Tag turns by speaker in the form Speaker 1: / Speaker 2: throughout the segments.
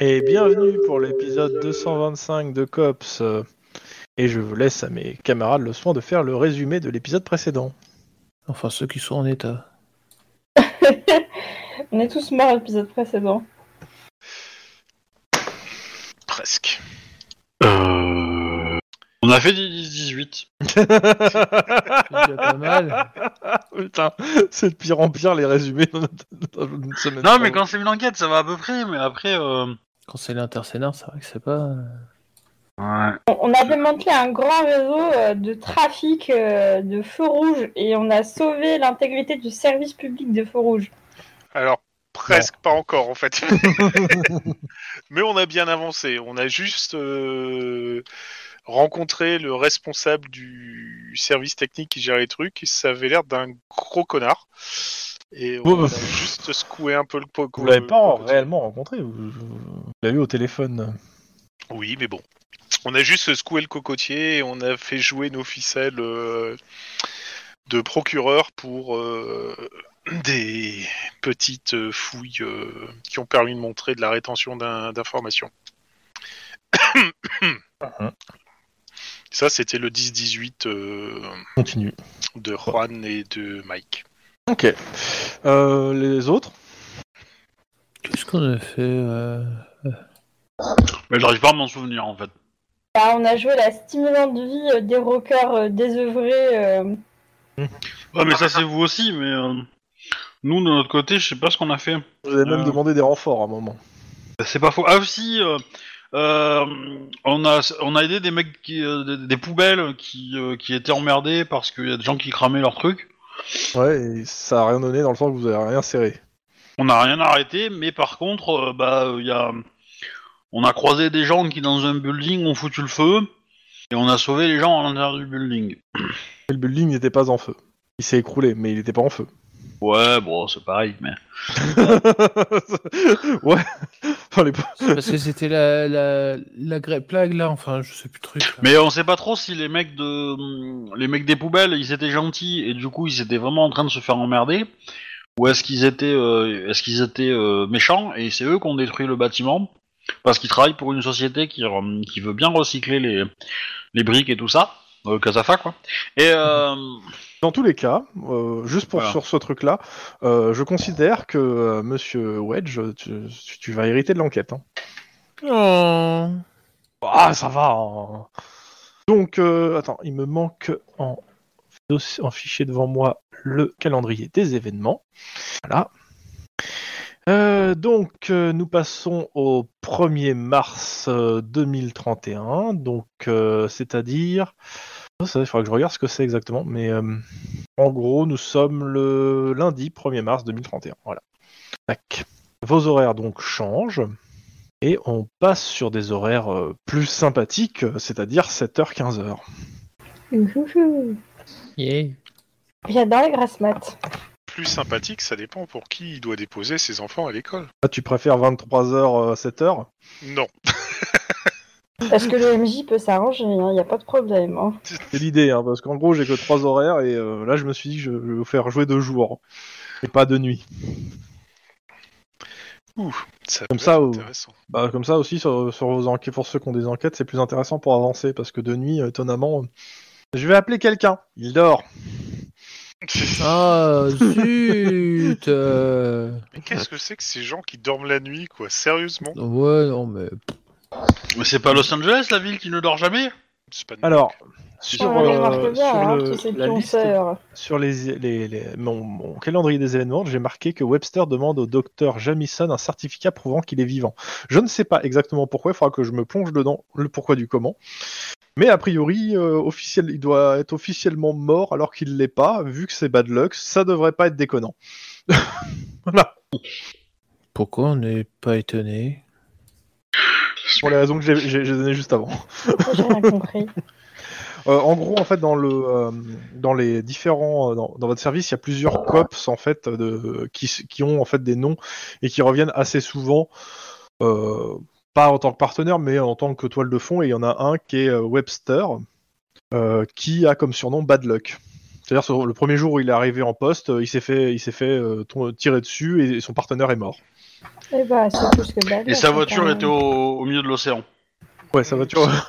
Speaker 1: Et bienvenue pour l'épisode 225 de Cops. euh, Et je vous laisse à mes camarades le soin de faire le résumé de l'épisode précédent.
Speaker 2: Enfin, ceux qui sont en état.
Speaker 3: On est tous morts à l'épisode précédent.
Speaker 4: Presque. Euh... On a fait 10-18.
Speaker 2: C'est déjà pas mal.
Speaker 1: Putain, c'est de pire en pire les résumés dans notre- dans une semaine.
Speaker 4: Non, mais quand c'est une enquête, ça va à peu près, mais après. Euh...
Speaker 2: Quand c'est l'intersénat, c'est vrai que c'est pas. euh,
Speaker 4: Ouais.
Speaker 3: On, on a démantelé un grand réseau euh, de trafic euh, de feux rouges et on a sauvé l'intégrité du service public des feux rouges.
Speaker 5: Alors, presque pas encore en fait. Mais on a bien avancé. On a juste euh, rencontré le responsable du service technique qui gère les trucs. Et ça avait l'air d'un gros connard. Et on
Speaker 1: Bon, bah.
Speaker 5: a juste secoué un peu le poco.
Speaker 1: Vous l'avez pas réellement rencontré, vous, vous l'avez eu au téléphone.
Speaker 5: Oui, mais bon. On a juste secoué le cocotier et on a fait jouer nos ficelles euh, de procureur pour euh, des petites euh, fouilles euh, qui ont permis de montrer de la rétention d'in- d'informations. Ça, c'était le 10-18 euh,
Speaker 1: Continue.
Speaker 5: de Juan et de Mike.
Speaker 1: Ok. Euh, les autres
Speaker 2: Qu'est-ce qu'on a fait euh,
Speaker 4: Mais j'arrive pas à m'en souvenir en fait.
Speaker 3: Bah, on a joué la stimulante vie euh, des rockers euh, désœuvrés. euh.
Speaker 4: Ouais, mais ça c'est vous aussi, mais. euh, Nous, de notre côté, je sais pas ce qu'on a fait.
Speaker 1: Vous avez même
Speaker 4: Euh.
Speaker 1: demandé des renforts à un moment.
Speaker 4: C'est pas faux. Ah si, euh, euh, on a on a aidé des mecs qui, euh, des, des poubelles qui, euh, qui étaient emmerdés parce qu'il y a des gens qui cramaient leurs trucs.
Speaker 1: Ouais, et ça a rien donné dans le sens que vous avez rien serré.
Speaker 4: On n'a rien arrêté, mais par contre, euh, bah euh, il y a on a croisé des gens qui dans un building ont foutu le feu et on a sauvé les gens à l'intérieur du building.
Speaker 1: Et le building n'était pas en feu. Il s'est écroulé, mais il n'était pas en feu.
Speaker 4: Ouais, bon, c'est pareil, mais
Speaker 1: ouais. Enfin, les-
Speaker 2: c'est Parce que c'était la, la, la gré- plague là, enfin, je sais plus le truc. là.
Speaker 4: mais on sait pas trop si les mecs de hum, les mecs des poubelles, ils étaient gentils et du coup, ils étaient vraiment en train de se faire emmerder. Ou est-ce qu'ils étaient, euh, est-ce qu'ils étaient euh, méchants et c'est eux qui ont détruit le bâtiment parce qu'ils travaillent pour une société qui, rem- qui veut bien recycler les, les briques et tout ça, euh, Casafa quoi. Et euh,
Speaker 1: Dans tous les cas, euh, juste pour
Speaker 4: Voilà.
Speaker 1: sur ce truc-là, euh, je considère que euh, Monsieur Wedge, tu, tu- tu vas hériter de l'enquête. hein.
Speaker 2: Oh.
Speaker 1: Ah, ça va. hein. Donc, euh, attends, il me manque en, dossi- en fichier devant moi le calendrier des événements. Voilà. Euh, donc, euh, nous passons au 1er mars euh, 2031. Donc, euh, c'est-à-dire. Oh, ça, il faudra que je regarde ce que c'est exactement. Mais euh, en gros, nous sommes le lundi 1er mars 2031. Voilà. Tac. Vos horaires donc changent. Et on passe sur des horaires euh, plus sympathiques, euh, c'est-à-dire 7h-15h.
Speaker 2: Yeah.
Speaker 3: J'adore les grasses maths.
Speaker 5: Plus sympathique, ça dépend pour qui il doit déposer ses enfants à l'école.
Speaker 1: Ah, tu préfères euh, 23h-7h
Speaker 5: Non,
Speaker 3: Parce que le MJ peut s'arranger, il n'y a pas de problème. hein.
Speaker 1: C'est l'idée, hein, parce qu'en gros, j'ai que trois horaires et euh, là, je me suis dit que je je vais vous faire jouer de jour et pas de nuit.
Speaker 5: ça
Speaker 1: Comme
Speaker 5: peut
Speaker 1: ça,
Speaker 5: être
Speaker 1: ou-
Speaker 5: intéressant.
Speaker 1: Bah, comme ça aussi, sur, sur vos enquêtes, pour ceux qui ont des enquêtes, c'est plus intéressant pour avancer, parce que de nuit, euh, étonnamment, euh, je vais appeler quelqu'un, il dort.
Speaker 2: Ah, zut euh.
Speaker 5: Mais qu'est-ce que c'est que ces gens qui dorment la nuit, quoi Sérieusement
Speaker 2: Ouais, non, mais.
Speaker 4: mais c'est pas Los Angeles la ville qui ne dort jamais
Speaker 5: C'est pas de-
Speaker 1: Alors, sur,
Speaker 3: on les
Speaker 1: euh,
Speaker 3: marque bien,
Speaker 1: sur
Speaker 3: hein,
Speaker 1: le-
Speaker 3: tous ces
Speaker 1: la liste-
Speaker 3: pionceurs.
Speaker 1: Sur les, les- les- mon, mon calendrier des événements, j'ai marqué que Webster demande au docteur Jamison un certificat prouvant qu'il est vivant. Je ne sais pas exactement pourquoi, il faudra que je me plonge dedans, le pourquoi du comment. Mais a priori, euh, officiel, il doit être officiellement mort alors qu'il ne l'est pas, vu que c'est bad luck, ça devrait pas être déconnant.
Speaker 2: Pourquoi on n'est pas étonné
Speaker 1: Pour les raisons que j'ai- j'ai j'ai données juste avant.
Speaker 3: J'ai rien compris.
Speaker 1: Euh, en gros, en fait, dans le euh, dans les différents euh, dans, dans votre service, il y a plusieurs cops en fait de qui, s- qui ont en fait des noms et qui reviennent assez souvent, euh, pas en tant que partenaire, mais en tant que toile de fond. Et il y en a un qui est euh, Webster, euh, qui a comme surnom Bad Luck. C'est-à-dire sur le premier jour où il est arrivé en poste, euh, il s'est fait, il s'est fait euh, ton- tirer dessus et, et son partenaire est mort.
Speaker 3: Eh bah, c'est plus que bad.
Speaker 4: Et sa voiture était au, au milieu de l'océan.
Speaker 1: Ouais, ça va, tu vois.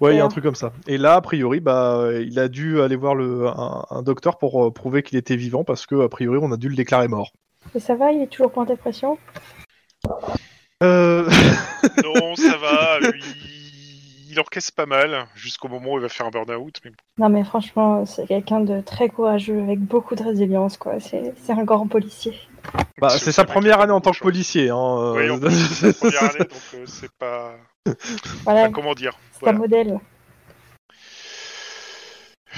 Speaker 1: Ouais, il y a un truc comme ça. Et là, a priori, bah, euh, il a dû aller voir le, un, un docteur pour euh, prouver qu'il était vivant parce que, a priori, on a dû le déclarer mort.
Speaker 3: Mais ça va, il est toujours point de pression.
Speaker 1: Euh...
Speaker 5: Non, ça va, lui, il encaisse pas mal jusqu'au moment où il va faire un burn-out. Mais...
Speaker 3: Non, mais franchement, c'est quelqu'un de très courageux, avec beaucoup de résilience, quoi. C'est c'est un grand policier.
Speaker 1: Bah, c'est sa première année en tant que policier. Hein.
Speaker 5: euh. Oui, en plus, c'est sa première année, donc euh, c'est pas...
Speaker 3: Voilà,
Speaker 5: enfin, comment dire
Speaker 3: c'est
Speaker 5: voilà.
Speaker 3: un modèle.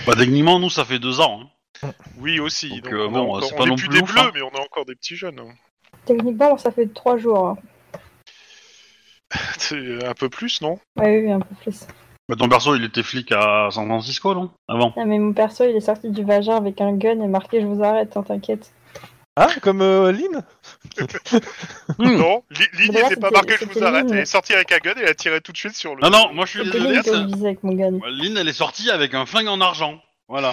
Speaker 4: Bah, techniquement, nous, ça fait deux ans. hein.
Speaker 5: Oui, aussi.
Speaker 4: Donc,
Speaker 5: Donc,
Speaker 4: euh,
Speaker 5: on,
Speaker 4: bon,
Speaker 5: a encore-
Speaker 4: c'est pas
Speaker 5: on est
Speaker 4: non
Speaker 5: plus
Speaker 4: plus
Speaker 5: des
Speaker 4: ouf,
Speaker 5: bleus,
Speaker 4: hein.
Speaker 5: mais on a encore des petits jeunes. hein.
Speaker 3: Techniquement, ça fait trois jours. hein.
Speaker 5: C'est un peu plus, non
Speaker 3: Ouais, oui, un peu plus.
Speaker 4: Bah, ton perso, il était flic à San Francisco, non Avant.
Speaker 3: Non, Ah, mais mon perso, il est sorti du vagin avec un gun et marqué Je vous arrête, hein, t'inquiète.
Speaker 1: Ah, comme euh, Lynn
Speaker 4: Hmm.
Speaker 5: Non, Li- Lynn
Speaker 3: Mais là,
Speaker 5: n'était pas
Speaker 3: c'était-
Speaker 5: marquée, je
Speaker 3: c'était
Speaker 5: vous arrête.
Speaker 3: Lynn.
Speaker 5: Elle est sortie avec un gun et elle a tiré tout de suite sur le.
Speaker 4: Non, non, moi, je suis
Speaker 3: C'est
Speaker 4: désolé.
Speaker 3: Denis qui a
Speaker 4: ça-
Speaker 3: visé avec mon gun.
Speaker 4: Lynn, elle est sortie avec un flingue en argent. Voilà.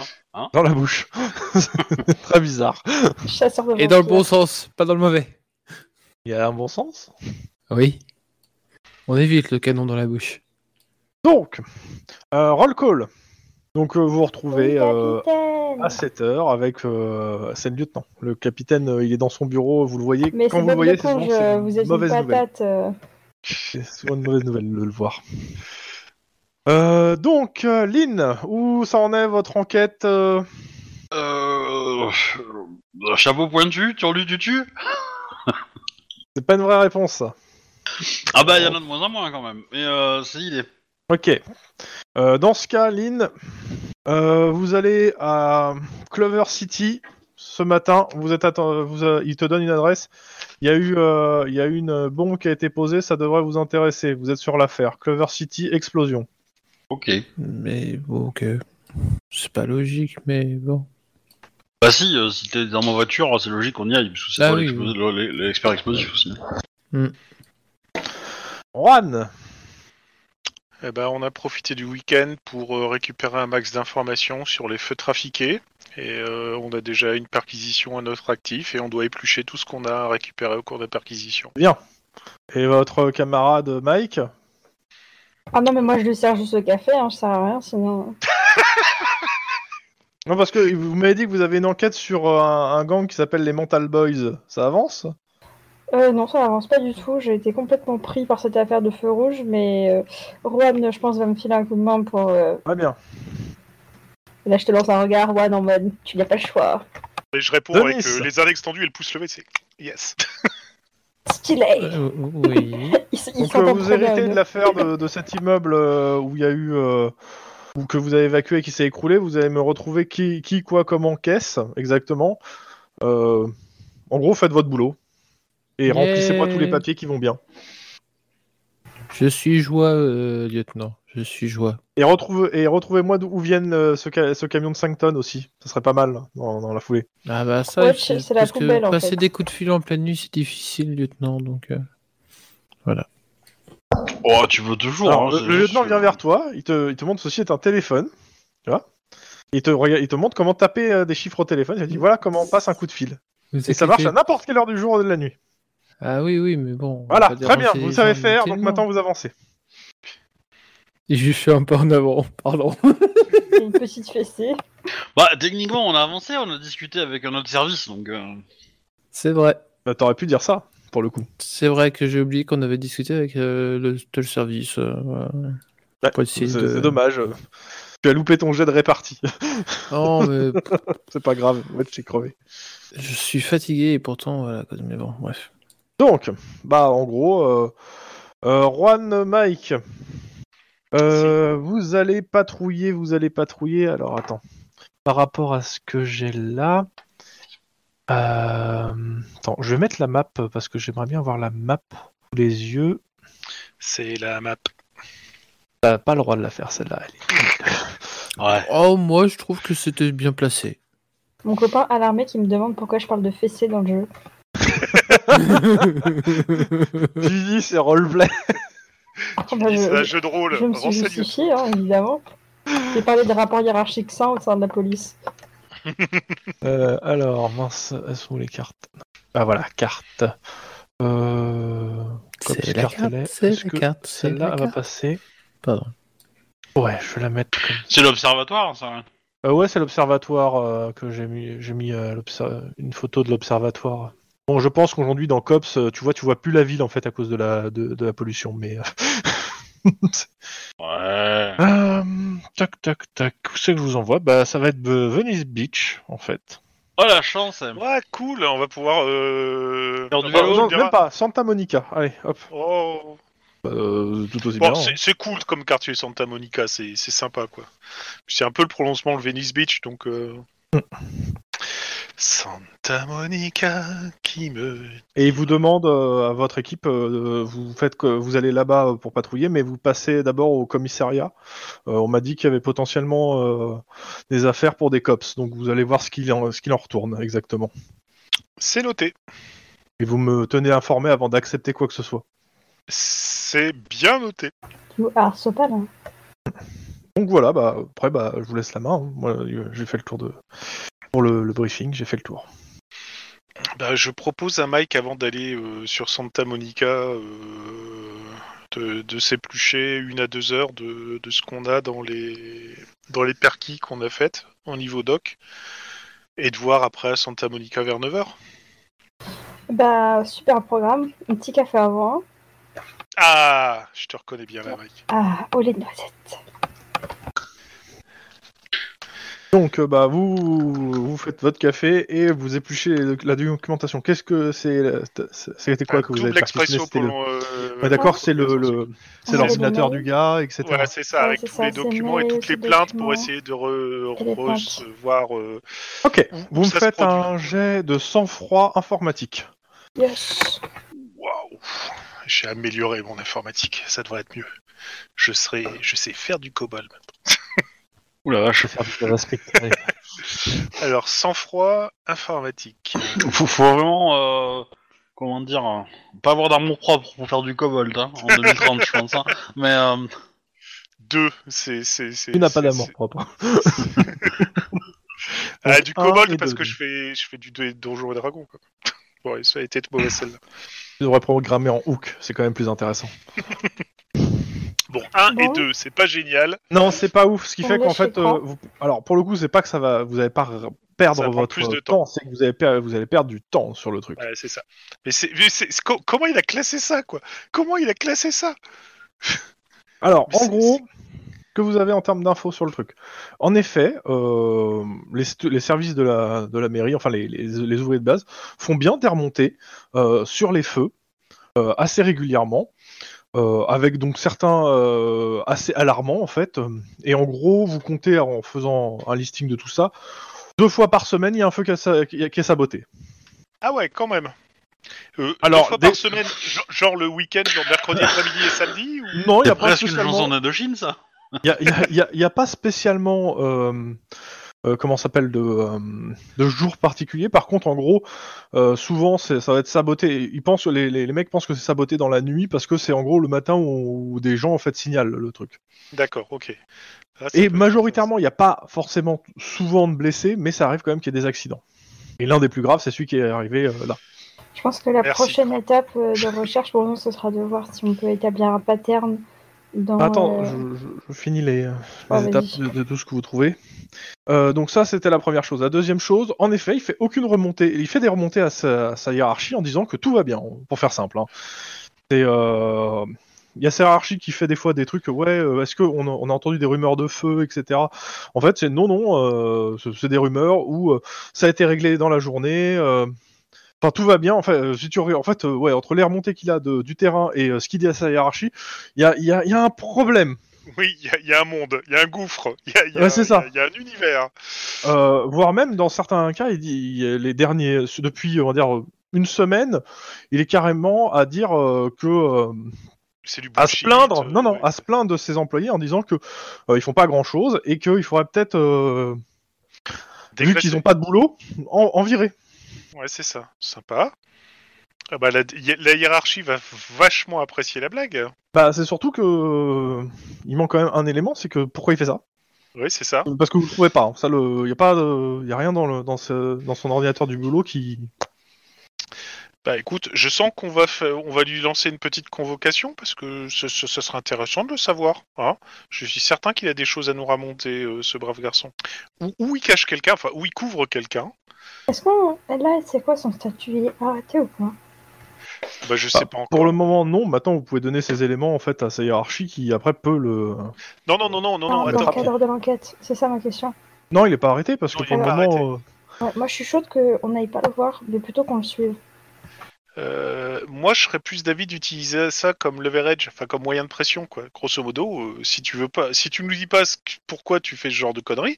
Speaker 1: Dans la bouche. Très bizarre.
Speaker 3: Chasseur de
Speaker 2: Et dans le
Speaker 3: vampires.
Speaker 2: bon sens, pas dans le mauvais.
Speaker 1: Il y a un bon sens.
Speaker 2: Oui. On évite le canon dans la bouche.
Speaker 1: Donc, euh, roll call. Donc, euh, vous vous retrouvez euh,
Speaker 3: Oui, capitaine.
Speaker 1: à 7h avec euh, c'est le lieutenant. Le capitaine, euh, il est dans son bureau, vous le voyez.
Speaker 3: Mais
Speaker 1: Quand
Speaker 3: c'est
Speaker 1: vous le
Speaker 3: Bob
Speaker 1: voyez, c'est
Speaker 3: l'éponge,
Speaker 1: souvent- c'est
Speaker 3: euh,
Speaker 1: une
Speaker 3: vous êtes une
Speaker 1: mauvaise nouvelle.
Speaker 3: patate. euh.
Speaker 1: C'est souvent une mauvaise nouvelle de le voir. Euh, donc, euh, Lynn, où ça en est votre enquête euh
Speaker 4: Euh... euh, Chapeau pointu, turlu du tu
Speaker 1: C'est pas une vraie réponse. ça.
Speaker 4: Ah bah, il y en a de moins en moins, quand même. Mais euh, c'est l'idée.
Speaker 1: Ok. Euh, dans ce cas, Lynn, euh, vous allez à Clover City ce matin. Vous êtes atten- vous, euh, il te donne une adresse. Il y a eu, euh, il y a eu une bombe qui a été posée. Ça devrait vous intéresser. Vous êtes sur l'affaire. Clover City explosion.
Speaker 4: Ok.
Speaker 2: Mais bon, ok. C'est pas logique, mais bon.
Speaker 4: Bah si, euh, si t'es dans ma voiture, c'est logique qu'on y aille, parce que c'est
Speaker 1: Bah
Speaker 2: Ah
Speaker 4: toi
Speaker 2: oui,
Speaker 4: l'explos- le- le- l'expert explosif aussi.
Speaker 1: Juan.
Speaker 5: Eh ben, on a profité du week-end pour euh, récupérer un max d'informations sur les feux trafiqués. Et euh, on a déjà une perquisition à notre actif et on doit éplucher tout ce qu'on a récupéré au cours de la perquisition.
Speaker 1: Et votre camarade Mike.
Speaker 3: Ah non, mais moi je lui sers juste le café, hein, je sers à rien sinon.
Speaker 1: Non, parce que vous m'avez dit que vous avez une enquête sur euh, un, un gang qui s'appelle les Mental Boys. Ça avance
Speaker 3: Euh, non, ça avance pas du tout. J'ai été complètement pris par cette affaire de feu rouge, mais euh, Juan, je pense, va me filer un coup de main pour. euh,
Speaker 1: Très bien.
Speaker 3: Là, je te lance un regard, Juan, en mode Tu n'as pas le choix.
Speaker 5: Et je réponds
Speaker 1: Denis.
Speaker 5: avec euh, les index tendus et le pouce levé, c'est yes.
Speaker 3: Stylé
Speaker 2: Euh, oui.
Speaker 3: Il, s- il
Speaker 1: Donc euh,
Speaker 3: s'entend
Speaker 1: vous
Speaker 3: très bien,
Speaker 1: héritez
Speaker 3: les
Speaker 1: de
Speaker 3: deux.
Speaker 1: l'affaire de, de cet immeuble euh, où il y a eu euh, ou que vous avez évacué et qui s'est écroulé. Vous allez me retrouver qui, qui quoi, comment, qu'est-ce exactement. Euh, en gros, faites votre boulot et
Speaker 2: Yeah.
Speaker 1: remplissez-moi tous les papiers qui vont bien.
Speaker 2: Je suis joie, euh, lieutenant. Je suis joie.
Speaker 1: Et, retrouve, et retrouvez-moi d'où viennent euh, ce, ca- ce camion de 5 tonnes aussi. Ça serait pas mal dans, dans la foulée.
Speaker 2: Ah bah ça,
Speaker 3: Ouais,
Speaker 2: je-
Speaker 3: c'est- c'est la
Speaker 2: parce
Speaker 3: poubelle,
Speaker 2: que
Speaker 3: en
Speaker 2: passer
Speaker 3: fait.
Speaker 2: des coups de fil en pleine nuit, c'est difficile, lieutenant. Donc, euh,
Speaker 4: Oh, tu veux toujours,
Speaker 1: Alors,
Speaker 4: hein,
Speaker 1: le,
Speaker 4: c'est
Speaker 1: le
Speaker 4: juste
Speaker 1: lieutenant
Speaker 4: que-
Speaker 1: vient vers toi. Il te, il te montre ceci est un téléphone. Tu vois il te, rega- il te montre comment taper euh, des chiffres au téléphone. Il te dit
Speaker 2: Mm.
Speaker 1: voilà comment on passe un coup de fil.
Speaker 2: vous
Speaker 1: Et ça
Speaker 2: inquiétez-
Speaker 1: marche à n'importe quelle heure du jour ou de la nuit.
Speaker 2: Ah oui, oui, mais bon. on va
Speaker 1: Voilà,
Speaker 2: pas
Speaker 1: très bien,
Speaker 2: déranger
Speaker 1: vous le
Speaker 2: les
Speaker 1: savez
Speaker 2: gens
Speaker 1: faire, donc
Speaker 2: inutilement.
Speaker 1: maintenant vous avancez.
Speaker 2: Et je fais un pas en avant, pardon.
Speaker 3: C'est une petite fessée.
Speaker 4: Bah, techniquement, on a avancé, on a discuté avec un autre service, donc... euh,
Speaker 2: C'est vrai.
Speaker 1: Bah, T'aurais pu dire ça, pour le coup.
Speaker 2: C'est vrai que j'ai oublié qu'on avait discuté avec euh, le, le service. euh, voilà.
Speaker 1: Ouais,
Speaker 2: Pas
Speaker 1: c'est
Speaker 2: utile de-
Speaker 1: c'est dommage. euh, Tu as loupé ton jet de répartie.
Speaker 2: Non, mais
Speaker 1: c'est pas grave, ouais, t'es crevé.
Speaker 2: je suis fatigué et pourtant, voilà. quoi. Mais bon, bref.
Speaker 1: Donc, bah en gros, euh, euh, Juan, Mike, euh, vous allez patrouiller, vous allez patrouiller. Alors attends, par rapport à ce que j'ai là, euh, attends, je vais mettre la map parce que j'aimerais bien avoir la map sous les yeux.
Speaker 5: C'est la map.
Speaker 1: T'as pas le droit de la faire celle-là. elle est-
Speaker 4: Ouais.
Speaker 2: Oh, moi, je trouve que c'était bien placé.
Speaker 3: Mon copain alarmé qui me demande pourquoi je parle de fessée dans le jeu.
Speaker 1: Tu dis c'est roleplay.
Speaker 3: Ah,
Speaker 5: Tu
Speaker 3: bah,
Speaker 5: dis,
Speaker 3: je-
Speaker 5: c'est un jeu de rôle.
Speaker 3: Je me suis
Speaker 5: Renseigne.
Speaker 3: justifié, hein, évidemment. J'ai parlé de rapport hiérarchique sain au sein de la police.
Speaker 1: Euh, alors, mince, elles sont où les cartes Ah voilà, carte. Euh... Comme
Speaker 2: C'est
Speaker 1: cette
Speaker 2: la
Speaker 1: carte-là,
Speaker 2: carte, c'est
Speaker 1: est-ce
Speaker 2: la
Speaker 1: que
Speaker 2: carte, c'est
Speaker 1: Celle-là,
Speaker 2: la
Speaker 1: elle va
Speaker 2: carte.
Speaker 1: passer.
Speaker 2: Pardon.
Speaker 1: Ouais, je vais la mettre comme
Speaker 4: C'est l'observatoire, ça.
Speaker 1: Euh, ouais, c'est l'observatoire euh, que j'ai mis. J'ai mis euh, l'obser- une photo de l'observatoire. Bon, je pense qu'aujourd'hui dans Cops, euh, tu vois, tu vois plus la ville en fait à cause de la de, de la pollution. Mais euh,
Speaker 4: Ouais.
Speaker 1: euh, tac tac tac, où c'est que je vous envoie Bah, ça va être euh, Venice Beach en fait.
Speaker 4: Oh la chance
Speaker 5: Ouais, cool, on va pouvoir. Euh...
Speaker 4: Faire du
Speaker 5: bah,
Speaker 4: vélo,
Speaker 5: on
Speaker 1: non,
Speaker 5: verra.
Speaker 1: même pas. Santa Monica. Allez, hop.
Speaker 5: Oh.
Speaker 1: Euh, tout aussi
Speaker 5: Bon,
Speaker 1: bien.
Speaker 5: c'est c'est cool comme quartier Santa Monica, c'est c'est sympa quoi. C'est un peu le prononcement le Venice Beach donc. euh, Santa Monica qui me.
Speaker 1: Et il vous demande euh, à votre équipe, euh, vous faites que vous allez là-bas euh, pour patrouiller, mais vous passez d'abord au commissariat. Euh, on m'a dit qu'il y avait potentiellement euh, des affaires pour des cops, donc vous allez voir ce qu'il en, ce qu'il en retourne exactement.
Speaker 5: C'est noté.
Speaker 1: Et vous me tenez informé avant d'accepter quoi que ce soit.
Speaker 5: C'est bien noté.
Speaker 3: Tu harceaux pas là.
Speaker 1: Donc voilà, bah après bah je vous laisse la main. hein. Moi euh, j'ai fait le tour de pour le, le briefing, j'ai fait le tour.
Speaker 5: Bah, je propose à Mike avant d'aller euh, sur Santa Monica euh, de, de s'éplucher une à deux heures de, de ce qu'on a dans les dans les perquis qu'on a faites en niveau doc et de voir après à Santa Monica vers 9h.
Speaker 3: Bah, super programme. Un petit café avant.
Speaker 5: Ah, je te reconnais bien là, Mike.
Speaker 3: Ah, au lait de noisette.
Speaker 1: Donc euh, bah vous vous faites votre café et vous épluchez la documentation. Qu'est-ce que c'est la- c'est- C'était quoi
Speaker 5: Un
Speaker 1: que vous avez
Speaker 5: double
Speaker 1: perquisitionné
Speaker 5: expresso
Speaker 1: C'était
Speaker 5: pour
Speaker 1: le-
Speaker 5: le- euh,
Speaker 1: Ouais, d'accord, c'est le, Ah, le- c'est
Speaker 3: Ouais,
Speaker 1: l'ordinateur
Speaker 3: le mail.
Speaker 1: du gars, etc.
Speaker 5: Voilà, c'est ça,
Speaker 3: Ouais,
Speaker 5: avec
Speaker 3: Ah, c'est
Speaker 5: tous
Speaker 3: ça,
Speaker 5: les
Speaker 3: c'est
Speaker 5: documents et
Speaker 3: mail,
Speaker 5: toutes les
Speaker 3: tous les
Speaker 5: plaintes
Speaker 3: documents.
Speaker 5: pour essayer de re-
Speaker 3: Et les plaintes.
Speaker 5: recevoir. euh,
Speaker 1: Ok, vous me
Speaker 5: ça se
Speaker 1: faites
Speaker 5: produit.
Speaker 1: un jet de sang-froid informatique.
Speaker 3: Yes.
Speaker 5: Waouh, j'ai amélioré mon informatique, ça devrait être mieux. Je serai, je sais faire du COBOL.
Speaker 4: Ouh la vache.
Speaker 5: Alors, sang-froid informatique.
Speaker 4: Faut, faut vraiment, euh, comment dire, euh, pas avoir d'amour propre pour faire du cobalt, hein, en 2030, je pense. hein. Mais euh,
Speaker 5: Deux, c'est. c'est- c'est-
Speaker 1: Tu n'as pas
Speaker 5: c'est-
Speaker 1: d'amour
Speaker 5: c'est-
Speaker 1: propre.
Speaker 5: Ah, du
Speaker 1: Un et
Speaker 5: COBOL parce
Speaker 1: deux.
Speaker 5: que je fais, je fais du dé- Donjons et Dragons. Quoi. Bon, ça a été mauvaise celle-là.
Speaker 1: Tu devrais programmer en hook, c'est quand même plus intéressant.
Speaker 5: Bon, un et
Speaker 3: Bon.
Speaker 5: deux, c'est pas génial.
Speaker 1: Non, c'est pas ouf, ce qui
Speaker 3: On
Speaker 1: fait
Speaker 3: les
Speaker 1: qu'en fait,
Speaker 3: chiffrera.
Speaker 1: euh, vous- alors pour le coup, c'est pas que ça va, vous allez pas r- perdre
Speaker 5: Ça va prendre
Speaker 1: votre
Speaker 5: plus de
Speaker 1: temps, c'est que vous allez, per- vous allez perdre du temps sur le truc.
Speaker 5: Ouais, c'est ça. Mais c'est, mais c'est- c'est- co- comment il a classé ça, quoi Comment il a classé ça
Speaker 1: Alors,
Speaker 5: Mais
Speaker 1: en
Speaker 5: c'est-
Speaker 1: gros, ce que vous avez en termes d'infos sur le truc. En effet, euh, les, st- les services de la, de la mairie, enfin les, les- les ouvriers de base, font bien des remontées euh, sur les feux euh, assez régulièrement, euh, avec donc certains euh, assez alarmants en fait. Et en gros, vous comptez en faisant un listing de tout ça, deux fois par semaine, il y a un feu qui, a sa- qui est saboté.
Speaker 5: Ah ouais, quand même. Euh,
Speaker 1: Alors,
Speaker 5: deux fois
Speaker 1: des-
Speaker 5: par semaine, genre, genre le week-end, genre mercredi après-midi et samedi ou...
Speaker 1: Non, il n'y
Speaker 4: c'est
Speaker 1: a pas
Speaker 4: presque une
Speaker 1: spécialement-
Speaker 4: chanson d'Indochine, ça.
Speaker 1: Il n'y a, pas spécialement, euh, euh, comment ça s'appelle, de, euh, de jour particulier. Par contre, en gros, euh, souvent, c'est- ça va être saboté. Ils pensent, les, les, les mecs pensent que c'est saboté dans la nuit parce que c'est en gros le matin où, où des gens en fait signalent le truc.
Speaker 5: D'accord, ok. Ah, ça peut
Speaker 1: Et
Speaker 5: être
Speaker 1: majoritairement, il n'y a pas forcément souvent de blessés, mais ça arrive quand même qu'il y ait des accidents. Et l'un des plus graves, c'est celui qui est arrivé euh, là.
Speaker 3: Je pense que la
Speaker 5: Merci.
Speaker 3: prochaine étape euh, de recherche pour nous, ce sera de voir si on peut établir un pattern dans.
Speaker 1: Bah, Attends,
Speaker 3: euh,
Speaker 1: je, je- je finis les, euh,
Speaker 3: Ah,
Speaker 1: les
Speaker 3: vas-y.
Speaker 1: étapes de, de tout ce que vous trouvez. Euh, donc ça, c'était la première chose. La deuxième chose, en effet, il fait aucune remontée. Il fait des remontées à sa, à sa hiérarchie en disant que tout va bien, pour faire simple. hein. C'est, euh, il y a sa hiérarchie qui fait des fois des trucs, ouais, euh, est-ce qu'on a, on a entendu des rumeurs de feu, etc. En fait, c'est non, non, euh, c'est- c'est des rumeurs où euh, ça a été réglé dans la journée. euh, Enfin, tout va bien. En fait, euh, si tu re- en fait, euh, ouais, entre les remontées qu'il a de- du terrain et euh, ce qu'il dit à sa hiérarchie, il y a, il y a- il y a un problème.
Speaker 5: Oui, il y, a- il y a un monde, il y a un gouffre, il y a, il y a-
Speaker 1: Ouais, c'est
Speaker 5: il y
Speaker 1: ça.
Speaker 5: a- il y a un univers.
Speaker 1: Euh, voire même dans certains cas, il dit il- les derniers depuis on va dire une semaine, il est carrément à dire euh, que euh,
Speaker 5: C'est du
Speaker 1: à se
Speaker 5: bullshit,
Speaker 1: plaindre,
Speaker 5: euh,
Speaker 1: non non,
Speaker 5: ouais.
Speaker 1: à se plaindre de ses employés en disant que euh, ils font pas grand chose et qu'il faudrait peut-être euh, vu
Speaker 5: Déclasser.
Speaker 1: qu'ils ont pas de boulot, en, en virer.
Speaker 5: Ouais, c'est ça. Sympa. Ah bah, la, hi- la hiérarchie va vachement apprécier la blague.
Speaker 1: Bah c'est surtout que euh, il manque quand même un élément, c'est que pourquoi il fait ça
Speaker 5: Oui, c'est ça.
Speaker 1: Parce que vous le trouvez pas. hein. Ça, le, y a pas, de- y a rien dans le, dans ce, dans son ordinateur du boulot qui.
Speaker 5: Bah écoute, je sens qu'on va, fa- on va lui lancer une petite convocation parce que ce, ce- ce serait intéressant de le savoir. hein. je suis certain qu'il a des choses à nous ramonter, euh, ce brave garçon. Ou, ou il cache quelqu'un, enfin, ou il couvre quelqu'un.
Speaker 3: Est-ce qu'on. Là, c'est quoi son statut Il est arrêté ou pas
Speaker 5: Bah je sais
Speaker 1: Ah,
Speaker 5: pas encore.
Speaker 1: Pour le moment, non. Maintenant, vous pouvez donner ces éléments en fait à sa hiérarchie qui après peut le.
Speaker 5: Non, non, non, non,
Speaker 3: Ah,
Speaker 5: non, non,
Speaker 3: Dans le
Speaker 5: attends.
Speaker 1: attraper.
Speaker 3: cadre de l'enquête, c'est ça ma question.
Speaker 1: Non, il est pas arrêté parce que
Speaker 5: Non,
Speaker 1: pour
Speaker 5: il
Speaker 1: le
Speaker 5: est pas
Speaker 1: moment, euh,
Speaker 3: Ouais, moi, je suis chaude qu'on n'aille pas le voir, mais plutôt qu'on le suive.
Speaker 5: Euh, moi, je serais plus d'avis d'utiliser ça comme leverage, enfin comme moyen de pression, quoi. Grosso modo, euh, si tu veux pas, si tu nous dis pas ce que- pourquoi tu fais ce genre de conneries,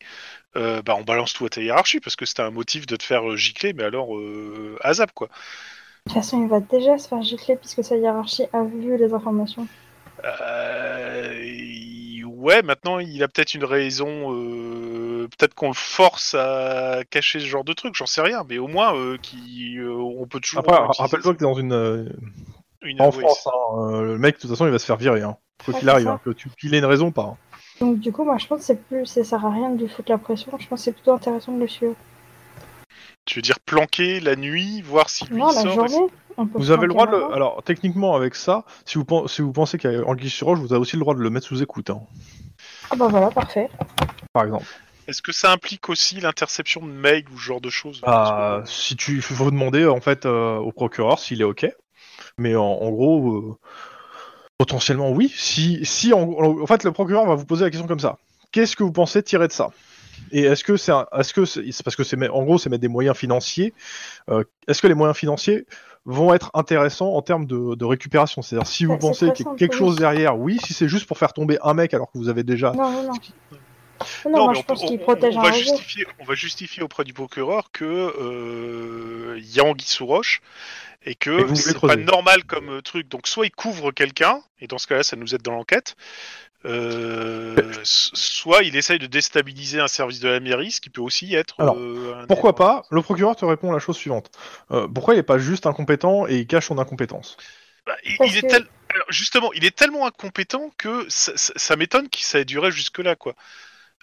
Speaker 5: euh, bah on balance tout à ta hiérarchie parce que c'était un motif de te faire euh, gicler, mais alors euh, ASAP, quoi.
Speaker 3: De toute façon, il va déjà se faire gifler puisque sa hiérarchie a vu les informations.
Speaker 5: Euh, ouais, maintenant il a peut-être une raison, euh, peut-être qu'on le force à cacher ce genre de truc, j'en sais rien, mais au moins euh, qui, euh, on peut toujours.
Speaker 1: après,
Speaker 5: utiliser
Speaker 1: rappelle-toi que t'es dans une, euh,
Speaker 5: une-
Speaker 1: en
Speaker 5: ouais,
Speaker 1: France, hein, euh, le mec de toute façon, il va se faire virer. Hein. Quoi
Speaker 3: Ouais,
Speaker 1: qu'il
Speaker 3: c'est
Speaker 1: arrive,
Speaker 3: ça.
Speaker 1: hein, que tu qu'il ait une raison ou pas. hein.
Speaker 3: Donc, du coup, moi, je pense que c'est plus. Ça sert à rien de lui foutre la pression. Je pense que c'est plutôt intéressant de le suivre.
Speaker 5: Tu veux dire planquer la nuit, voir si lui
Speaker 3: Non, la
Speaker 5: sort. et-
Speaker 3: journée, on peut
Speaker 1: Vous avez le droit de.
Speaker 3: planquer
Speaker 1: le- Alors, techniquement, avec ça, si vous, pen- si vous pensez qu'il y a Anguille sur Roche, vous avez aussi le droit de le mettre sous écoute, hein,
Speaker 3: là-bas. Ah bah voilà, parfait.
Speaker 1: par exemple.
Speaker 5: Est-ce que ça implique aussi l'interception de mail ou ce genre de choses
Speaker 1: Ah,
Speaker 5: Parce que-
Speaker 1: si tu faut demander en fait euh, au procureur s'il est ok, mais en, en gros euh, potentiellement oui. Si si en, en fait le procureur va vous poser la question comme ça. Qu'est-ce que vous pensez tirer de ça Et est-ce que c'est un- est-ce que c'est c'est parce que c'est met- en gros c'est mettre des moyens financiers. euh, est-ce que les moyens financiers vont être intéressants en termes de, de récupération C'est-à-dire si vous
Speaker 3: Ouais, c'est
Speaker 1: pensez
Speaker 3: très
Speaker 1: qu'il y a
Speaker 3: simple,
Speaker 1: quelque
Speaker 3: oui.
Speaker 1: chose derrière, oui. Si c'est juste pour faire tomber un mec alors que vous avez déjà
Speaker 3: Non, non, non. Non,
Speaker 5: Non,
Speaker 3: moi,
Speaker 5: mais
Speaker 3: je
Speaker 5: on peut-
Speaker 3: pense qu'il
Speaker 5: on-
Speaker 3: protège
Speaker 5: on
Speaker 3: un
Speaker 5: va
Speaker 3: réseau.
Speaker 5: justifier, On va justifier auprès du procureur que euh, il y a anguille sous roche et
Speaker 1: Et que
Speaker 5: que
Speaker 1: vous voulez
Speaker 5: c'est
Speaker 1: creuser.
Speaker 5: pas normal comme euh, truc. Donc soit il couvre quelqu'un et dans ce cas-là ça nous aide dans l'enquête. euh, s- soit il essaye de déstabiliser un service de la mairie, ce qui peut aussi être.
Speaker 1: Alors,
Speaker 5: euh, un
Speaker 1: Pourquoi
Speaker 5: élément.
Speaker 1: pas Le procureur te répond la chose suivante. Euh, pourquoi il n'est pas juste incompétent et il cache son incompétence
Speaker 5: Bah, il,
Speaker 3: Parce
Speaker 5: il est
Speaker 3: que-
Speaker 5: tel- alors, justement, il est tellement incompétent que ça, ça- ça m'étonne que ça ait duré jusque là, quoi.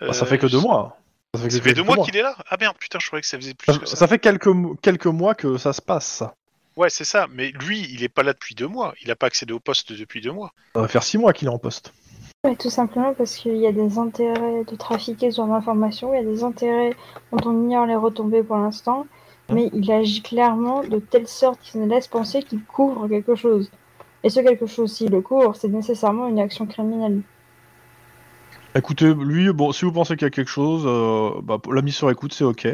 Speaker 1: Bah, Ça fait que deux
Speaker 5: mois.
Speaker 1: mois. que
Speaker 5: Euh, Ça fait deux mois qu'il est là Ah merde, putain, je croyais que ça faisait plus
Speaker 1: Ça,
Speaker 5: que ça.
Speaker 1: ça fait quelques, mo- quelques mois que ça se passe. Ça,
Speaker 5: Ouais, c'est ça, mais lui, il est pas là depuis deux mois. Il a pas accédé au poste depuis deux mois.
Speaker 1: ça va faire six mois qu'il est en poste.
Speaker 3: Mais tout simplement parce qu'il y a des intérêts de trafiquer sur l'information, il y a des intérêts dont on ignore les retombées pour l'instant, mais il agit clairement de telle sorte qu'il ne laisse penser qu'il couvre quelque chose. Et ce quelque chose, s'il le couvre, c'est nécessairement une action criminelle.
Speaker 1: Écoutez, lui, bon, si vous pensez qu'il y a quelque chose, euh, bah, pour- la mise sur écoute, c'est ok.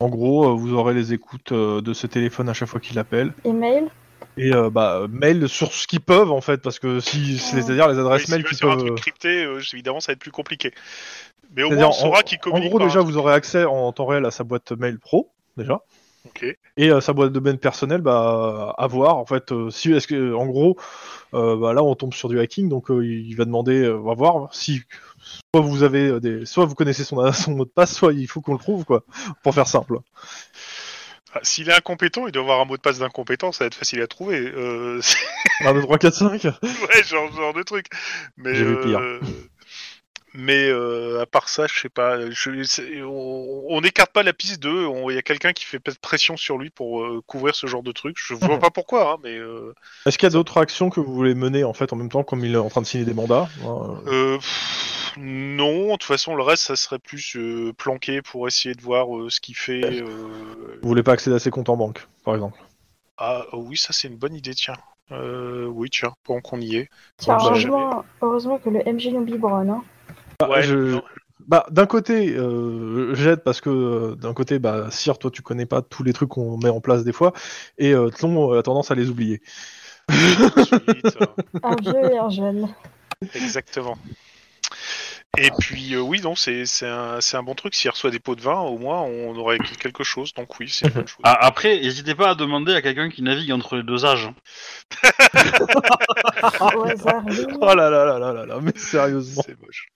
Speaker 1: En gros, euh, vous aurez les écoutes euh, de ce téléphone à chaque fois qu'il appelle.
Speaker 3: Email
Speaker 1: Et euh, bah, euh, mail sur ce qu'ils peuvent, en fait, parce que si, c'est-à-dire les
Speaker 5: Mais
Speaker 1: adresses
Speaker 5: s'il
Speaker 1: mail
Speaker 5: va
Speaker 1: qui
Speaker 5: sur un
Speaker 1: peuvent.
Speaker 5: truc crypté, euh, évidemment, ça va être plus compliqué. Mais au moins,
Speaker 1: c'est-à-dire,
Speaker 5: on saura
Speaker 1: en-
Speaker 5: qu'il
Speaker 1: en
Speaker 5: communique.
Speaker 1: gros,
Speaker 5: par
Speaker 1: déjà,
Speaker 5: un-
Speaker 1: vous aurez accès en temps réel à sa boîte mail pro, déjà.
Speaker 5: Ok.
Speaker 1: Et euh, sa boîte de mail personnelle, bah, à voir. En fait, euh, si, est-ce que, en gros, euh, bah, là, on tombe sur du hacking, donc euh, il va demander, euh, on va voir si soit vous avez euh, des, soit vous connaissez son, son mot de passe, soit il faut qu'on le trouve, quoi, pour faire simple.
Speaker 5: Ah, S'il est incompétent, il doit avoir un mot de passe d'incompétent, ça va être facile à trouver. Euh...
Speaker 1: 1, 2, 3, 4, 5.
Speaker 5: ouais, genre, genre de truc. Mais,
Speaker 1: J'ai vu pire.
Speaker 5: euh, Mais euh, à part ça, je sais pas. je- c'est- on on n'écarte pas la piste de. on- Il y a quelqu'un qui fait peut-être pression sur lui pour euh, couvrir ce genre de truc. Je vois
Speaker 1: Mhm.
Speaker 5: pas pourquoi, hein, mais. euh,
Speaker 1: Est-ce qu'il y a d'autres actions que vous voulez mener, en fait, en même temps, comme il est en train de signer des mandats hein, euh,
Speaker 5: Euh, pff, non, de toute façon, le reste, ça serait plus euh, planqué pour essayer de voir euh, ce qu'il fait. euh,
Speaker 1: Vous voulez pas accéder à ses comptes en banque, par exemple
Speaker 5: Ah oh oui, ça c'est une bonne idée, tiens. Euh, oui, tiens, pendant qu'on y est.
Speaker 3: Tiens,
Speaker 1: bah,
Speaker 3: heureusement, heureusement que le MJ nous biberonne. hein.
Speaker 1: Bah,
Speaker 5: Ouais,
Speaker 1: je-
Speaker 5: non.
Speaker 1: Bah, d'un côté, euh, j'aide parce que euh, d'un côté, bah, Sire, toi, tu connais pas tous les trucs qu'on met en place des fois, et euh, Tlon euh, a tendance à les oublier.
Speaker 5: Ensuite, euh,
Speaker 3: Un vieux et un jeune.
Speaker 5: exactement. Et puis, euh, oui, non, c'est c'est un, c'est un bon truc. S'il reçoit des pots de vin, au moins, on aurait acquis quelque chose. Donc, oui, c'est une bonne chose.
Speaker 4: Ah, après, n'hésitez pas à demander à quelqu'un qui navigue entre les deux âges.
Speaker 3: Au hasard, oui.
Speaker 1: Ah. Oh là là là là là là, mais sérieusement.
Speaker 5: C'est moche.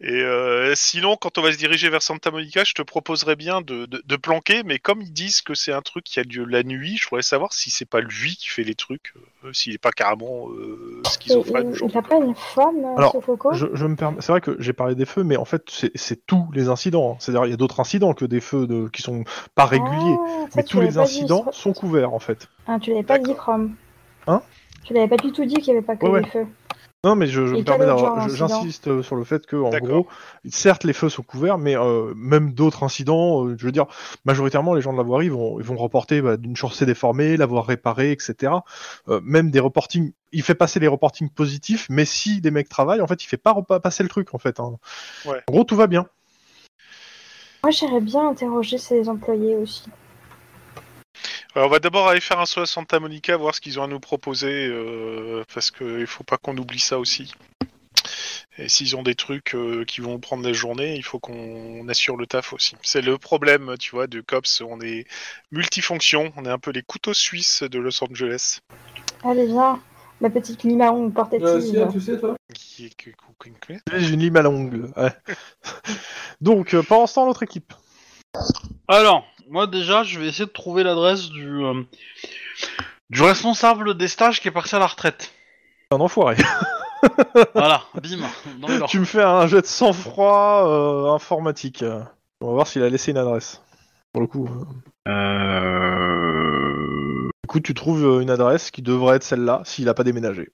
Speaker 5: Et euh, sinon, quand on va se diriger vers Santa Monica, je te proposerais bien de, de- de planquer, mais comme ils disent que c'est un truc qui a lieu la nuit, je voudrais savoir si c'est pas lui qui fait les trucs, euh, s'il est pas carrément euh,
Speaker 3: Et
Speaker 5: schizophrène. ou
Speaker 3: Il
Speaker 5: genre
Speaker 3: il a pas une femme, euh,
Speaker 1: Alors,
Speaker 3: ce coco
Speaker 1: Je, je me permets. C'est vrai que j'ai parlé des feux, mais en fait, c'est- c'est tous les incidents. hein. C'est-à-dire, il y a d'autres incidents que des feux de... qui sont pas réguliers.
Speaker 3: Ah, ça,
Speaker 1: mais
Speaker 3: tu
Speaker 1: tous
Speaker 3: l'avais
Speaker 1: les
Speaker 3: pas dit,
Speaker 1: incidents
Speaker 3: ça-
Speaker 1: sont couverts, en fait.
Speaker 3: Ah, tu l'avais pas dit,
Speaker 5: D'accord.
Speaker 3: From.
Speaker 1: Hein
Speaker 3: Tu l'avais pas du tout dit qu'il y avait pas que
Speaker 1: Ouais, ouais.
Speaker 3: des feux.
Speaker 1: Non, mais je, je
Speaker 3: Et
Speaker 1: me
Speaker 3: quel
Speaker 1: permets
Speaker 3: autre
Speaker 1: d'avoir-
Speaker 3: genre
Speaker 1: je-
Speaker 3: d'incident
Speaker 1: J'insiste euh, sur le fait que, en
Speaker 5: D'accord.
Speaker 1: gros, certes, les feux sont couverts, mais euh, même d'autres incidents, euh, je veux dire, majoritairement, les gens de la voirie vont, ils vont reporter bah, d'une chaussée déformée, la voie réparée, etc. Euh, même des reportings. Il fait passer les reportings positifs, mais si des mecs travaillent, en fait, il fait pas repa- passer le truc, en fait. hein.
Speaker 5: Ouais.
Speaker 1: En gros, tout va bien.
Speaker 3: Moi, j'irais bien interroger ses employés aussi.
Speaker 5: Alors, on va d'abord aller faire un saut à Santa Monica, voir ce qu'ils ont à nous proposer, euh, parce qu'il faut pas qu'on oublie ça aussi. Et s'ils ont des trucs euh, qui vont prendre la journée, il faut qu'on assure le taf aussi. C'est le problème, tu vois, de COPS. On est multifonction, on est un peu les couteaux suisses de Los Angeles.
Speaker 3: Allez, viens, ma petite limaron
Speaker 2: Euh, Sia,
Speaker 3: portative.
Speaker 2: tu sais, toi
Speaker 5: Qui- qui- qui- qui-
Speaker 1: J'ai une lime à la ongle. ouais. Donc, euh, pendant ce temps, l'autre équipe.
Speaker 4: Alors, moi déjà, je vais essayer de trouver l'adresse du, euh, du responsable des stages qui est parti à la retraite.
Speaker 1: Un enfoiré.
Speaker 4: voilà, bim, dans les lords.
Speaker 1: tu me fais un jet de sang-froid euh, informatique. On va voir s'il a laissé une adresse. Pour le coup. euh,
Speaker 4: Euh...
Speaker 1: Du coup, tu trouves euh, une adresse qui devrait être celle-là s'il n'a pas déménagé.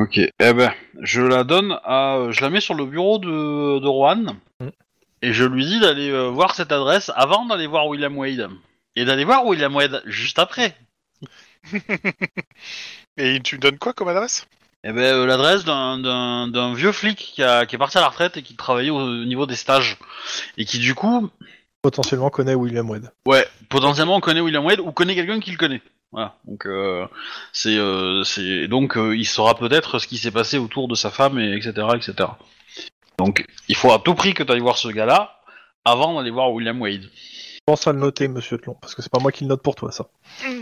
Speaker 4: Ok, eh ben, je la donne à... euh, Je la mets sur le bureau de, de Rohan,
Speaker 1: Mm.
Speaker 4: et je lui dis d'aller euh, voir cette adresse avant d'aller voir William Wade. Et d'aller voir William Wade juste après.
Speaker 5: Et tu me donnes quoi comme adresse
Speaker 4: Eh ben, euh, l'adresse d'un- d'un d'un vieux flic qui, a- qui est parti à la retraite et qui travaillait au niveau des stages. Et qui, du coup,
Speaker 1: Potentiellement connaît William Wade.
Speaker 4: ouais, potentiellement connaît William Wade ou connaît quelqu'un qui le connaît. Voilà. Donc, euh, c'est. euh, c'est- donc, euh, il saura peut-être ce qui s'est passé autour de sa femme, et etc., etc. Donc, il faut à tout prix que tu ailles voir ce gars-là avant d'aller voir William Wade.
Speaker 1: Pense à le noter, monsieur Tlon, parce que c'est pas moi qui le note pour toi, ça.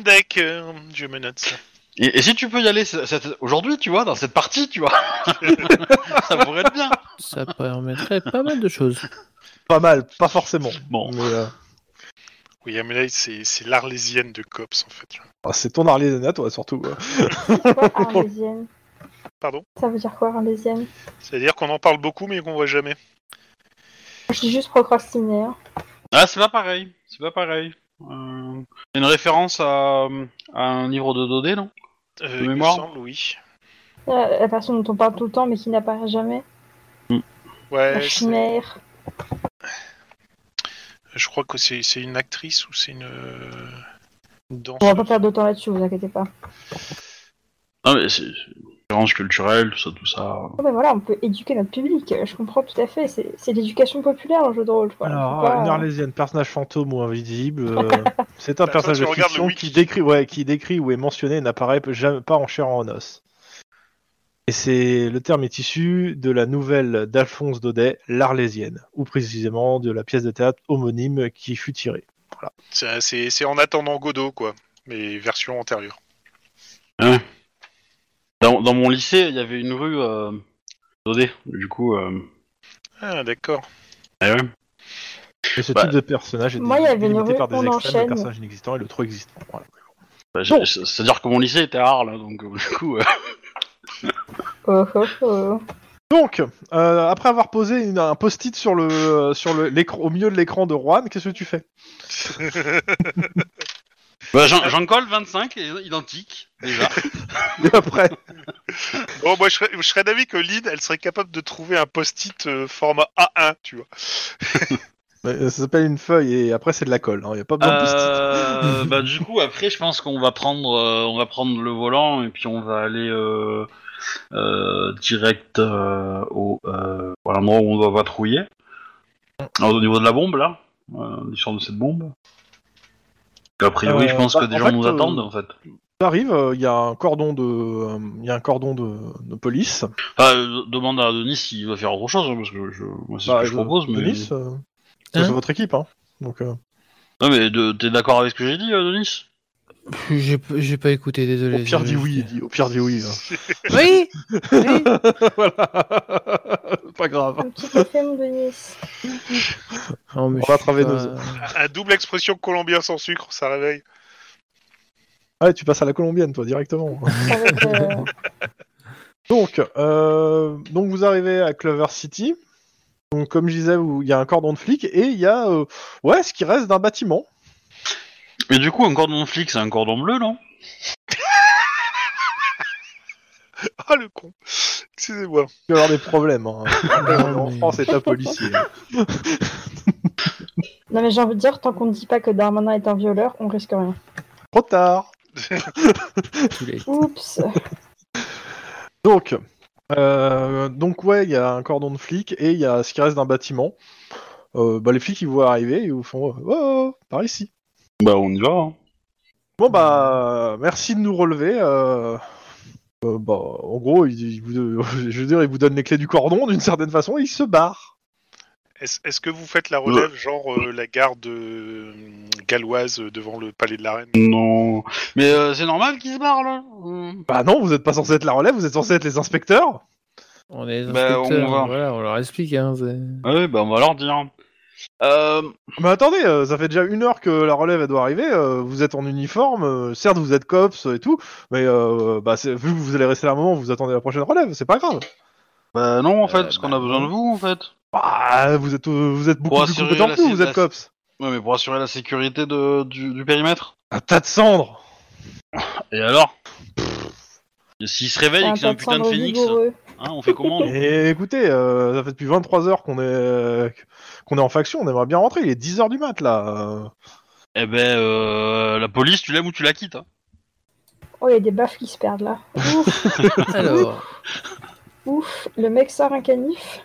Speaker 5: D'accord, je me note ça.
Speaker 4: Et, et si tu peux y aller c- cette- aujourd'hui, tu vois, dans cette partie, tu vois, ça pourrait être bien.
Speaker 2: Ça permettrait pas mal de choses.
Speaker 1: Pas mal, pas forcément.
Speaker 4: Bon.
Speaker 1: Mais, euh,
Speaker 5: Oui, Amélie, c'est c'est l'arlésienne de COPS, en fait.
Speaker 1: ah, c'est ton Arlésienne à toi, surtout. quoi.
Speaker 3: C'est quoi, arlésienne
Speaker 5: Pardon
Speaker 3: Ça veut dire quoi, arlésienne
Speaker 5: C'est-à-dire qu'on en parle beaucoup, mais qu'on voit jamais.
Speaker 3: J'ai juste procrastiné. hein.
Speaker 4: Ah, c'est pas pareil. C'est pas pareil. Euh, c'est une référence à, à un livre de Dodé, non
Speaker 5: Euh,
Speaker 4: De
Speaker 5: il me
Speaker 4: mémoire.
Speaker 5: semble, oui.
Speaker 3: Euh, La personne dont on parle tout le temps mais qui n'apparaît jamais. La
Speaker 5: Ouais, c'est-
Speaker 3: chimère.
Speaker 5: Je crois que c'est c'est une actrice ou c'est une, euh, une
Speaker 3: On va
Speaker 5: danseuse.
Speaker 3: pas perdre de temps là-dessus, vous inquiétez pas.
Speaker 4: Non, mais c'est c'est une référence culturelle, tout ça, tout ça.
Speaker 3: Oh, ben voilà, on peut éduquer notre public, euh, je comprends tout à fait. C'est c'est l'éducation populaire, le jeu de rôle. quoi.
Speaker 1: Alors,
Speaker 3: Faut pas,
Speaker 1: une
Speaker 3: euh,
Speaker 1: Arlésienne, personnage fantôme ou invisible, euh, c'est un
Speaker 5: Bah, toi,
Speaker 1: personnage
Speaker 5: tu
Speaker 1: de
Speaker 5: regardes
Speaker 1: fiction
Speaker 5: le wiki.
Speaker 1: qui décrit, ouais, qui décrit ou est mentionné et n'apparaît jamais pas en chair en os. Et c'est le terme est issu de la nouvelle d'Alphonse Daudet, l'Arlésienne, ou précisément de la pièce de théâtre homonyme qui fut tirée.
Speaker 5: C'est c'est- c'est en attendant Godot, quoi. Mais version antérieure.
Speaker 4: Dans, dans mon lycée, il y avait une rue euh, Dodé. Du coup, euh,
Speaker 5: Ah, d'accord.
Speaker 4: eh ouais.
Speaker 1: Et ce
Speaker 4: Bah,
Speaker 1: type de personnage est
Speaker 3: moi, il y avait une
Speaker 1: délimité
Speaker 3: rue,
Speaker 1: par des
Speaker 3: on
Speaker 1: extrêmes,
Speaker 3: enchaîne.
Speaker 1: le personnage inexistant et le trop existant. Voilà.
Speaker 4: Bah, j'ai- c'est- C'est-à-dire que mon lycée était à Arles, donc euh, du coup. euh,
Speaker 3: Oh, oh, oh.
Speaker 1: Donc, euh, après avoir posé une- un post-it sur le, sur le, l'écran- au milieu de l'écran de Juan, qu'est-ce que tu fais
Speaker 4: bah, J'en j'en colle 25, et- identique, déjà.
Speaker 1: Et après,
Speaker 5: Bon, moi, je serais, je serais d'avis que Lynn, elle serait capable de trouver un post-it euh, format A1, tu vois.
Speaker 1: euh, ça s'appelle une feuille et après c'est de la colle. Il n'y a pas besoin de post-it.
Speaker 4: Euh, bah, du coup, après, je pense qu'on va prendre, euh, on va prendre le volant et puis on va aller euh, euh, direct euh, au euh, à l'endroit où on doit patrouiller. Alors, au niveau de la bombe, là, euh, l'histoire de cette bombe. A priori,
Speaker 1: Euh,
Speaker 4: je pense
Speaker 1: bah,
Speaker 4: que
Speaker 1: en
Speaker 4: des gens
Speaker 1: fait,
Speaker 4: nous
Speaker 1: euh,
Speaker 4: attendent, en fait.
Speaker 1: T'arrives, euh, il y a un cordon de, euh, il y a un cordon de, de police.
Speaker 4: Enfin, euh, demande à Denis s'il va faire autre chose, hein, parce que je, moi,
Speaker 2: Bah,
Speaker 4: c'est ce que je
Speaker 1: de-
Speaker 4: propose.
Speaker 1: de
Speaker 4: Mais...
Speaker 1: Nice, Bah, euh,
Speaker 2: Hein
Speaker 1: C'est votre équipe, hein. Donc, euh,
Speaker 4: Non, mais de- t'es d'accord avec ce que j'ai dit, euh, Denis
Speaker 2: J'ai p- j'ai pas écouté, désolé.
Speaker 1: au pire euh.
Speaker 2: j'ai-
Speaker 1: dit oui, il dit, au pire dit oui. hein.
Speaker 2: Oui, oui.
Speaker 1: voilà. pas grave.
Speaker 3: Un petit FM de Nice.
Speaker 2: Non, mais
Speaker 1: On
Speaker 2: je
Speaker 1: va
Speaker 2: suis
Speaker 1: travailler
Speaker 2: pas-
Speaker 1: nos-
Speaker 5: Un double expression colombien sans sucre, ça réveille.
Speaker 1: Ouais, Ah, tu passes à la colombienne, toi, directement.
Speaker 3: Avec, euh,
Speaker 1: donc, euh, donc, vous arrivez à Clover City. Donc, comme je disais, où il y a un cordon de flics et il y a euh, ouais, ce qui reste d'un bâtiment.
Speaker 4: Mais du coup, un cordon flic, c'est un cordon bleu, non
Speaker 5: Ah le con. Excusez-moi.
Speaker 1: Il va y avoir des problèmes. hein. en
Speaker 2: mais-
Speaker 1: France, c'est un policier.
Speaker 3: Non, mais j'ai envie de dire, tant qu'on ne dit pas que Darmanin est un violeur, on risque rien.
Speaker 1: Trop tard.
Speaker 2: tous les-
Speaker 3: Oups.
Speaker 1: Donc, euh, donc ouais, il y a un cordon de flics et il y a ce qui reste d'un bâtiment. Euh, bah, les flics, ils vous voient arriver et ils vous font euh, Oh, par ici.
Speaker 4: Bah, on y va. hein.
Speaker 1: Bon, bah, merci de nous relever. euh. Euh, bah, en gros, ils, ils vous, je veux dire, ils vous donnent les clés du cordon d'une certaine façon et ils se barrent.
Speaker 5: Est-ce est-ce que vous faites la relève, genre euh, la garde euh, galloise devant le palais de la reine
Speaker 4: Non. Mais euh, c'est normal qu'ils se barrent, là Hum.
Speaker 1: Bah non, vous n'êtes pas censé être la relève, vous êtes censé être les inspecteurs.
Speaker 2: On est les
Speaker 4: Bah, on
Speaker 2: inspecteurs,
Speaker 4: va.
Speaker 2: voilà, on leur explique. Hein, c'est-
Speaker 4: Ah oui, bah, on va leur dire. Euh,
Speaker 1: Mais attendez, euh, ça fait déjà une heure que la relève elle doit arriver. euh, vous êtes en uniforme, euh, certes vous êtes cops et tout, mais euh, bah, c'est- vu que vous allez rester là un moment, vous attendez la prochaine relève, c'est pas grave.
Speaker 4: bah, non, en fait,
Speaker 2: Euh,
Speaker 4: parce
Speaker 2: bah,
Speaker 4: qu'on a besoin
Speaker 2: non.
Speaker 4: de vous, en fait.
Speaker 1: Bah, vous êtes, euh, vous êtes beaucoup
Speaker 4: Pour
Speaker 1: plus
Speaker 4: assurer
Speaker 1: compétents
Speaker 4: la
Speaker 1: que nous, vous
Speaker 4: sécurité-
Speaker 1: êtes cops.
Speaker 4: Ouais, mais pour assurer la sécurité de, du, du périmètre.
Speaker 1: Un tas de cendres.
Speaker 4: Et alors Et S'ils se réveillent et
Speaker 3: un
Speaker 4: que c'est un
Speaker 3: tas de
Speaker 4: putain de
Speaker 3: cendres
Speaker 4: phénix,
Speaker 3: vigoureux.
Speaker 4: hein, on fait comment nous
Speaker 1: Et écoutez, euh, ça fait depuis 23 heures qu'on est, euh, qu'on est en faction, on aimerait bien rentrer, il est 10 heures du mat là. euh.
Speaker 4: Eh ben, euh, la police, tu l'aimes ou tu la quittes. hein.
Speaker 3: Oh, il y a des baffes qui se perdent là. Ouf,
Speaker 2: Alors,
Speaker 3: ouf. Le mec sort un canif.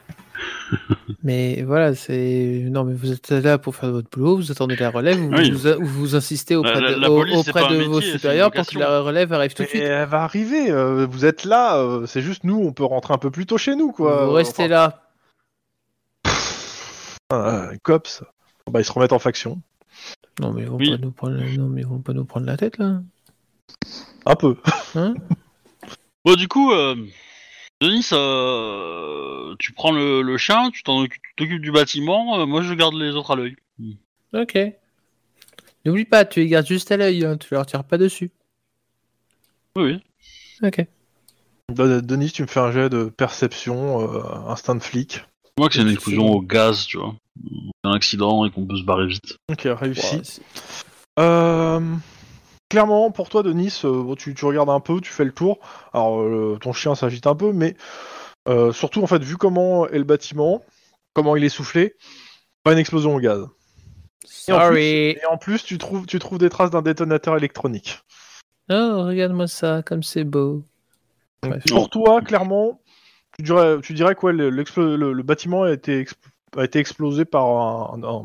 Speaker 2: mais voilà, c'est. Non, mais vous êtes là pour faire votre boulot, vous attendez la relève, vous
Speaker 4: Oui.
Speaker 2: vous, ou vous insistez auprès
Speaker 4: La- la-
Speaker 2: de,
Speaker 4: la
Speaker 2: au-
Speaker 4: police, c'est
Speaker 2: auprès
Speaker 4: pas un
Speaker 2: de
Speaker 4: métier,
Speaker 2: vos
Speaker 4: c'est une
Speaker 2: supérieurs pour que
Speaker 4: vocation.
Speaker 2: la relève arrive tout de
Speaker 1: Mais
Speaker 2: suite.
Speaker 1: elle va arriver, euh, vous êtes là, euh, c'est juste nous, on peut rentrer un peu plus tôt chez nous quoi.
Speaker 2: vous restez là.
Speaker 1: là. euh, cops, bah, ils se remettent en faction.
Speaker 2: Non, mais ils vont,
Speaker 4: Oui.
Speaker 2: pas nous prendre... non, mais ils vont pas nous prendre la tête là.
Speaker 1: Un peu.
Speaker 4: Bon, du coup, euh, Denis, euh, tu prends le, le chien, tu t'en occu- tu t'occupes du bâtiment, euh, moi je garde les autres à l'œil.
Speaker 2: Ok. N'oublie pas, tu les gardes juste à l'œil, hein, tu leur tires pas dessus.
Speaker 4: Oui, oui.
Speaker 2: Ok.
Speaker 1: De- Denis, tu me fais un jet de perception, euh, instinct de flic.
Speaker 4: Moi que c'est une
Speaker 2: C'est
Speaker 4: explosion
Speaker 2: bon.
Speaker 4: au gaz, tu vois. Un accident et qu'on peut se barrer vite.
Speaker 1: Ok, réussi.
Speaker 2: Ouah, c'est-
Speaker 1: Euh, clairement, pour toi, Denis, euh, bon, tu, tu regardes un peu, tu fais le tour. Alors, euh, ton chien s'agite un peu, mais euh, surtout, en fait, vu comment est le bâtiment, comment il est soufflé, pas une explosion au gaz. Et en plus-
Speaker 2: Sorry.
Speaker 1: Et en plus, tu trouves, tu trouves des traces d'un détonateur électronique.
Speaker 2: Oh, regarde-moi ça, comme c'est beau. Bref.
Speaker 4: Non.
Speaker 1: Pour toi, clairement, tu dirais, tu dirais que ouais, le, l'explo- le- le bâtiment a été, exp- a été explosé par un. un-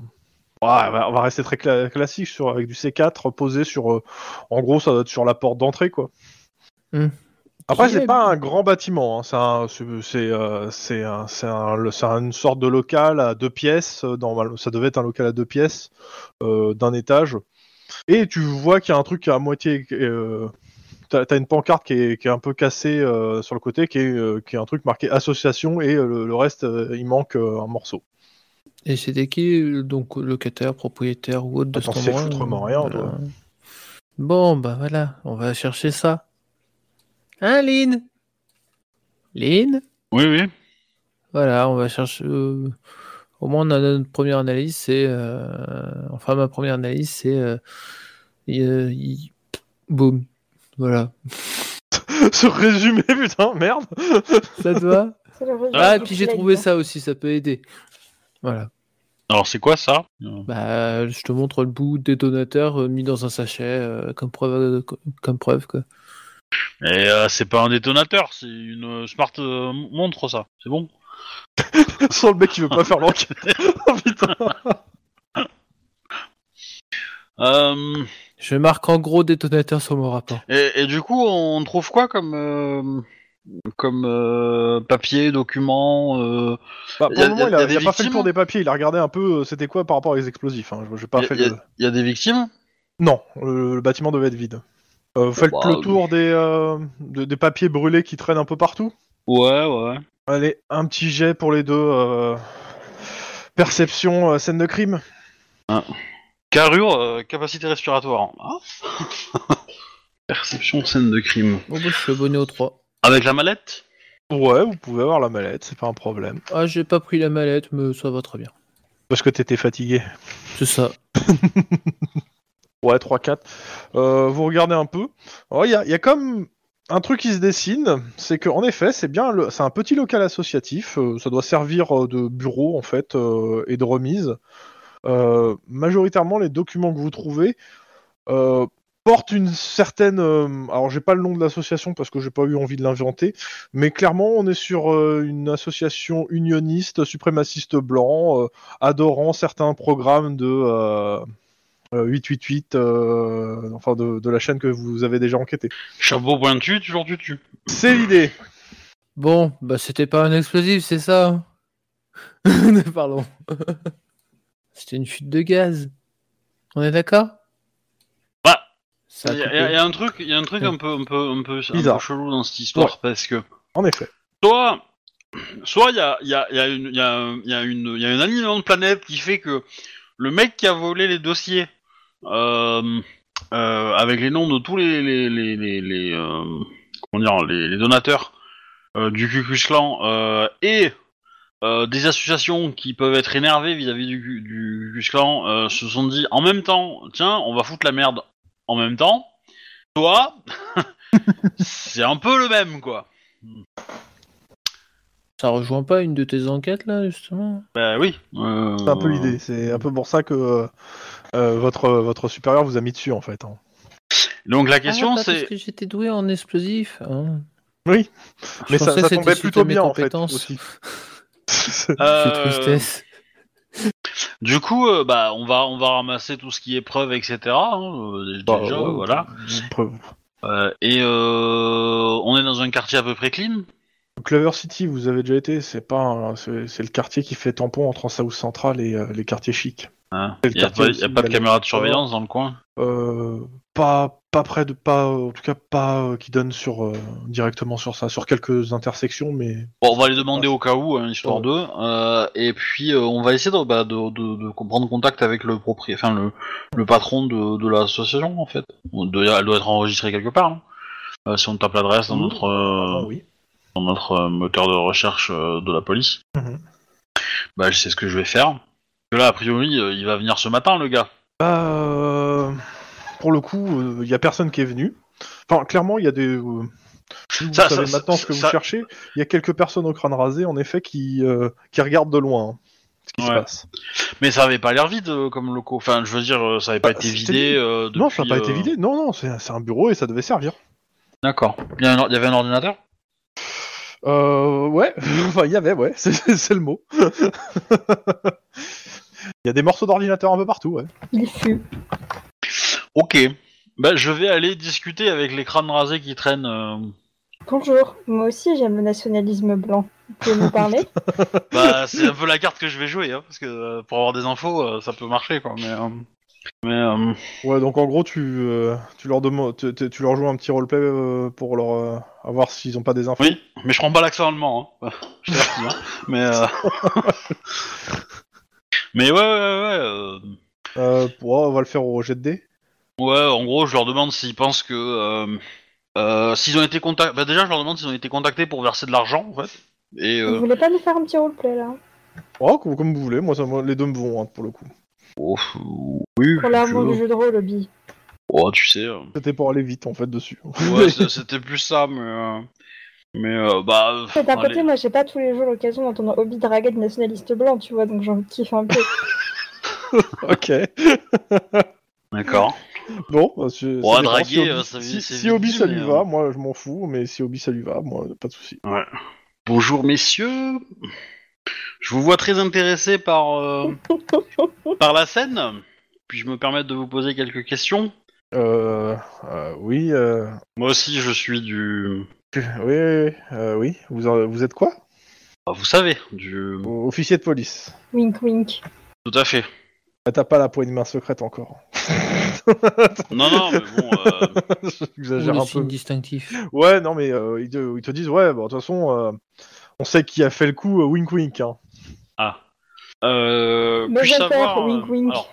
Speaker 1: Ouais, on va- on va rester très cla- classique sur, avec du C4 posé sur. euh, en gros, ça doit être sur la porte d'entrée, quoi.
Speaker 2: Hmm.
Speaker 1: Après,
Speaker 2: Qui
Speaker 1: c'est
Speaker 2: est-
Speaker 1: pas un grand bâtiment. hein, C'est un- c'est- c'est, euh, c'est un- c'est un- le- c'est une sorte de local à deux pièces. euh, Normalement, ça devait être un local à deux pièces euh, d'un étage. Et tu vois qu'il y a un truc qui est à moitié. euh, T'as t'as une pancarte qui est, qui est un peu cassée euh, sur le côté, qui est, euh, qui est un truc marqué association, et euh, le, le reste, euh, il manque euh, un morceau.
Speaker 2: Et c'était qui, euh, donc, locataire, propriétaire ou autre de
Speaker 1: Attends,
Speaker 2: cet
Speaker 1: c'est
Speaker 2: endroit
Speaker 1: foutrement
Speaker 2: euh,
Speaker 1: rien,
Speaker 2: voilà.
Speaker 1: toi.
Speaker 2: Bon, bah voilà, on va chercher ça. Hein, Lynn Lynn
Speaker 4: Oui, oui.
Speaker 2: Voilà, on va chercher. euh, Au moins, on a notre première analyse, c'est. euh, Enfin, ma première analyse, c'est. euh, il- euh, il- Boum. Voilà.
Speaker 1: Ce résumé, putain, merde
Speaker 2: Ça te va
Speaker 3: C'est le résultat
Speaker 2: Ah, et
Speaker 3: du
Speaker 2: puis j'ai
Speaker 3: plague.
Speaker 2: trouvé ça aussi, ça peut aider. Voilà.
Speaker 4: Alors c'est quoi ça
Speaker 2: Bah, je te montre le bout détonateur euh, mis dans un sachet euh, comme preuve, euh, co- comme preuve quoi.
Speaker 4: Et euh, c'est pas un détonateur, c'est une euh, smart euh, montre ça. C'est bon
Speaker 1: Sans le mec qui veut pas faire l'enquête. Oh, putain
Speaker 4: euh,
Speaker 2: Je marque en gros détonateur sur mon rapport.
Speaker 4: Et, et du coup, on trouve quoi comme euh, comme euh, papier, document euh,
Speaker 1: Bah, pour
Speaker 4: Y a-
Speaker 1: le moment,
Speaker 4: y a-
Speaker 1: il a,
Speaker 4: y a des
Speaker 1: il a pas fait le
Speaker 4: victimes
Speaker 1: tour des papiers, il a regardé un peu euh, c'était quoi par rapport aux explosifs. Hein. je- J'ai pas
Speaker 4: Y a-
Speaker 1: fait
Speaker 4: y a-
Speaker 1: le...
Speaker 4: Il y a des victimes
Speaker 1: Non, le, le bâtiment devait être vide. Euh, vous faites
Speaker 4: Bah,
Speaker 1: le tour des, euh, de- des papiers brûlés qui traînent un peu partout
Speaker 4: Ouais, ouais.
Speaker 1: Allez, un petit jet pour les deux. euh, Perception, euh, scène de crime.
Speaker 4: Carrure, euh, capacité respiratoire. Ah. Perception, scène de crime.
Speaker 2: Bon, bah, je suis abonné aux 3.
Speaker 4: Avec la mallette
Speaker 1: Ouais, vous pouvez avoir la mallette, c'est pas un problème.
Speaker 2: Ah, j'ai pas pris la mallette, mais ça va très bien.
Speaker 1: Parce que t'étais fatigué.
Speaker 2: C'est ça.
Speaker 1: Ouais, 3-4. Euh, vous regardez un peu. Il y, a- y a comme un truc qui se dessine, c'est que en effet, c'est bien, le- c'est un petit local associatif. euh, ça doit servir euh, de bureau en fait euh, et de remise. Euh, majoritairement, les documents que vous trouvez euh, portent une certaine. euh, alors, j'ai pas le nom de l'association parce que j'ai pas eu envie de l'inventer, mais clairement, on est sur euh, une association unioniste, suprémaciste blanc, euh, adorant certains programmes de. euh, euh, 888, euh, enfin de, de la chaîne que vous avez déjà enquêté.
Speaker 4: Chapeau pointu, toujours tu tues.
Speaker 1: C'est l'idée.
Speaker 2: Bon, bah c'était pas un explosif, c'est ça hein Pardon. c'était une fuite de gaz. On est d'accord
Speaker 4: Bah,
Speaker 2: Ça a
Speaker 4: Il y, a-
Speaker 2: coupé.
Speaker 4: y a- y a un truc, y a un, truc
Speaker 2: Ouais.
Speaker 4: un, peu, un, peu, un, peu, un
Speaker 1: Bizarre.
Speaker 4: peu chelou dans cette histoire
Speaker 1: Ouais.
Speaker 4: parce que
Speaker 1: En effet.
Speaker 4: soit soit il y a, y, a, y, a une- y, a, y, a une- y a un alignement de planète qui fait que le mec qui a volé les dossiers euh, euh, avec les noms de tous les les, les, les, les, euh, comment dire, les, les donateurs euh, du Cucus Clan euh, et euh, des associations qui peuvent être énervées vis-à-vis du, Ku- du Cucus Clan euh, se sont dit en même temps tiens on va foutre la merde en même temps toi c'est un peu le même quoi
Speaker 2: Ça rejoint pas une de tes enquêtes là, justement
Speaker 4: Bah oui.
Speaker 1: C'est un peu
Speaker 2: Euh.
Speaker 1: l'idée. C'est un peu pour ça que euh, euh, votre, votre supérieur vous a mis dessus en fait. hein.
Speaker 4: Donc la
Speaker 2: Ah,
Speaker 4: question
Speaker 2: pas parce
Speaker 4: c'est.
Speaker 2: que j'étais doué en explosif. hein.
Speaker 1: Oui.
Speaker 2: Je
Speaker 1: Mais ça,
Speaker 2: pensais que
Speaker 1: ça
Speaker 2: c'était
Speaker 1: tombait
Speaker 2: suite à
Speaker 1: plutôt
Speaker 2: mes
Speaker 1: bien en fait.
Speaker 2: compétences.
Speaker 1: aussi.
Speaker 2: Quelle
Speaker 4: euh,
Speaker 2: tristesse.
Speaker 4: du coup, euh, bah on va on va ramasser tout ce qui est preuve, etc. hein, euh,
Speaker 1: Bah,
Speaker 4: déjà,
Speaker 1: ouais,
Speaker 4: voilà.
Speaker 1: Preuve.
Speaker 4: Euh, et euh, on est dans un quartier à peu près clean.
Speaker 1: Clover City, vous avez déjà été. C'est pas, un- c'est c'est le quartier qui fait tampon entre en South Central et euh, les quartiers chics.
Speaker 4: hein.
Speaker 1: C'est le
Speaker 4: Il y a,
Speaker 1: quartier
Speaker 4: pas-
Speaker 1: aussi,
Speaker 4: il y a pas de
Speaker 1: il y a
Speaker 4: caméra de
Speaker 1: les-
Speaker 4: surveillance dans le coin.
Speaker 1: Euh, pas, pas près de, pas, en tout cas pas euh, qui donne sur euh, directement sur ça, sur quelques intersections, mais
Speaker 4: Bon, on va les demander au cas où, hein, histoire
Speaker 1: Ouais.
Speaker 4: d'eux. Euh, et puis euh, on va essayer de, bah, de, de, de prendre contact avec le propri, enfin le, le patron de, de l'association en fait. On doit- elle doit être enregistrée quelque part. hein. Euh, si on tape l'adresse dans
Speaker 1: Oui.
Speaker 4: notre euh,
Speaker 1: oui.
Speaker 4: dans notre euh, moteur de recherche euh, de la police.
Speaker 1: Mhm.
Speaker 4: Bah, je sais ce que je vais faire. Que là, a priori, euh, il va venir ce matin, le gars.
Speaker 1: Bah, euh, pour le coup, il n'y a personne qui est venu. Enfin, clairement, il y a des. euh, si vous
Speaker 4: Ça-
Speaker 1: savez
Speaker 4: ça-
Speaker 1: maintenant
Speaker 4: ça-
Speaker 1: ce que
Speaker 4: ça-
Speaker 1: vous cherchez. Il y a quelques personnes au crâne rasé, en effet, qui, euh, qui regardent de loin hein, ce qui se
Speaker 4: Ouais.
Speaker 1: passe.
Speaker 4: Mais ça avait pas l'air vide euh, comme locaux. Enfin, je veux dire, euh, ça avait
Speaker 1: Bah,
Speaker 4: pas été
Speaker 1: c'était
Speaker 4: vidé.
Speaker 1: vide.
Speaker 4: euh,
Speaker 1: non, ça n'a
Speaker 4: depuis,
Speaker 1: pas
Speaker 4: euh,
Speaker 1: été vidé. Non, non, c'est c'est un bureau et ça devait servir.
Speaker 4: D'accord. Il y, a un or- il y avait un ordinateur
Speaker 1: Euh, ouais, enfin, il y avait, ouais, c'est- c'est c'est le mot. Il y a des morceaux d'ordinateur un peu partout, ouais.
Speaker 3: Il fut.
Speaker 4: Ok. Bah, je vais aller discuter avec les crânes rasés qui traînent. euh,
Speaker 3: Bonjour, moi aussi j'aime le nationalisme blanc. Vous pouvez me parler
Speaker 4: Bah, c'est un peu la carte que je vais jouer, hein, parce que euh, pour avoir des infos, euh, ça peut marcher, quoi. Mais, euh, mais euh,
Speaker 1: Ouais, donc en gros, tu, euh, tu, leur, demandes, tu, tu- tu leur joues un petit roleplay euh, pour leur euh, avoir s'ils ont pas des infos.
Speaker 4: oui. Mais je prends pas l'accent allemand. Hein. Je t'avertis, hein. Mais. euh, mais ouais, ouais, ouais. euh,
Speaker 1: Euh, pour- on va le faire au jet de dés.
Speaker 4: Ouais, en gros, je leur demande s'ils pensent que. euh, euh, s'ils ont été contactés. Bah, déjà, je leur demande s'ils ont été contactés pour verser de l'argent, en fait. Et.
Speaker 3: Vous
Speaker 4: euh,
Speaker 3: voulez pas nous faire un petit roleplay là
Speaker 1: Oh, comme, comme vous voulez, moi, ça, moi, les deux me vont hein, pour le coup.
Speaker 4: oh, pff, oui,
Speaker 3: Pour l'amour
Speaker 4: je-
Speaker 3: du jeu de rôle, Obi.
Speaker 4: Oh, tu sais. euh,
Speaker 1: C'était pour aller vite en fait dessus.
Speaker 4: Ouais, c'est- c'était plus ça, mais. euh, Mais, euh, bah. euh,
Speaker 3: Mais D'un côté,
Speaker 4: allez.
Speaker 3: moi j'ai pas tous les jours l'occasion d'entendre Obi draguer de nationalistes blancs, tu vois, donc j'en kiffe un peu.
Speaker 1: ok.
Speaker 4: D'accord.
Speaker 1: Bon, bah, c'est-
Speaker 4: Bon,
Speaker 1: ça
Speaker 4: à
Speaker 1: dépend,
Speaker 4: draguer,
Speaker 1: si Obi-
Speaker 4: euh, ça-
Speaker 1: si,
Speaker 4: c'est
Speaker 1: si Obi
Speaker 4: vite,
Speaker 1: ça
Speaker 4: mais,
Speaker 1: lui
Speaker 4: euh,
Speaker 1: va, moi je m'en fous, mais si Obi ça lui va, moi pas de souci.
Speaker 4: Bonjour, messieurs. Je vous vois très intéressé par. euh, par la scène. Puis-je me permettre de vous poser quelques questions
Speaker 1: Euh, euh, oui, euh,
Speaker 4: Moi aussi, je suis du.
Speaker 1: oui, oui, euh, oui. Vous, en- vous êtes quoi
Speaker 4: Ah, vous savez, du.
Speaker 1: Officier de police.
Speaker 3: wink wink.
Speaker 4: Tout à fait.
Speaker 1: Ah, T'as pas la poignée de main secrète encore.
Speaker 4: Non, non, mais bon. euh,
Speaker 2: Ou
Speaker 1: J'exagère
Speaker 2: le
Speaker 1: un
Speaker 2: signe
Speaker 1: peu.
Speaker 2: distinctif.
Speaker 1: Ouais, non, mais euh, ils, te, ils te disent, ouais, bah, de toute façon, euh, On sait qui a fait le coup, euh, wink wink. hein.
Speaker 4: Ah. Euh,
Speaker 3: Mauvais
Speaker 4: puis-je
Speaker 3: père,
Speaker 4: savoir, euh,
Speaker 3: wink, wink.
Speaker 4: alors,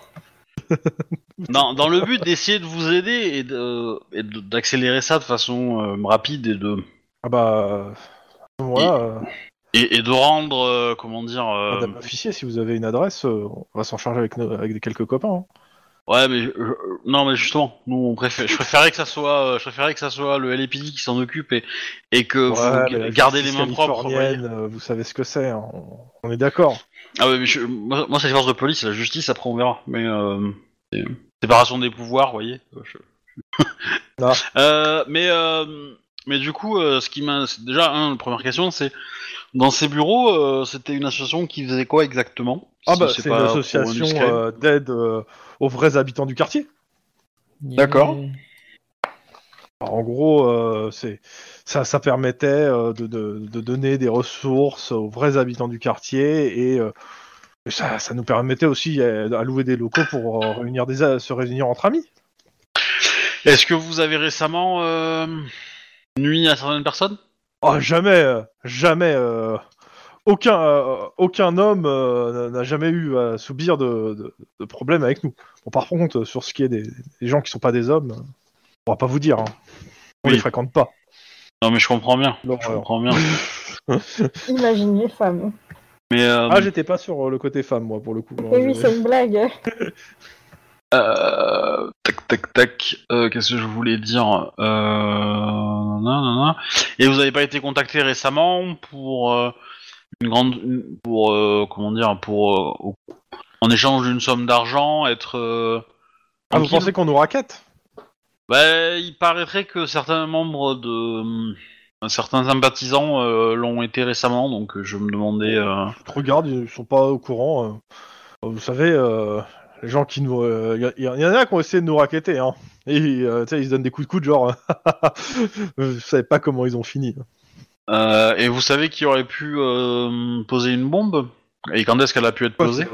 Speaker 4: dans, dans le but d'essayer de vous aider et de- et de- d'accélérer ça de façon euh, rapide et de
Speaker 1: Ah bah. euh, Voilà, euh,
Speaker 4: et, et de rendre euh, comment dire euh,
Speaker 1: madame officier, si vous avez une adresse, euh, on va s'en charger avec, nos- avec des- quelques copains. hein.
Speaker 4: ouais mais je- je- non mais justement nous on préfère je préférais que ça soit euh, je préférais que ça soit le LAPD qui s'en occupe et et que
Speaker 1: Ouais,
Speaker 4: Euh, vous
Speaker 1: mais la
Speaker 4: gardez les
Speaker 1: justice
Speaker 4: mains propres
Speaker 1: californienne,
Speaker 4: ouais.
Speaker 1: euh, vous savez ce que c'est, hein, on, on est d'accord.
Speaker 4: ah ouais mais je- moi, moi, c'est les forces de police la justice après on verra mais euh, c'est- séparation des pouvoirs vous voyez euh, je-
Speaker 1: Ah.
Speaker 4: Euh, mais euh, mais du coup euh, ce qui m'a c'est déjà un, la première question c'est dans ces bureaux euh, c'était une association qui faisait quoi exactement
Speaker 1: Ah
Speaker 4: Si
Speaker 1: bah c'est une
Speaker 4: pas trop
Speaker 1: association
Speaker 4: indiscret.
Speaker 1: euh, d'aide euh, aux vrais habitants du quartier.
Speaker 4: D'accord.
Speaker 1: Alors, en gros, euh, c'est ça, ça permettait euh, de, de- de donner des ressources aux vrais habitants du quartier et euh, et ça, ça nous permettait aussi euh, à, louer des locaux pour euh, réunir des a- se réunir entre amis.
Speaker 4: Est-ce que vous avez récemment euh, nuit à certaines personnes
Speaker 1: Oh, jamais, euh, jamais, euh, aucun, euh, aucun homme euh, n'a- n'a jamais eu à subir de, de- de problème avec nous. Bon, par contre, euh, sur ce qui est des, des gens qui sont pas des hommes, euh, on va pas vous dire. hein. On
Speaker 4: Oui.
Speaker 1: les fréquente pas.
Speaker 4: Non, mais je comprends bien. Je
Speaker 1: L'horreur.
Speaker 4: comprends bien.
Speaker 3: Imagine les femmes.
Speaker 4: Mais euh,
Speaker 1: Ah, j'étais pas sur euh, le côté femme, moi, pour le coup.
Speaker 3: Mais Eh oui, c'est une blague.
Speaker 4: euh, tac, tac, tac. euh, Qu'est-ce que je voulais dire euh, nan, nan, nan. Et vous n'avez pas été contacté récemment pour euh, une grande, une- pour euh, comment dire, pour euh, au- en échange d'une somme d'argent être. euh,
Speaker 1: Ah, vous
Speaker 4: tranquille
Speaker 1: pensez qu'on nous raquette
Speaker 4: Bah, il paraîtrait que certains membres de euh, certains sympathisants euh, l'ont été récemment, donc je me demandais. euh,
Speaker 1: te regarde, ils sont pas au courant. euh. Vous savez, euh, les gens qui nous. Il y, a- y en a qui ont essayé de nous raqueter, hein. Et euh, tu sais, ils se donnent des coups de coude, genre. Vous savez pas comment ils ont fini.
Speaker 4: Euh, et vous savez qui aurait pu euh, poser une bombe Et quand est-ce qu'elle a pu être posée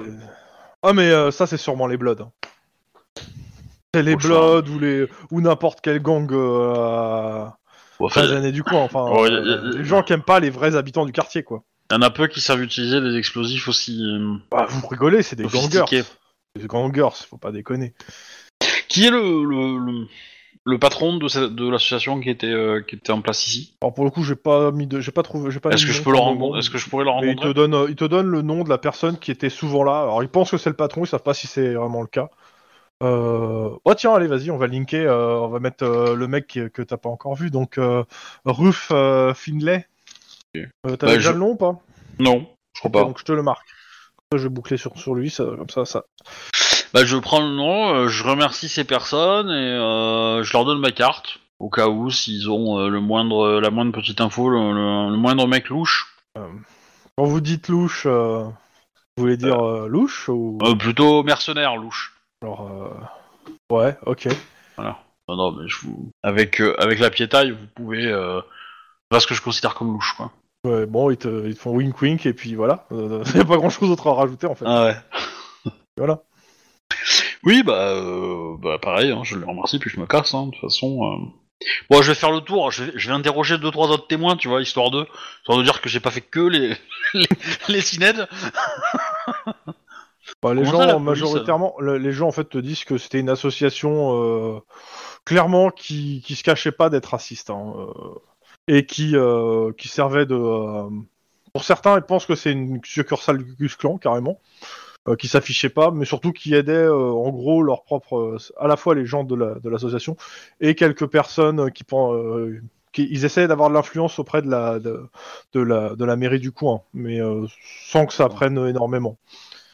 Speaker 1: Ah, mais euh, ça, c'est sûrement les Bloods. hein. C'est les
Speaker 4: Bon choix.
Speaker 1: Bloods ou, les, ou n'importe quel gang euh, à-
Speaker 4: Enfin,
Speaker 1: des années du coin. Enfin,
Speaker 4: Ouais,
Speaker 1: euh,
Speaker 4: y a- y a-
Speaker 1: les gens qui aiment pas les vrais habitants du quartier, quoi.
Speaker 4: Il y en a peu qui savent utiliser des explosifs aussi euh,
Speaker 1: Bah, vous rigolez, c'est des
Speaker 4: sophistiqués.
Speaker 1: gangers. Des gangers, faut pas déconner.
Speaker 4: Qui est le, le, le, le patron de, ce- de l'association qui, était euh, qui était en place ici
Speaker 1: Alors, pour le coup, j'ai pas mis de. J'ai pas trouvé. j'ai pas
Speaker 4: Est-ce
Speaker 1: mis
Speaker 4: que,
Speaker 1: de
Speaker 4: je
Speaker 1: nom
Speaker 4: peux
Speaker 1: pour
Speaker 4: le
Speaker 1: le
Speaker 4: rencontrer
Speaker 1: moment.
Speaker 4: Est-ce que je pourrais le
Speaker 1: Mais il te
Speaker 4: rencontrer
Speaker 1: donne, euh, il te donne le nom de la personne qui était souvent là. Alors ils pensent que c'est le patron, ils savent pas si c'est vraiment le cas. Euh... Oh tiens, allez, vas-y, on va linker, euh, on va mettre euh, le mec qui- que t'as pas encore vu, donc euh, Ruf euh, Finlay.
Speaker 4: Ok.
Speaker 1: Euh, T'avais
Speaker 4: Bah,
Speaker 1: déjà
Speaker 4: je-
Speaker 1: le nom ou pas
Speaker 4: Non, je crois
Speaker 1: Ok,
Speaker 4: pas.
Speaker 1: Donc je te le marque. Ça, Je vais boucler sur, sur lui, ça, comme ça, ça.
Speaker 4: Bah, je prends le nom, euh, je remercie ces personnes et euh, je leur donne ma carte au cas où s'ils ont euh, le moindre, la moindre petite info, le, le- le moindre mec louche.
Speaker 1: Quand vous dites louche, euh, vous voulez dire euh, louche ou
Speaker 4: Euh, plutôt mercenaire louche.
Speaker 1: alors euh, ouais, ok.
Speaker 4: Voilà. Non, non, mais je vous... Avec, euh, avec la piétaille, vous pouvez... Euh... Pas ce que je considère comme louche, quoi.
Speaker 1: Ouais, bon, ils te, ils te font wink wink et puis voilà. Il y a pas grand chose d'autre à rajouter en fait.
Speaker 4: Ah ouais.
Speaker 1: Voilà.
Speaker 4: Oui, bah, euh, bah pareil, hein, je le remercie, puis je me casse, hein, de toute façon. euh. Bon, je vais faire le tour, je vais, je vais interroger deux, trois autres témoins, tu vois, histoire de, histoire de dire que j'ai pas fait que les, les, les cinèdes.
Speaker 1: Bah, les
Speaker 4: Comment
Speaker 1: gens,
Speaker 4: ça, la police,
Speaker 1: majoritairement, le- les gens en fait te disent que c'était une association euh, clairement qui, qui se cachait pas d'être raciste hein, euh, et qui, euh, qui servait de. euh, pour certains, ils pensent que c'est une succursale du Ku Clan carrément, euh, qui s'affichait pas, mais surtout qui aidait euh, en gros leurs propres, euh, à la fois les gens de la- de l'association et quelques personnes euh, qui pen- euh, qui- ils essayaient d'avoir de l'influence auprès de la, de, de la, de la mairie du coin, mais euh, sans que ça prenne énormément.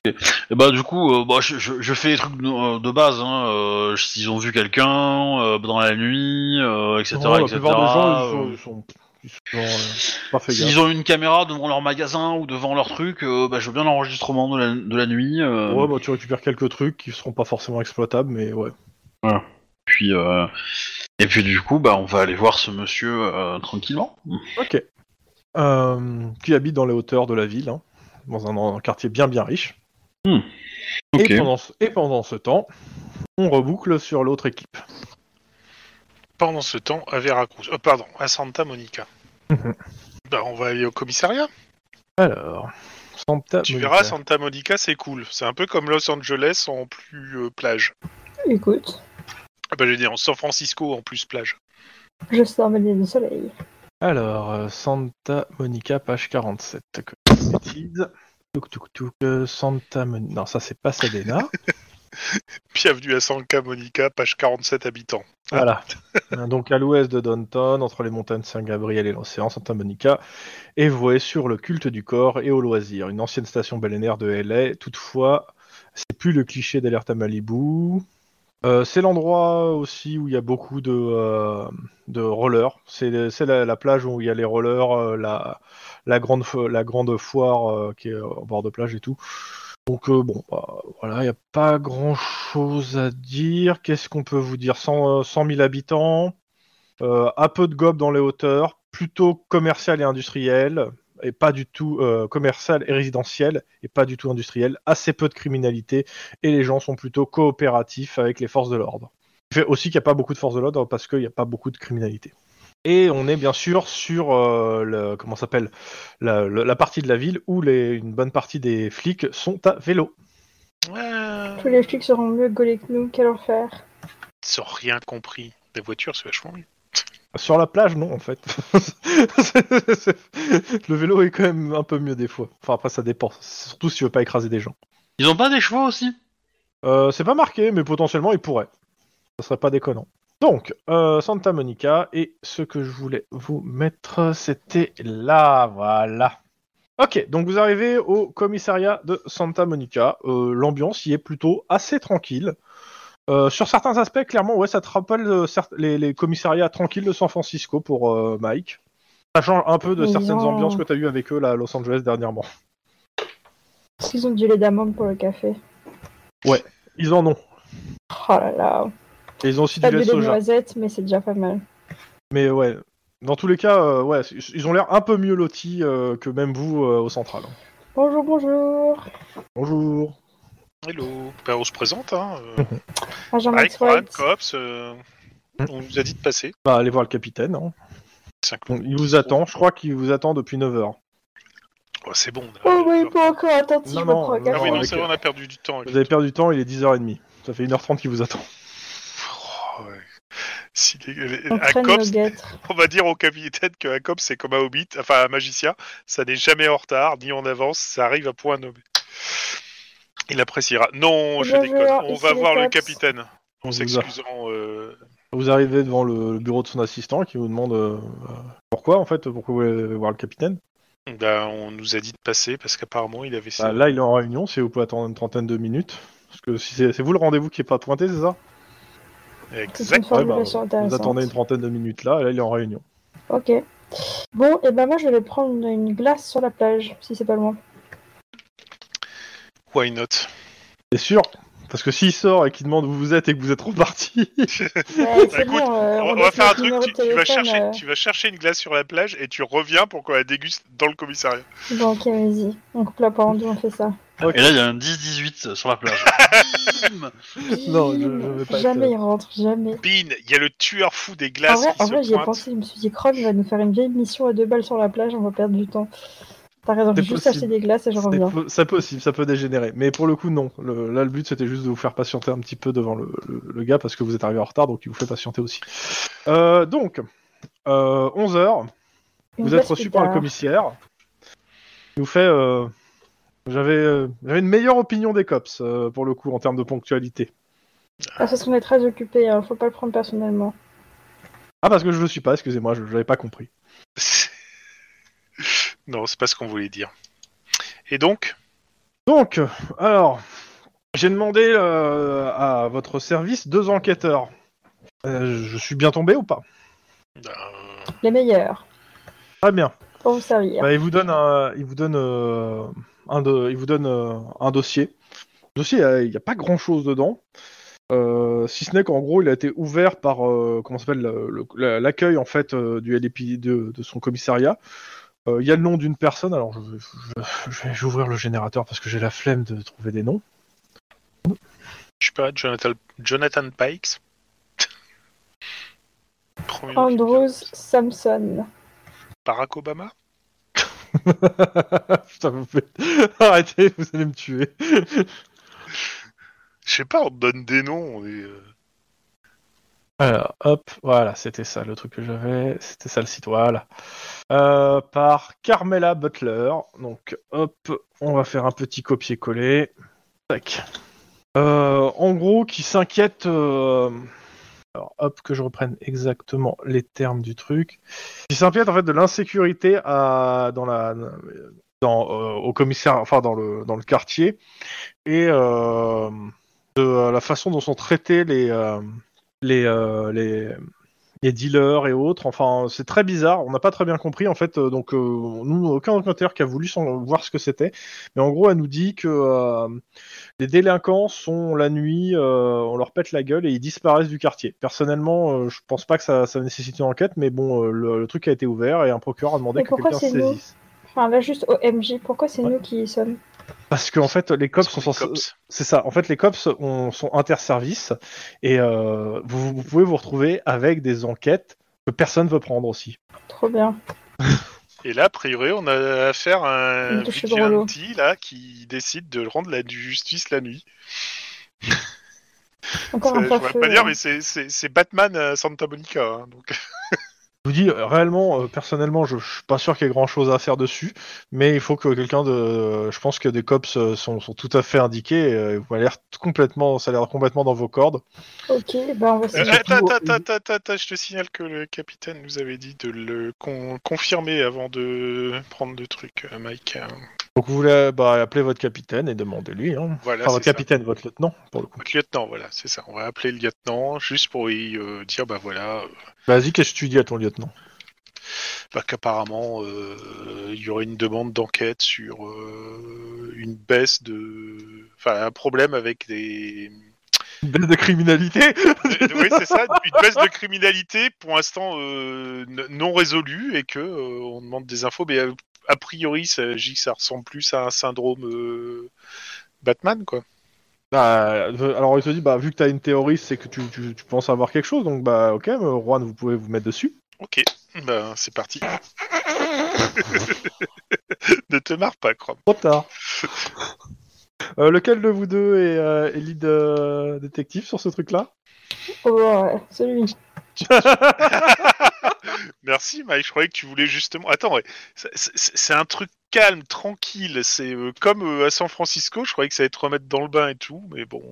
Speaker 4: Et bah, du coup, euh, bah, je, je, je fais les trucs de, euh, de base, hein, euh, s'ils ont vu quelqu'un, euh, dans la nuit, euh, etc.,
Speaker 1: Non, la
Speaker 4: etc.,
Speaker 1: plupart des gens, ils
Speaker 4: euh,
Speaker 1: sont, ils sont- ils sont, euh, pas fait gaffe.
Speaker 4: S'ils ont une caméra devant leur magasin ou devant leur truc, euh, bah, je veux bien l'enregistrement de la, de la nuit. euh,
Speaker 1: Ouais, bah, tu récupères quelques trucs qui seront pas forcément exploitables, mais ouais.
Speaker 4: puis, euh, et puis du coup, bah, on va aller voir ce monsieur euh, tranquillement.
Speaker 1: Ok. Euh, qui habite dans les hauteurs de la ville, hein, dans un, un quartier bien bien riche.
Speaker 4: Ok.
Speaker 1: Et, pendant, ce- et pendant ce temps, on reboucle sur l'autre équipe.
Speaker 5: euh, Pendant ce temps, à Veracruz. Oh, pardon, à Santa Monica.
Speaker 1: Mhm.
Speaker 5: Bah, on va aller au commissariat.
Speaker 1: Alors, Santa
Speaker 5: Tu
Speaker 1: Monica.
Speaker 5: verras, Santa Monica, c'est cool. C'est un peu comme Los Angeles en plus euh, plage.
Speaker 3: Écoute,
Speaker 5: Ah bah, je vais dire, en San Francisco en plus plage.
Speaker 3: je sors mes lunettes de soleil.
Speaker 1: Alors, euh, Santa Monica, page 47. Que je vous bêtise. Touk, touk, touk, euh, Santa Monica. Non, ça, c'est pas Sadena.
Speaker 5: Bienvenue à Santa Monica, page 47 habitants.
Speaker 1: Voilà. Hein, Donc à l'ouest de Downton, entre les montagnes Saint-Gabriel et l'océan Santa Monica, est vouée sur le culte du corps et au loisir. Une ancienne station balnéaire de LA. Toutefois, c'est plus le cliché d'alerte à Malibu. Euh, c'est l'endroit aussi où il y a beaucoup de, euh, de rollers. C'est c'est la, la plage où il y a les rollers, euh, la, la, grande, fo- la grande foire euh, qui est au bord de plage et tout. Donc euh, bon, bah, voilà, il n'y a pas grand-chose à dire. Qu'est-ce qu'on peut vous dire 100, euh, 100 000 habitants, euh, un peu de gobe dans les hauteurs, plutôt commercial et industriel, et pas du tout euh, commercial et résidentiel, et pas du tout industriel, assez peu de criminalité, et les gens sont plutôt coopératifs avec les forces de l'ordre. Il fait aussi qu'il n'y a pas beaucoup de forces de l'ordre parce qu'il n'y a pas beaucoup de criminalité. Et on est bien sûr sur euh, le, comment ça s'appelle la, le- la partie de la ville où les, une bonne partie des flics sont à vélo.
Speaker 5: Ouais.
Speaker 3: Tous les flics seront mieux gaulés que nous, quel enfer.
Speaker 5: Ils ont rien compris. La voiture, c'est vachement mieux.
Speaker 1: Sur la plage, non, en fait. le vélo est quand même un peu mieux des fois. Enfin, après, ça dépend. Surtout si tu veux pas écraser des gens.
Speaker 4: Ils ont pas des chevaux aussi
Speaker 1: Euh, c'est pas marqué, mais potentiellement, il pourrait. Ça serait pas déconnant. Donc, euh, Santa Monica, et ce que je voulais vous mettre, c'était là, voilà. Ok, donc vous arrivez au commissariat de Santa Monica. Euh, L'ambiance y est plutôt assez tranquille. Euh, sur certains aspects, clairement, ouais, ça te rappelle euh, certes- les, les commissariats tranquilles de San Francisco pour euh, Mike. Ça change un peu de
Speaker 3: Ils
Speaker 1: certaines
Speaker 3: ont-
Speaker 1: ambiances que tu as eues avec eux là, à Los Angeles dernièrement.
Speaker 3: Ils ont du lait d'amande pour le café.
Speaker 1: Ils en ont.
Speaker 3: Oh là là.
Speaker 1: Et ils ont aussi
Speaker 3: Pas
Speaker 1: du
Speaker 3: de
Speaker 1: lait
Speaker 3: lait de
Speaker 1: soja.
Speaker 3: noisette, mais c'est déjà pas mal.
Speaker 1: Mais ouais, dans tous les cas, euh, ouais, c- ils ont l'air un peu mieux lotis euh, que même vous euh, au central.
Speaker 3: Bonjour, bonjour.
Speaker 1: Bonjour.
Speaker 5: Hello. Bah, on se présente, hein. euh,
Speaker 3: Agent
Speaker 5: Mike,
Speaker 3: Max
Speaker 5: Brad,
Speaker 3: White.
Speaker 5: Cops. euh, On nous a dit de passer.
Speaker 1: Bah, allez voir le capitaine. hein.
Speaker 5: Cinq
Speaker 1: Donc,
Speaker 5: minutes.
Speaker 1: il vous attend, je crois qu'il vous attend depuis 9h.
Speaker 5: Oh, c'est bon. on a-
Speaker 3: Oh, oui, pas encore attentif,
Speaker 1: Non,
Speaker 3: je me
Speaker 1: non,
Speaker 3: prends un
Speaker 1: non,
Speaker 5: Ah oui,
Speaker 3: café.
Speaker 5: non,
Speaker 1: avec-
Speaker 5: c'est vrai, on a perdu du temps.
Speaker 1: Vous avez perdu du temps, il est 10h30. Ça fait 1h30 qu'il vous attend.
Speaker 5: Oh, ouais. Si les- les-
Speaker 3: On
Speaker 5: un
Speaker 3: traîne
Speaker 5: cop,
Speaker 3: nos guêtres.
Speaker 5: on va dire au capitaine qu'un cop, c'est comme un hobbit, enfin un magicien, ça n'est jamais en retard, ni en avance, ça arrive à point nommé. Il appréciera. Non, je
Speaker 3: Bonjour,
Speaker 5: déconne, on
Speaker 3: ici
Speaker 5: va
Speaker 3: les
Speaker 5: voir le
Speaker 3: cops.
Speaker 5: capitaine. En
Speaker 1: Vous-
Speaker 5: s'excusant. euh,
Speaker 1: Vous arrivez devant le, le bureau de son assistant qui vous demande euh, pourquoi, en fait, pourquoi vous voulez voir le capitaine.
Speaker 5: ben, on nous a dit de passer parce qu'apparemment il avait. ses-
Speaker 1: Bah, là, il est en réunion, si vous pouvez attendre une trentaine de minutes. Parce que si c'est c'est vous le rendez-vous qui est pas pointé, c'est ça
Speaker 3: C'est
Speaker 5: exact.
Speaker 3: une
Speaker 1: Ouais, bah,
Speaker 3: formulation
Speaker 1: Vous attendez une
Speaker 3: intéressante.
Speaker 1: trentaine de minutes là, et là, il est en réunion.
Speaker 3: Ok. Bon, et ben moi je vais prendre une- une glace sur la plage, si c'est pas loin.
Speaker 5: Why not
Speaker 1: C'est sûr Parce que s'il sort et qu'il demande où vous êtes et que vous êtes reparti,
Speaker 3: Ouais, c'est
Speaker 5: Bah, écoute,
Speaker 3: bon, euh,
Speaker 5: On,
Speaker 3: on,
Speaker 5: on va
Speaker 3: laisse
Speaker 5: faire un
Speaker 3: notre
Speaker 5: truc.
Speaker 3: numéro
Speaker 5: Tu,
Speaker 3: de
Speaker 5: tu vas
Speaker 3: téléphone,
Speaker 5: chercher,
Speaker 3: euh,
Speaker 5: tu vas chercher une glace sur la plage et tu reviens pour qu'on la déguste dans le commissariat.
Speaker 3: euh, Bon, ok, vas-y. On coupe la part en deux, on fait ça.
Speaker 1: Ok.
Speaker 4: Et là, il y a un 10-18 sur la plage. Bim
Speaker 1: Non, je- je vais pas être- euh,
Speaker 3: Jamais il rentre, jamais.
Speaker 5: Bean, il y a le tueur fou des
Speaker 3: En
Speaker 5: glaces
Speaker 3: vrai,
Speaker 5: qui
Speaker 3: en
Speaker 5: se
Speaker 3: vrai j'y ai
Speaker 5: pointe.
Speaker 3: pensé, je me suis dit, Chrome va nous faire une vieille mission à deux balles sur la plage, on va perdre du temps. T'as raison,
Speaker 1: C'est
Speaker 3: je vais juste
Speaker 1: possible.
Speaker 3: acheter des glaces et je reviens.
Speaker 1: C'est po- ça peut aussi, ça peut dégénérer. Mais pour le coup, non. Le- là, le but, c'était juste de vous faire patienter un petit peu devant le, le- le gars parce que vous êtes arrivé en retard, donc il vous fait patienter aussi. Euh, donc, 11h,
Speaker 3: Une
Speaker 1: vous
Speaker 3: glace
Speaker 1: êtes reçu
Speaker 3: plus
Speaker 1: par le
Speaker 3: tard.
Speaker 1: commissaire. Il vous fait. euh, J'avais euh, j'avais une meilleure opinion des cops, euh, pour le coup, en termes de ponctualité.
Speaker 3: Ah, parce qu'on est très occupé, hein, faut pas le prendre personnellement.
Speaker 1: Ah, parce que je le suis pas, excusez-moi, je je l'avais pas compris.
Speaker 5: non, c'est pas ce qu'on voulait dire. Et donc,
Speaker 1: Donc, alors, j'ai demandé euh, à votre service deux enquêteurs. Euh, je suis bien tombé ou pas
Speaker 5: ben, euh,
Speaker 3: Les meilleurs,
Speaker 1: Très bien.
Speaker 3: pour vous servir.
Speaker 1: Bah, il vous donne un, il vous donne euh, un, de, il vous donne euh, un dossier. Le dossier, euh, il n'y a pas grand chose dedans, Euh, si ce n'est qu'en gros, il a été ouvert par euh, comment s'appelle le- le- la- l'accueil en fait euh, du LAPD de, de son commissariat. Euh, Il y a le nom d'une personne. Alors, je, je- je vais je vais ouvrir le générateur parce que j'ai la flemme de trouver des noms.
Speaker 5: je sais pas, Jonathan, Jonathan Pikes. Premier nom qui me vient.
Speaker 3: Andrews Samson.
Speaker 5: Barack Obama
Speaker 1: Putain, vous faites... Arrêtez, vous allez me tuer.
Speaker 5: Je sais pas, on te donne des noms. On est... euh,
Speaker 1: Alors, hop, voilà, c'était ça le truc que j'avais, c'était ça le site, voilà. Euh, par Carmela Butler. Donc, hop, on va faire un petit copier-coller. Tac. Euh, en gros, qui s'inquiète. euh, Alors, hop, que je reprenne exactement les termes du truc. Qui s'inquiète en fait de l'insécurité à... dans la. Dans, euh, au commissaire, enfin dans le, dans le quartier, et euh, de euh, la façon dont sont traités les, euh, les, euh, les, les dealers et autres. Enfin, c'est très bizarre. On n'a pas très bien compris en fait. euh, donc, euh, nous, aucun enquêteur qui a voulu s'en- voir ce que c'était. Mais en gros, elle nous dit que euh, les délinquants sont la nuit, euh, on leur pète la gueule et ils disparaissent du quartier. Personnellement, euh, je pense pas que ça, ça nécessite une enquête, mais bon, euh, le, le truc a été ouvert et un procureur a demandé
Speaker 3: Mais
Speaker 1: que
Speaker 3: pourquoi
Speaker 1: quelqu'un
Speaker 3: c'est nous
Speaker 1: saisisse.
Speaker 3: Enfin, là, juste au MJ, pourquoi c'est
Speaker 1: Ouais.
Speaker 3: nous qui y sommes
Speaker 1: Parce que en fait, les cops sont
Speaker 5: les
Speaker 1: censés-
Speaker 5: cops.
Speaker 1: C'est ça. En fait, les cops ont- sont interservices et euh, vous, vous pouvez vous retrouver avec des enquêtes que personne veut prendre aussi.
Speaker 3: Trop bien.
Speaker 5: Et là, a priori, on a affaire à un
Speaker 3: Une touche de Drolo.
Speaker 5: vigilante, là, qui décide de rendre la justice la nuit.
Speaker 3: Encore
Speaker 5: Ça,
Speaker 3: un
Speaker 5: je
Speaker 3: paf.
Speaker 5: pourrais pas dire, mais c'est- c'est c'est Batman à Santa Monica. hein, donc.
Speaker 1: Je vous dis euh, réellement, euh, personnellement, je, je suis pas sûr qu'il y ait grand chose à faire dessus, mais il faut que quelqu'un de, je pense que des cops euh, sont, sont tout à fait indiqués. euh, vous avez l'air complètement, ça a l'air complètement dans vos cordes.
Speaker 3: Ok, ben on va
Speaker 5: Euh,
Speaker 3: se
Speaker 5: attends, attends, attends, attends, attends, je te signale que le capitaine nous avait dit de le con- confirmer avant de prendre le truc, euh, Mike. hein.
Speaker 1: Donc vous voulez bah, appeler votre capitaine et demandez-lui. Hein.
Speaker 5: Voilà,
Speaker 1: Enfin,
Speaker 5: c'est
Speaker 1: votre
Speaker 5: ça.
Speaker 1: capitaine, votre lieutenant, pour le coup.
Speaker 5: Votre lieutenant, voilà, c'est ça. On va appeler le lieutenant juste pour lui euh, dire, bah voilà, euh,
Speaker 1: Vas-y, qu'est-ce que tu dis à ton lieutenant
Speaker 5: bah, qu'apparemment euh, il y aurait une demande d'enquête sur euh, une baisse de, enfin un problème avec des,
Speaker 1: Une baisse de criminalité
Speaker 5: Euh, oui c'est ça, une baisse de criminalité pour l'instant euh, n- non résolue et que euh, on demande des infos, mais euh, a priori ça, j'y- ça ressemble plus à un syndrome euh, Batman quoi.
Speaker 1: Bah, euh, alors il te dit, bah, vu que t'as une théorie, c'est que tu, tu- tu penses avoir quelque chose, donc bah, ok, euh, Juan, vous pouvez vous mettre dessus.
Speaker 5: Ok, ben c'est parti. ne te marre pas, Chrome.
Speaker 1: Trop tard. Euh, lequel de vous deux est, euh, est lead euh, détective sur ce truc-là
Speaker 3: Oh, ouais, celui.
Speaker 5: Merci, Mike. Je croyais que tu voulais justement. Attends, ouais. C'est- c'est c'est un truc calme, tranquille. C'est euh, comme euh, à San Francisco. Je croyais que ça allait te remettre dans le bain et tout, mais bon.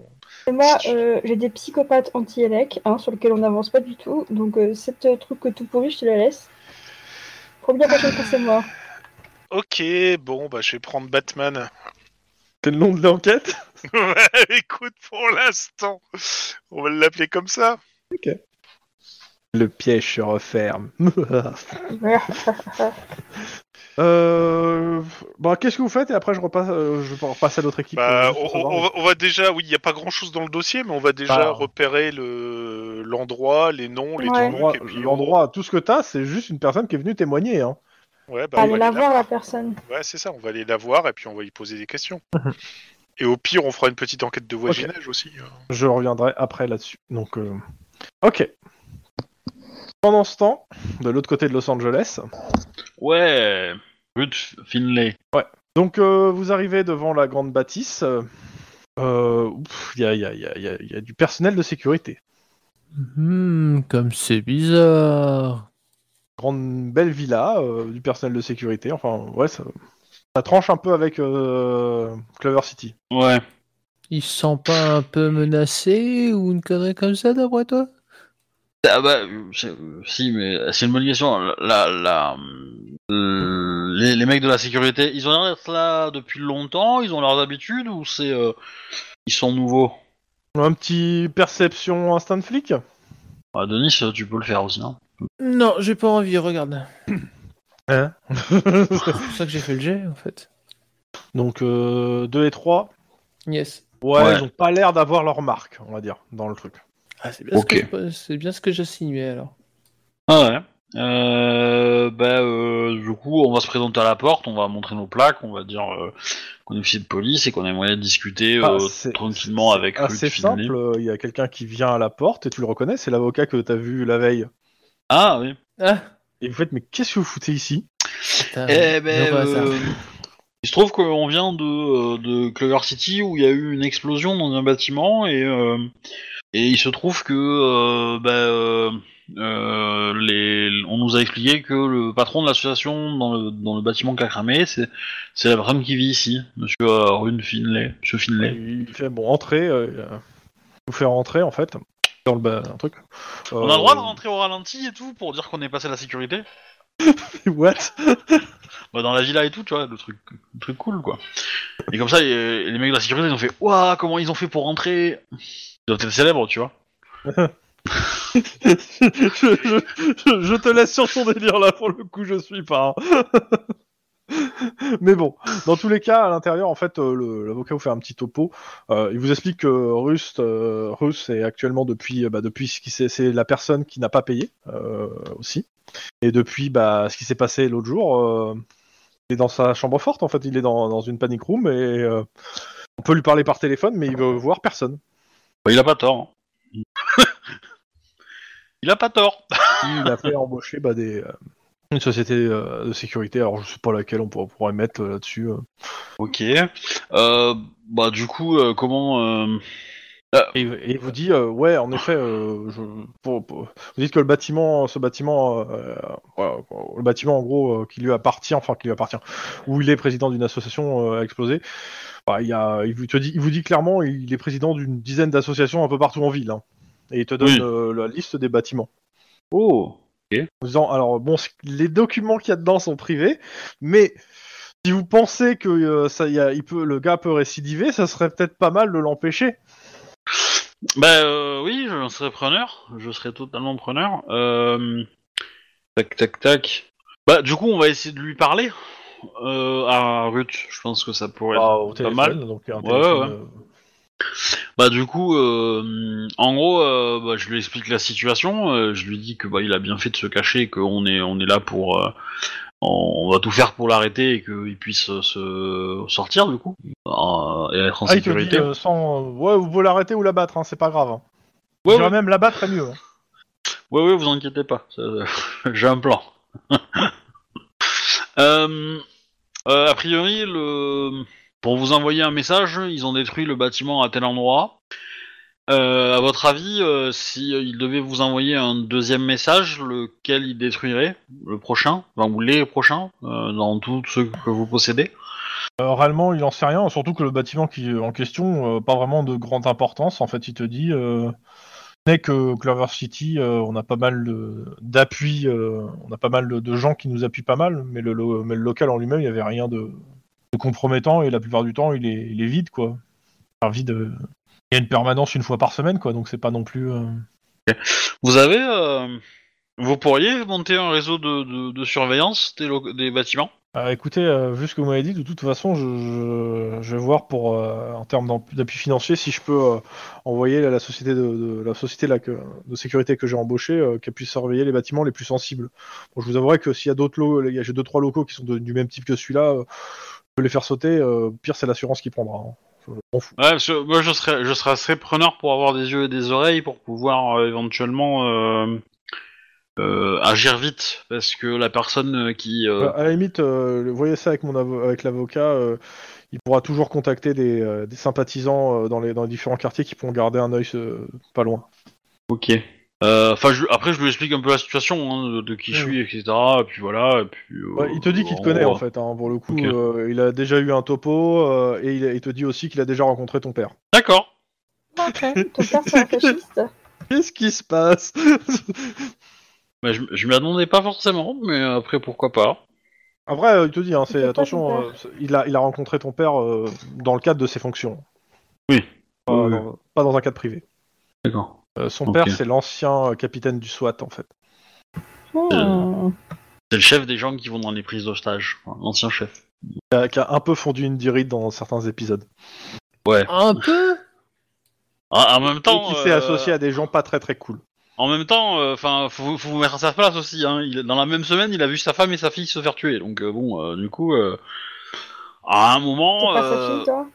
Speaker 3: Et moi, euh, j'ai des psychopathes anti-élec, hein, sur lesquels on n'avance pas du tout. Donc, euh, cette euh, truc tout pourri, je te la laisse. Première personne que c'est moi.
Speaker 5: Ok, bon, bah je vais prendre Batman.
Speaker 1: C'est le nom de l'enquête
Speaker 5: Ouais, Écoute, pour l'instant, on va l'appeler comme ça.
Speaker 1: Le piège se referme.
Speaker 3: Bah,
Speaker 1: euh, bah, qu'est-ce que vous faites Et après, je repasse, euh, je repasse à l'autre équipe.
Speaker 5: Bah,
Speaker 1: euh,
Speaker 5: on,
Speaker 1: pour savoir.
Speaker 5: on va, on va déjà. Oui, il n'y a pas grand-chose dans le dossier, mais on va déjà
Speaker 1: Bah.
Speaker 5: repérer le l'endroit, les noms, les
Speaker 3: Ouais.
Speaker 5: trucs.
Speaker 1: L'endroit,
Speaker 5: et puis on-
Speaker 1: l'endroit, tout ce que t'as, c'est juste une personne qui est venue témoigner. Hein.
Speaker 5: Ouais, bah, on va
Speaker 3: Allez la
Speaker 5: aller la-
Speaker 3: voir, la personne.
Speaker 5: Ouais, c'est ça, on va aller la voir et puis on va lui poser des questions. et au pire, on fera une petite enquête de voisinage aussi. hein.
Speaker 1: Je reviendrai après là-dessus. Donc, euh, ok. Pendant ce temps, de l'autre côté de Los Angeles,
Speaker 4: Ouais, Ruth Finlay.
Speaker 1: donc euh, vous arrivez devant la grande bâtisse. euh, euh, ouf, Il y, a, il y a- il y a- il y a- il y a du personnel de sécurité.
Speaker 2: Hmm, comme c'est bizarre.
Speaker 1: Grande belle villa, euh, du personnel de sécurité. Enfin, ouais, ça, ça tranche un peu avec euh, Clover City.
Speaker 4: Ouais.
Speaker 2: Il se sent pas un peu menacé ou une connerie comme ça d'après toi
Speaker 4: Ah bah, euh, c'est- euh, si, mais c'est une bonne question. La, la, la, euh, les, les mecs de la sécurité, ils ont l'air d'être là depuis longtemps, ils ont leurs habitudes ou c'est. euh, ils sont nouveaux
Speaker 1: Un petit perception instinct de flic.
Speaker 4: ah, Denis, euh, tu peux le faire aussi, non
Speaker 2: Non, j'ai pas envie, regarde.
Speaker 1: Hein
Speaker 2: C'est pour ça que j'ai fait le jet en fait.
Speaker 1: Donc 2 et 3.
Speaker 2: Yes.
Speaker 1: Ouais,
Speaker 4: Ouais.
Speaker 1: ils ont pas l'air d'avoir leur marque, on va dire, dans le truc.
Speaker 2: Ah, c'est bien, ce
Speaker 4: Ok.
Speaker 2: que- c'est bien ce que j'insinuais alors.
Speaker 4: Ah ouais. Euh, bah, euh, du coup, on va se présenter à la porte, on va montrer nos plaques, on va dire euh, qu'on est officier de police et qu'on a moyen de discuter
Speaker 1: Ah,
Speaker 4: euh,
Speaker 1: c'est-
Speaker 4: tranquillement
Speaker 1: c'est
Speaker 4: avec Ruth
Speaker 1: Assez
Speaker 4: Finlay.
Speaker 1: simple, euh, il y a quelqu'un qui vient à la porte et tu le reconnais, c'est l'avocat que t'as vu la veille.
Speaker 4: Ah oui.
Speaker 2: Ah
Speaker 1: Et vous faites, mais qu'est-ce que vous foutez ici
Speaker 2: Putain,
Speaker 4: Eh ben,
Speaker 2: j'aurais ça.
Speaker 4: euh, il se trouve qu'on vient de, euh, de Clover City où il y a eu une explosion dans un bâtiment et, euh, et il se trouve que euh, bah, euh, euh, les, on nous a expliqué que le patron de l'association dans le, dans le bâtiment qui a cramé, c'est c'est la femme qui vit ici, Monsieur euh, Rune Finlay, Monsieur Finlay.
Speaker 1: Il fait bon entrer, euh, vous faire rentrer en fait dans le ba- un truc. Euh,
Speaker 4: On a le droit de rentrer au ralenti et tout pour dire qu'on est passé la sécurité
Speaker 1: What
Speaker 4: Bah, dans la villa et tout, tu vois, le truc, le truc cool, quoi. Et comme ça, euh, les, les mecs de la sécurité, ils ont fait Ouah, comment ils ont fait pour rentrer Ils doivent être célèbres, tu vois.
Speaker 1: je, je- je- je te laisse sur ton délire là pour le coup, je suis pas. hein. Mais bon, dans tous les cas, à l'intérieur, en fait, euh, le- l'avocat vous fait un petit topo. Euh, il vous explique que Rust, euh, Russ est actuellement depuis, euh, bah, depuis ce qui s'est- c'est la personne qui n'a pas payé euh, aussi, et depuis bah, ce qui s'est passé l'autre jour, euh, il est dans sa chambre forte. En fait, il est dans, dans une panic room et euh, on peut lui parler par téléphone, mais il veut voir personne.
Speaker 4: Bah, il a pas tort. hein. il a pas tort.
Speaker 1: il a fait embaucher bah, des, euh, une société euh, de sécurité, alors je sais pas laquelle on pour- pourrait mettre euh, là-dessus. euh.
Speaker 4: ok. Euh, bah, du coup, euh, comment. euh,
Speaker 1: Et, et il vous dit, euh, ouais, en effet, euh, je, pour- pour- vous dites que le bâtiment, ce bâtiment, euh, ouais, le bâtiment en gros euh, qui lui appartient, enfin qui lui appartient, où il est président d'une association euh, a explosé. Bah, il, y a, il, vous, te dit, il vous dit clairement, il est président d'une dizaine d'associations un peu partout en ville, hein. et il te donne
Speaker 4: Oui.
Speaker 1: euh, la liste des bâtiments.
Speaker 4: Oh.
Speaker 1: en disant alors bon c- les documents qu'il y a dedans sont privés mais si vous pensez que euh, ça y a, il peut le gars peut récidiver ça serait peut-être pas mal de l'empêcher
Speaker 4: Bah, euh, oui, je serais preneur. Je serais totalement preneur. Euh, Tac, tac, tac. Bah, du coup, on va essayer de lui parler. Euh, à Ruth, je pense que ça pourrait être
Speaker 1: Ah, au
Speaker 4: Bah, téléphone, mal.
Speaker 1: donc un
Speaker 4: Ouais, téléphone, ouais. Bah du coup, euh, en gros, euh, bah, je lui explique la situation. euh, je lui dis que bah, il a bien fait de se cacher, qu'on est on est là pour, euh, on, on va tout faire pour l'arrêter et qu'il puisse euh, se sortir du coup euh, et être en
Speaker 1: ah il te dit
Speaker 4: sécurité.
Speaker 1: euh, sans euh, ouais vous pouvez l'arrêter ou l'abattre hein, c'est pas grave hein.
Speaker 4: Ouais,
Speaker 1: j'irais
Speaker 4: ouais,
Speaker 1: même l'abattre très mieux hein.
Speaker 4: ouais, ouais, vous inquiétez pas, ça, euh, j'ai un plan. Euh, euh, a priori, le... pour vous envoyer un message, ils ont détruit le bâtiment à tel endroit. Euh, à votre avis, euh, si euh, ils devaient vous envoyer un deuxième message, lequel ils détruiraient Le prochain Enfin, ou les prochains euh, Dans tous ceux que vous possédez
Speaker 1: Euh, réellement il en sait rien surtout que le bâtiment qui est en question euh, pas vraiment de grande importance en fait il te dit euh, n'est que Clover City euh, on a pas mal de- d'appui euh, on a pas mal de, de gens qui nous appuient pas mal mais le, lo- mais le local en lui-même il y avait rien de, de compromettant et la plupart du temps il est, il est vide quoi Enfin, vide euh, il y a une permanence une fois par semaine quoi donc c'est pas non plus euh,
Speaker 4: Vous avez... euh, Vous pourriez monter un réseau de, de- de surveillance des, lo- des bâtiments
Speaker 1: Euh, écoutez, euh, vu ce que vous m'avez dit, de toute façon, je, je- je vais voir pour euh, en termes d'en- d'appui financier si je peux euh, envoyer la, la société de, de- la société là, que- de sécurité que j'ai embauchée euh, qu'elle puisse surveiller les bâtiments les plus sensibles. Bon, je vous avouerai que s'il y a d'autres lo- il y a- j'ai deux trois locaux qui sont de- du même type que celui-là, euh, je peux les faire sauter. euh, pire, c'est l'assurance qui prendra. hein. Je m'en fous.
Speaker 4: Ouais, parce que moi je serais, je serais assez preneur pour avoir des yeux et des oreilles pour pouvoir euh, éventuellement euh, euh, agir vite parce que la personne euh, qui. euh,
Speaker 1: Bah, à la limite, euh, voyez ça avec mon avo- avec l'avocat. euh, il pourra toujours contacter des, euh, des sympathisants euh, dans, les, dans les différents quartiers qui pourront garder un œil euh, pas loin.
Speaker 4: Ok. Euh, Enfin, je- après je lui explique un peu la situation hein, de, de qui je suis, etc. Et puis voilà. Et puis, euh,
Speaker 1: Ouais, Bah, il te dit qu'il te connaît en fait, hein, pour le coup.
Speaker 4: Ok.
Speaker 1: euh, il a déjà eu un topo euh, et il, il te dit aussi qu'il a déjà rencontré ton père.
Speaker 4: D'accord.
Speaker 3: Ok, ton père c'est un fasciste.
Speaker 1: Qu'est-ce qui se passe
Speaker 4: Bah, je je m'y attendais pas forcément, mais après pourquoi pas.
Speaker 1: Après, euh, il te dit, hein, c'est
Speaker 3: Pourquoi
Speaker 1: attention,
Speaker 3: ton
Speaker 1: euh, c'est- il, a, il a rencontré ton père euh, dans le cadre de ses fonctions.
Speaker 4: Oui.
Speaker 1: Pas,
Speaker 4: Oui, oui.
Speaker 1: dans, pas dans un cadre privé.
Speaker 4: D'accord.
Speaker 1: Euh, son
Speaker 4: Ok.
Speaker 1: père, c'est l'ancien euh, capitaine du SWAT en fait.
Speaker 3: Hmm.
Speaker 4: C'est le chef des gens qui vont dans les prises d'otages, enfin, l'ancien chef.
Speaker 1: Qui a, qui a un peu fondu une dirite dans certains épisodes.
Speaker 4: Ouais.
Speaker 2: Un peu
Speaker 4: En, en même temps.
Speaker 1: et qui s'est
Speaker 4: euh,
Speaker 1: associé à des gens pas très très cool.
Speaker 4: En même temps, euh, enfin, faut, faut vous mettre à sa place aussi. Hein. Il- dans la même semaine, il a vu sa femme et sa fille se faire tuer. Donc euh, bon, euh, du coup, euh, à un
Speaker 3: T'es
Speaker 4: moment,
Speaker 3: pas sa
Speaker 4: euh,
Speaker 3: fille toi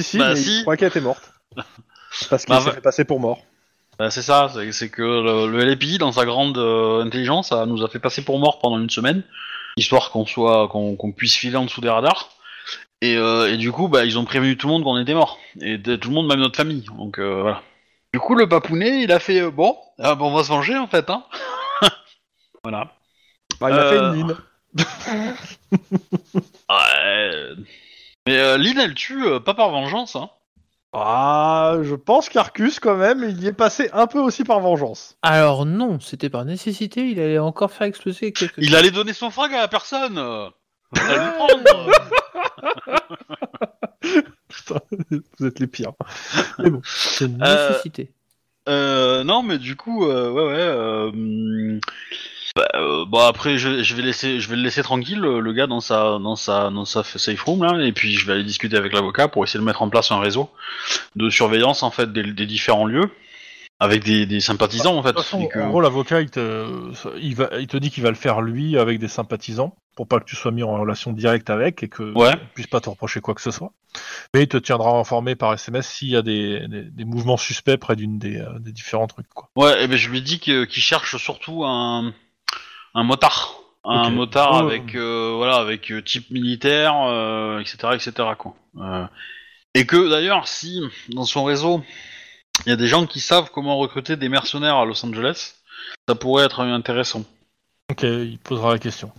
Speaker 1: Si,
Speaker 4: bah,
Speaker 1: mais
Speaker 4: si.
Speaker 1: il croit qu'elle était morte. Parce qu'il
Speaker 4: Bah,
Speaker 1: s'est
Speaker 4: va-
Speaker 1: fait passer pour mort.
Speaker 4: bah, c'est ça. C'est c'est que le, le LPI, dans sa grande euh, intelligence, a- nous a fait passer pour mort pendant une semaine. histoire qu'on soit qu'on qu'on puisse filer en dessous des radars. Et, euh, et du coup, bah, ils ont prévenu tout le monde qu'on était mort. Et t- tout le monde, même notre famille. Donc euh, voilà. Du coup, le papounet, il a fait euh, bon, ah, bon, on va se venger en fait. Hein voilà.
Speaker 1: Bah, il a fait
Speaker 4: Euh,
Speaker 1: une mine.
Speaker 4: Ouais. Mais euh, Lynn, elle tue euh, pas par vengeance. Hein.
Speaker 1: Ah, je pense qu'Arcus, quand même, il y est passé un peu aussi par vengeance.
Speaker 2: Alors non, c'était par nécessité, il allait encore faire exploser quelque
Speaker 4: Il allait donner son fringue à la personne. euh. Elle allait le prendre.
Speaker 1: Putain, vous êtes les pires.
Speaker 2: C'est une
Speaker 4: Euh,
Speaker 2: nécessité.
Speaker 4: Euh, non, mais du coup, euh, ouais, ouais. euh, hum, bah, euh, bon, après, je, je vais laisser, je vais le laisser tranquille, le, le gars, dans sa, dans sa, dans sa f- safe room là, et puis je vais aller discuter avec l'avocat pour essayer de mettre en place un réseau de surveillance en fait des, des différents lieux avec des, des sympathisants en fait.
Speaker 1: De toute façon,
Speaker 4: et que-
Speaker 1: en gros, l'avocat, il te, il, va, il te dit qu'il va le faire lui avec des sympathisants pour pas que tu sois mis en relation directe avec et que
Speaker 4: Ouais.
Speaker 1: ne puisse pas te reprocher quoi que ce soit. Mais il te tiendra informé par SMS s'il y a des, des- des mouvements suspects près d'une des, euh, des différents trucs. Quoi.
Speaker 4: Ouais, et ben je lui dis que- qu'il cherche surtout un, un motard, un
Speaker 1: Ok.
Speaker 4: motard
Speaker 1: Ouais.
Speaker 4: avec euh, voilà avec euh, type militaire, euh, etc., etc. Quoi. Euh, et que d'ailleurs, si dans son réseau, il y a des gens qui savent comment recruter des mercenaires à Los Angeles, ça pourrait être euh, intéressant.
Speaker 1: Ok, il posera la question.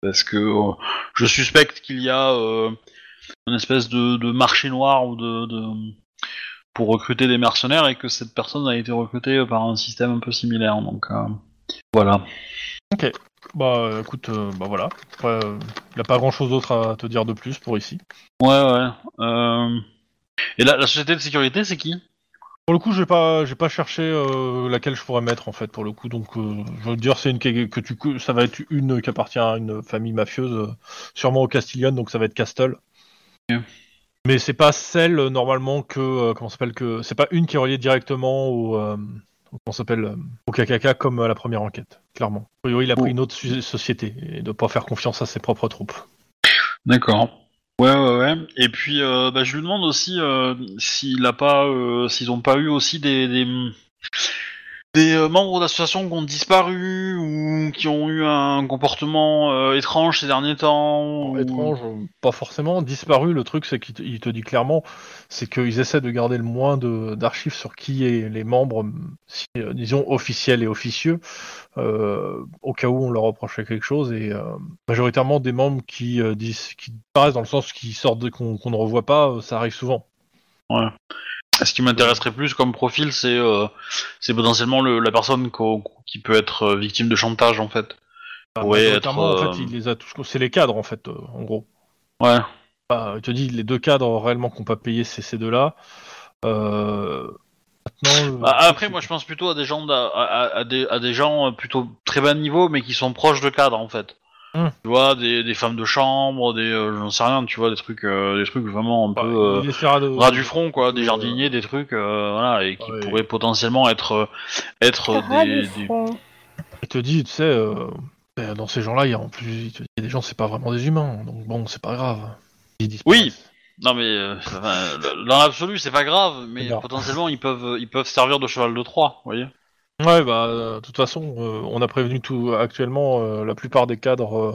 Speaker 4: Parce que euh, je suspecte qu'il y a euh, une espèce de, de marché noir ou de, de- pour recruter des mercenaires et que cette personne a été recrutée par un système un peu similaire. Donc euh, voilà.
Speaker 1: Bah euh, écoute, euh, bah voilà. Après, euh, il n'a pas grand chose d'autre à te dire de plus pour ici.
Speaker 4: Ouais, ouais. Euh, Et la, la société de sécurité, c'est qui
Speaker 1: Pour le coup, j'ai pas, j'ai pas cherché euh, laquelle je pourrais mettre en fait. Pour le coup, donc euh, je veux dire, c'est une qui- que tu, cou- ça va être une qui appartient à une famille mafieuse, euh, sûrement au Castillon, donc ça va être Castle.
Speaker 4: Ok.
Speaker 1: Mais c'est pas celle euh, normalement que, euh, comment ça s'appelle que, c'est pas une qui est reliée directement au, euh, au- comment ça s'appelle, euh, au KKK comme à la première enquête, clairement. A priori, il a pris une autre su- société et de pas faire confiance à ses propres troupes.
Speaker 4: D'accord. Ouais, ouais, ouais. Et puis, euh, bah, je lui demande aussi euh, s'il a pas, euh, s'ils ont pas eu aussi des des, des, euh, membres d'associations qui ont disparu ou qui ont eu un comportement euh, étrange ces derniers temps. ou-
Speaker 1: étrange, euh, pas forcément. Disparu, le truc, c'est qu'il te, il te dit clairement, c'est qu'ils essaient de garder le moins de- d'archives sur qui est les membres, hum, si, euh, disons, officiels et officieux, euh, au cas où on leur reprochait quelque chose. Et euh, majoritairement, des membres qui, euh, disent, qui paraissent dans le sens qui sortent, de- qu'on qu'on ne revoit pas, euh, ça arrive souvent.
Speaker 4: Ce qui m'intéresserait plus comme profil, c'est euh, c'est potentiellement le- la personne qu'au- qui peut être euh, victime de chantage en fait.
Speaker 1: Enfin,
Speaker 4: Ouais,
Speaker 1: majoritairement,
Speaker 4: être,
Speaker 1: Ah, bah, en fait,
Speaker 4: euh,
Speaker 1: il les a tous. C'est les cadres, en fait, euh, en gros.
Speaker 4: Ouais.
Speaker 1: Ah, il te dit les deux cadres réellement qu'on pas payé, c'est ces deux-là. Euh, Maintenant, euh,
Speaker 4: Bah, après, moi, je pense plutôt à des gens d'a- à, à- à des, à des gens euh, plutôt très bas niveau, mais qui sont proches de cadre en fait.
Speaker 1: Hmm.
Speaker 4: Tu vois, des, des femmes de chambre, des euh, j'en sais rien, tu vois, des trucs, euh, des trucs vraiment un
Speaker 1: bah,
Speaker 4: peu euh,
Speaker 1: il essaiera de-
Speaker 4: ras du front, quoi, des
Speaker 1: euh,
Speaker 4: jardiniers, des trucs, euh, voilà, et qui
Speaker 1: ouais.
Speaker 4: pourraient potentiellement être euh, être euh,
Speaker 3: Ras
Speaker 4: des,
Speaker 3: du
Speaker 4: des-
Speaker 3: front.
Speaker 1: Il te dit, tu sais, euh, euh, dans ces gens-là, il y a en plus il te dit, il y a des gens, c'est pas vraiment des humains, donc bon, c'est pas grave. Ils disparaissent.
Speaker 4: Oui. non mais euh, enfin, dans l'absolu, c'est pas grave, mais
Speaker 1: Non.
Speaker 4: potentiellement ils peuvent ils peuvent servir de cheval de Troie, vous voyez.
Speaker 1: Ouais, bah, euh, de toute façon, euh, on a prévenu tout. Actuellement, euh, la plupart des cadres euh,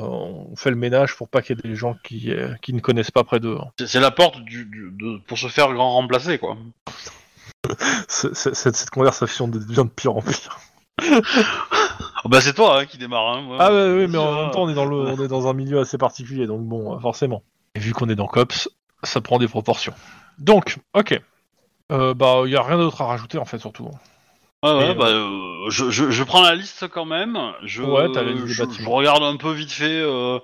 Speaker 1: on fait le ménage pour pas qu'il y ait des gens qui, euh, qui ne connaissent pas près d'eux. hein.
Speaker 4: C'est- C'est la porte du, du- de- pour se faire grand remplacer, quoi.
Speaker 1: Cette, conversation devient de pire en pire.
Speaker 4: Ah bah c'est toi hein, qui démarre, hein. moi.
Speaker 1: Ah, ouais, oui, mais
Speaker 4: Ça
Speaker 1: en
Speaker 4: va.
Speaker 1: même temps, on est, dans le, on est dans un milieu assez particulier, donc bon, euh, forcément. Et vu qu'on est dans COPS, ça prend des proportions. Donc, ok. Euh, bah, il y a rien d'autre à rajouter en fait, surtout. hein.
Speaker 4: Ouais, ouais,
Speaker 1: Et,
Speaker 4: bah, euh, je, je, je prends la liste quand même. Je,
Speaker 1: Ouais, t'as la liste des
Speaker 4: je,
Speaker 1: bâtiments.
Speaker 4: je regarde un peu vite fait. euh,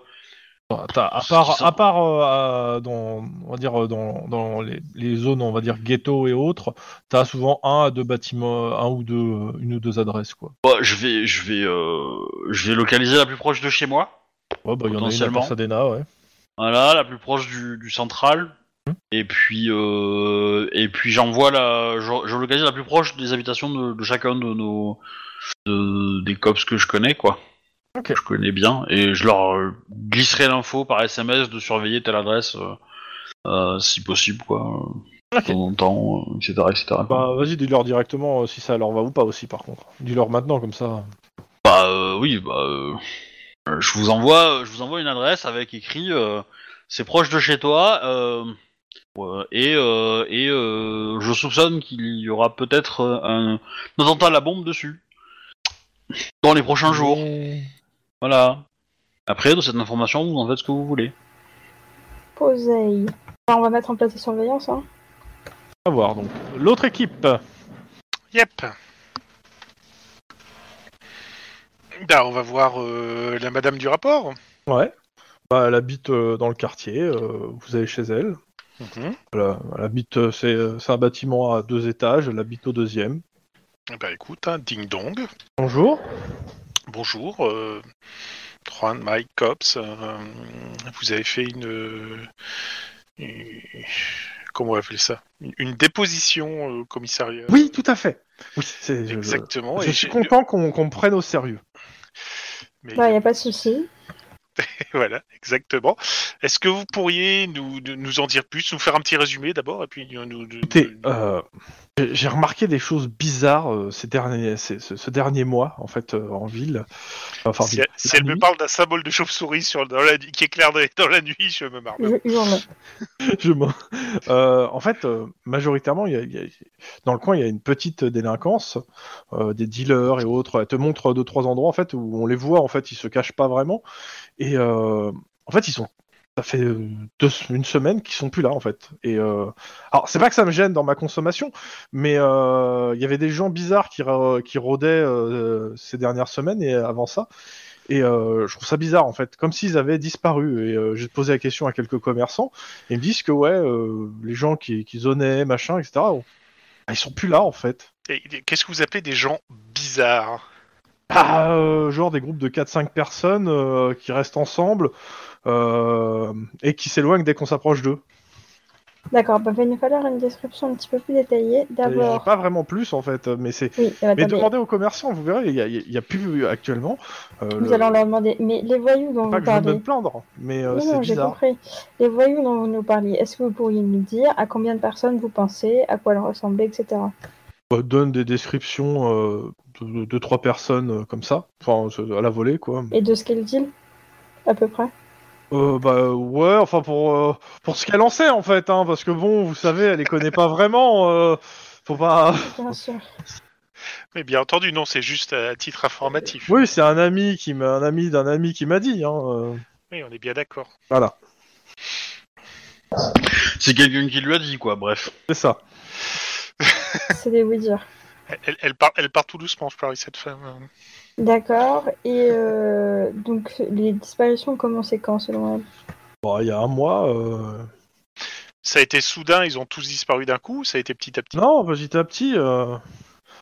Speaker 1: Enfin, t'as- à
Speaker 4: Ils
Speaker 1: part,
Speaker 4: sont-
Speaker 1: à part euh, à- dans, on va dire euh, dans, dans les, les zones, on va dire ghetto et autres, t'as souvent un à deux bâtiments, un ou deux, euh, une ou deux adresses quoi.
Speaker 4: bah, je vais, je vais, euh, je vais localiser la plus proche de chez moi.
Speaker 1: Ouais, bah il y en a une à
Speaker 4: Potentiellement.
Speaker 1: Pasadena, ouais.
Speaker 4: Voilà, la plus proche du, du central.
Speaker 1: Mmh.
Speaker 4: Et puis, euh, et puis j'envoie la, je, je localise la plus proche des habitations de, de chacun de nos, de- des cops que je connais, quoi.
Speaker 1: Ok.
Speaker 4: Que Je connais bien et je leur euh, glisserai l'info par SMS de surveiller telle adresse, euh, euh, si possible, quoi. euh,
Speaker 1: Ok.
Speaker 4: De temps en temps, euh, etc., etc. quoi.
Speaker 1: Bah vas-y, dis-leur directement euh, si ça leur va ou pas aussi par contre. Dis-leur maintenant comme ça.
Speaker 4: Bah euh, oui, bah euh, Euh, je vous envoie, je vous envoie une adresse avec écrit euh, c'est proche de chez toi euh, euh, et euh, et euh, je soupçonne qu'il y aura peut-être euh, un attentat à la bombe dessus dans les prochains jours.
Speaker 2: Mais-
Speaker 4: Voilà. Après, de cette information, vous en faites ce que vous voulez.
Speaker 3: Poseille. Enfin, on va mettre en place des surveillances. Hein.
Speaker 1: À voir donc. L'autre équipe. bah,
Speaker 5: Yep. Ben, on va voir euh, la madame du rapport.
Speaker 1: Ouais. Bah, elle habite euh, dans le quartier. euh, vous allez chez elle. Voilà, elle habite. euh, C'est euh, c'est un bâtiment à deux étages. Elle habite au deuxième.
Speaker 5: Eh Ben écoute, hein, ding dong.
Speaker 1: Bonjour.
Speaker 5: Bonjour, euh, Juan Mike Cops. euh, vous avez fait une, euh, une- Comment on appelle ça Une, une déposition au commissariat.
Speaker 1: Oui, tout à fait. Oui, c'est. je- Je,
Speaker 5: Exactement.
Speaker 1: je
Speaker 5: et
Speaker 1: suis
Speaker 5: j'ai-
Speaker 1: content qu'on qu'on me prenne au sérieux.
Speaker 5: mais
Speaker 3: Bah, y a pas de souci.
Speaker 5: voilà, exactement. Est-ce que vous pourriez nous, de- nous en dire plus, nous faire un petit résumé d'abord, et puis nous. nous- nous-
Speaker 1: Écoutez,
Speaker 5: nous-
Speaker 1: euh, j'ai- j'ai remarqué des choses bizarres euh, ces derniers, ces- ce, ce dernier mois en fait euh, en ville. Enfin,
Speaker 5: si,
Speaker 1: ville.
Speaker 5: si elle
Speaker 1: la
Speaker 5: me
Speaker 1: nuit.
Speaker 5: parle d'un symbole de chauve-souris sur dans la nuit- qui éclaire dans dans la nuit, je me marre.
Speaker 3: Je hurle.
Speaker 1: Je m'en- Euh, en fait, euh, majoritairement, il y a- il y a- dans le coin, il y a une petite délinquance, euh, des dealers et autres. Elle te montre deux trois endroits en fait où on les voit en fait, ils se cachent pas vraiment. Et euh, en fait, ils sont. Ça fait euh, deux, une semaine qu'ils sont plus là en fait. Et euh, alors, c'est pas que ça me gêne dans ma consommation, mais euh, il y avait des gens bizarres qui, ra- qui rôdaient euh, ces dernières semaines et avant ça. Et euh, je trouve ça bizarre en fait, comme s'ils avaient disparu. Et euh, j'ai posé la question à quelques commerçants. Et ils me disent que ouais, euh, les gens qui, qui zonaient, machin, etc. on- ah, ils sont plus là en fait.
Speaker 5: Et- et Qu'est-ce que vous appelez des gens bizarres
Speaker 1: Ah, euh, genre des groupes de 4-5 personnes euh, qui restent ensemble euh, et qui s'éloignent dès qu'on s'approche d'eux.
Speaker 3: D'accord, bah, va nous falloir une description un petit peu plus détaillée.
Speaker 1: Et j'ai
Speaker 3: D'abord,
Speaker 1: Pas vraiment plus en fait, mais c'est.
Speaker 3: oui, eh ben,
Speaker 1: Mais
Speaker 3: attendez,
Speaker 1: demandez aux commerçants, vous verrez, il y a, il y a plus actuellement. euh,
Speaker 3: nous
Speaker 1: le-
Speaker 3: allons leur demander. Mais les voyous dont
Speaker 1: Pas
Speaker 3: vous
Speaker 1: que je veux
Speaker 3: parlez.
Speaker 1: me plaindre, mais euh,
Speaker 3: non,
Speaker 1: c'est
Speaker 3: non, j'ai
Speaker 1: bizarre.
Speaker 3: compris. Les voyous dont vous nous parliez, est-ce que vous pourriez nous dire à combien de personnes vous pensez, à quoi elles ressemblaient, etc.
Speaker 1: Bah, donne des descriptions euh, de, de- de trois personnes euh, comme ça, enfin euh, à la volée quoi.
Speaker 3: Et de ce qu'elles disent, à peu près
Speaker 1: Euh, bah ouais, enfin pour euh, pour ce qu'elle en sait en fait, hein, parce que bon, vous savez, elle les connaît pas vraiment. Euh, faut pas.
Speaker 3: Bien sûr.
Speaker 5: Mais bien entendu, non, c'est juste à titre informatif.
Speaker 1: Oui, c'est un ami qui m'a un ami d'un ami qui m'a dit. Hein, euh,
Speaker 5: Oui, on est bien d'accord.
Speaker 1: Voilà,
Speaker 4: C'est quelqu'un qui lui a dit, quoi, bref.
Speaker 1: c'est ça.
Speaker 3: C'est des oui-dire.
Speaker 5: Elle, elle, part, elle part tout doucement, je parie, cette femme.
Speaker 3: D'accord. Et euh, donc, les disparitions ont commencé quand, selon elle
Speaker 1: Bon, il y a un mois. euh,
Speaker 5: Ça a été soudain, ils ont tous disparu d'un coup, ou ça a été petit à petit.
Speaker 1: Non, petit à petit. euh,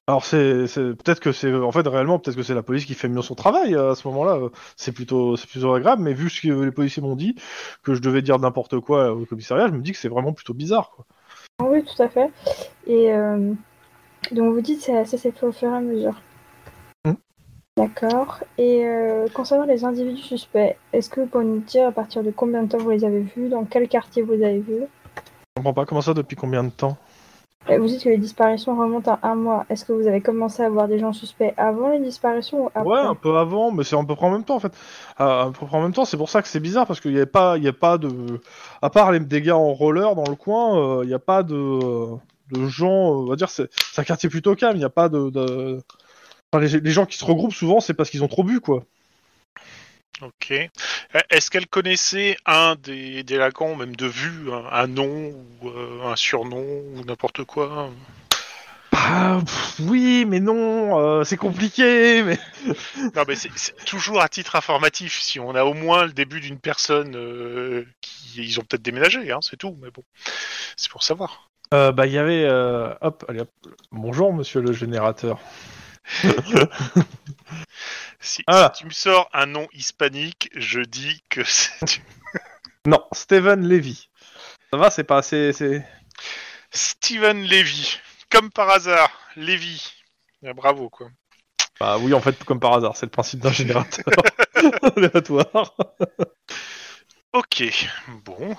Speaker 1: Alors c'est c'est- peut-être que c'est en fait réellement peut-être que c'est la police qui fait mieux son travail euh, à ce moment-là. euh, C'est plutôt c'est plutôt agréable, mais vu ce que les policiers m'ont dit que je devais dire n'importe quoi au commissariat, je me dis que c'est vraiment plutôt bizarre. Quoi.
Speaker 3: Ah Oui, tout à fait. Et euh, donc, vous dites que ça s'est fait au fur et à mesure.
Speaker 1: Hmm.
Speaker 3: D'accord. Et euh, concernant les individus suspects, est-ce que vous pouvez nous dire à partir de combien de temps vous les avez vus, dans quel quartier vous les avez vus
Speaker 1: Je comprends pas comment ça depuis combien de temps.
Speaker 3: Euh, Vous dites que les disparitions remontent à un mois. Est-ce que vous avez commencé à voir des gens suspects avant les disparitions ou après
Speaker 1: Ouais, un peu avant, mais c'est à peu près en même temps en fait. Euh, À peu près en même temps, c'est pour ça que c'est bizarre parce qu'il n'y a pas, il y a pas de, à part les dégâts en roller dans le coin, euh, il n'y a pas de, de gens, euh, on va dire, c'est c'est un quartier plutôt calme. Il n'y a pas de, de- enfin, les, les gens qui se regroupent souvent, c'est parce qu'ils ont trop bu quoi.
Speaker 5: Ok. Euh, Est-ce qu'elle connaissait un des délinquants, même de vue, un, un nom, ou euh, un surnom, ou n'importe quoi
Speaker 1: Ah, pff, oui, mais non, euh, c'est compliqué. Mais
Speaker 5: Non, mais c'est c'est toujours à titre informatif. Si on a au moins le début d'une personne euh, qui. Ils ont peut-être déménagé, hein, c'est tout, mais bon. C'est pour savoir.
Speaker 1: Euh, bah il y avait, euh, hop, allez, hop. bonjour monsieur le générateur.
Speaker 5: Si, si
Speaker 1: Ah.
Speaker 5: tu me sors un nom hispanique, je dis que c'est.
Speaker 1: Non, Steven Levy. Ça va, c'est pas assez, c'est.
Speaker 5: Steven Levy. Comme par hasard, Levy. Ah, bravo, quoi.
Speaker 1: Bah oui, en fait, comme par hasard, c'est le principe d'un générateur aléatoire.
Speaker 5: Ok, bon.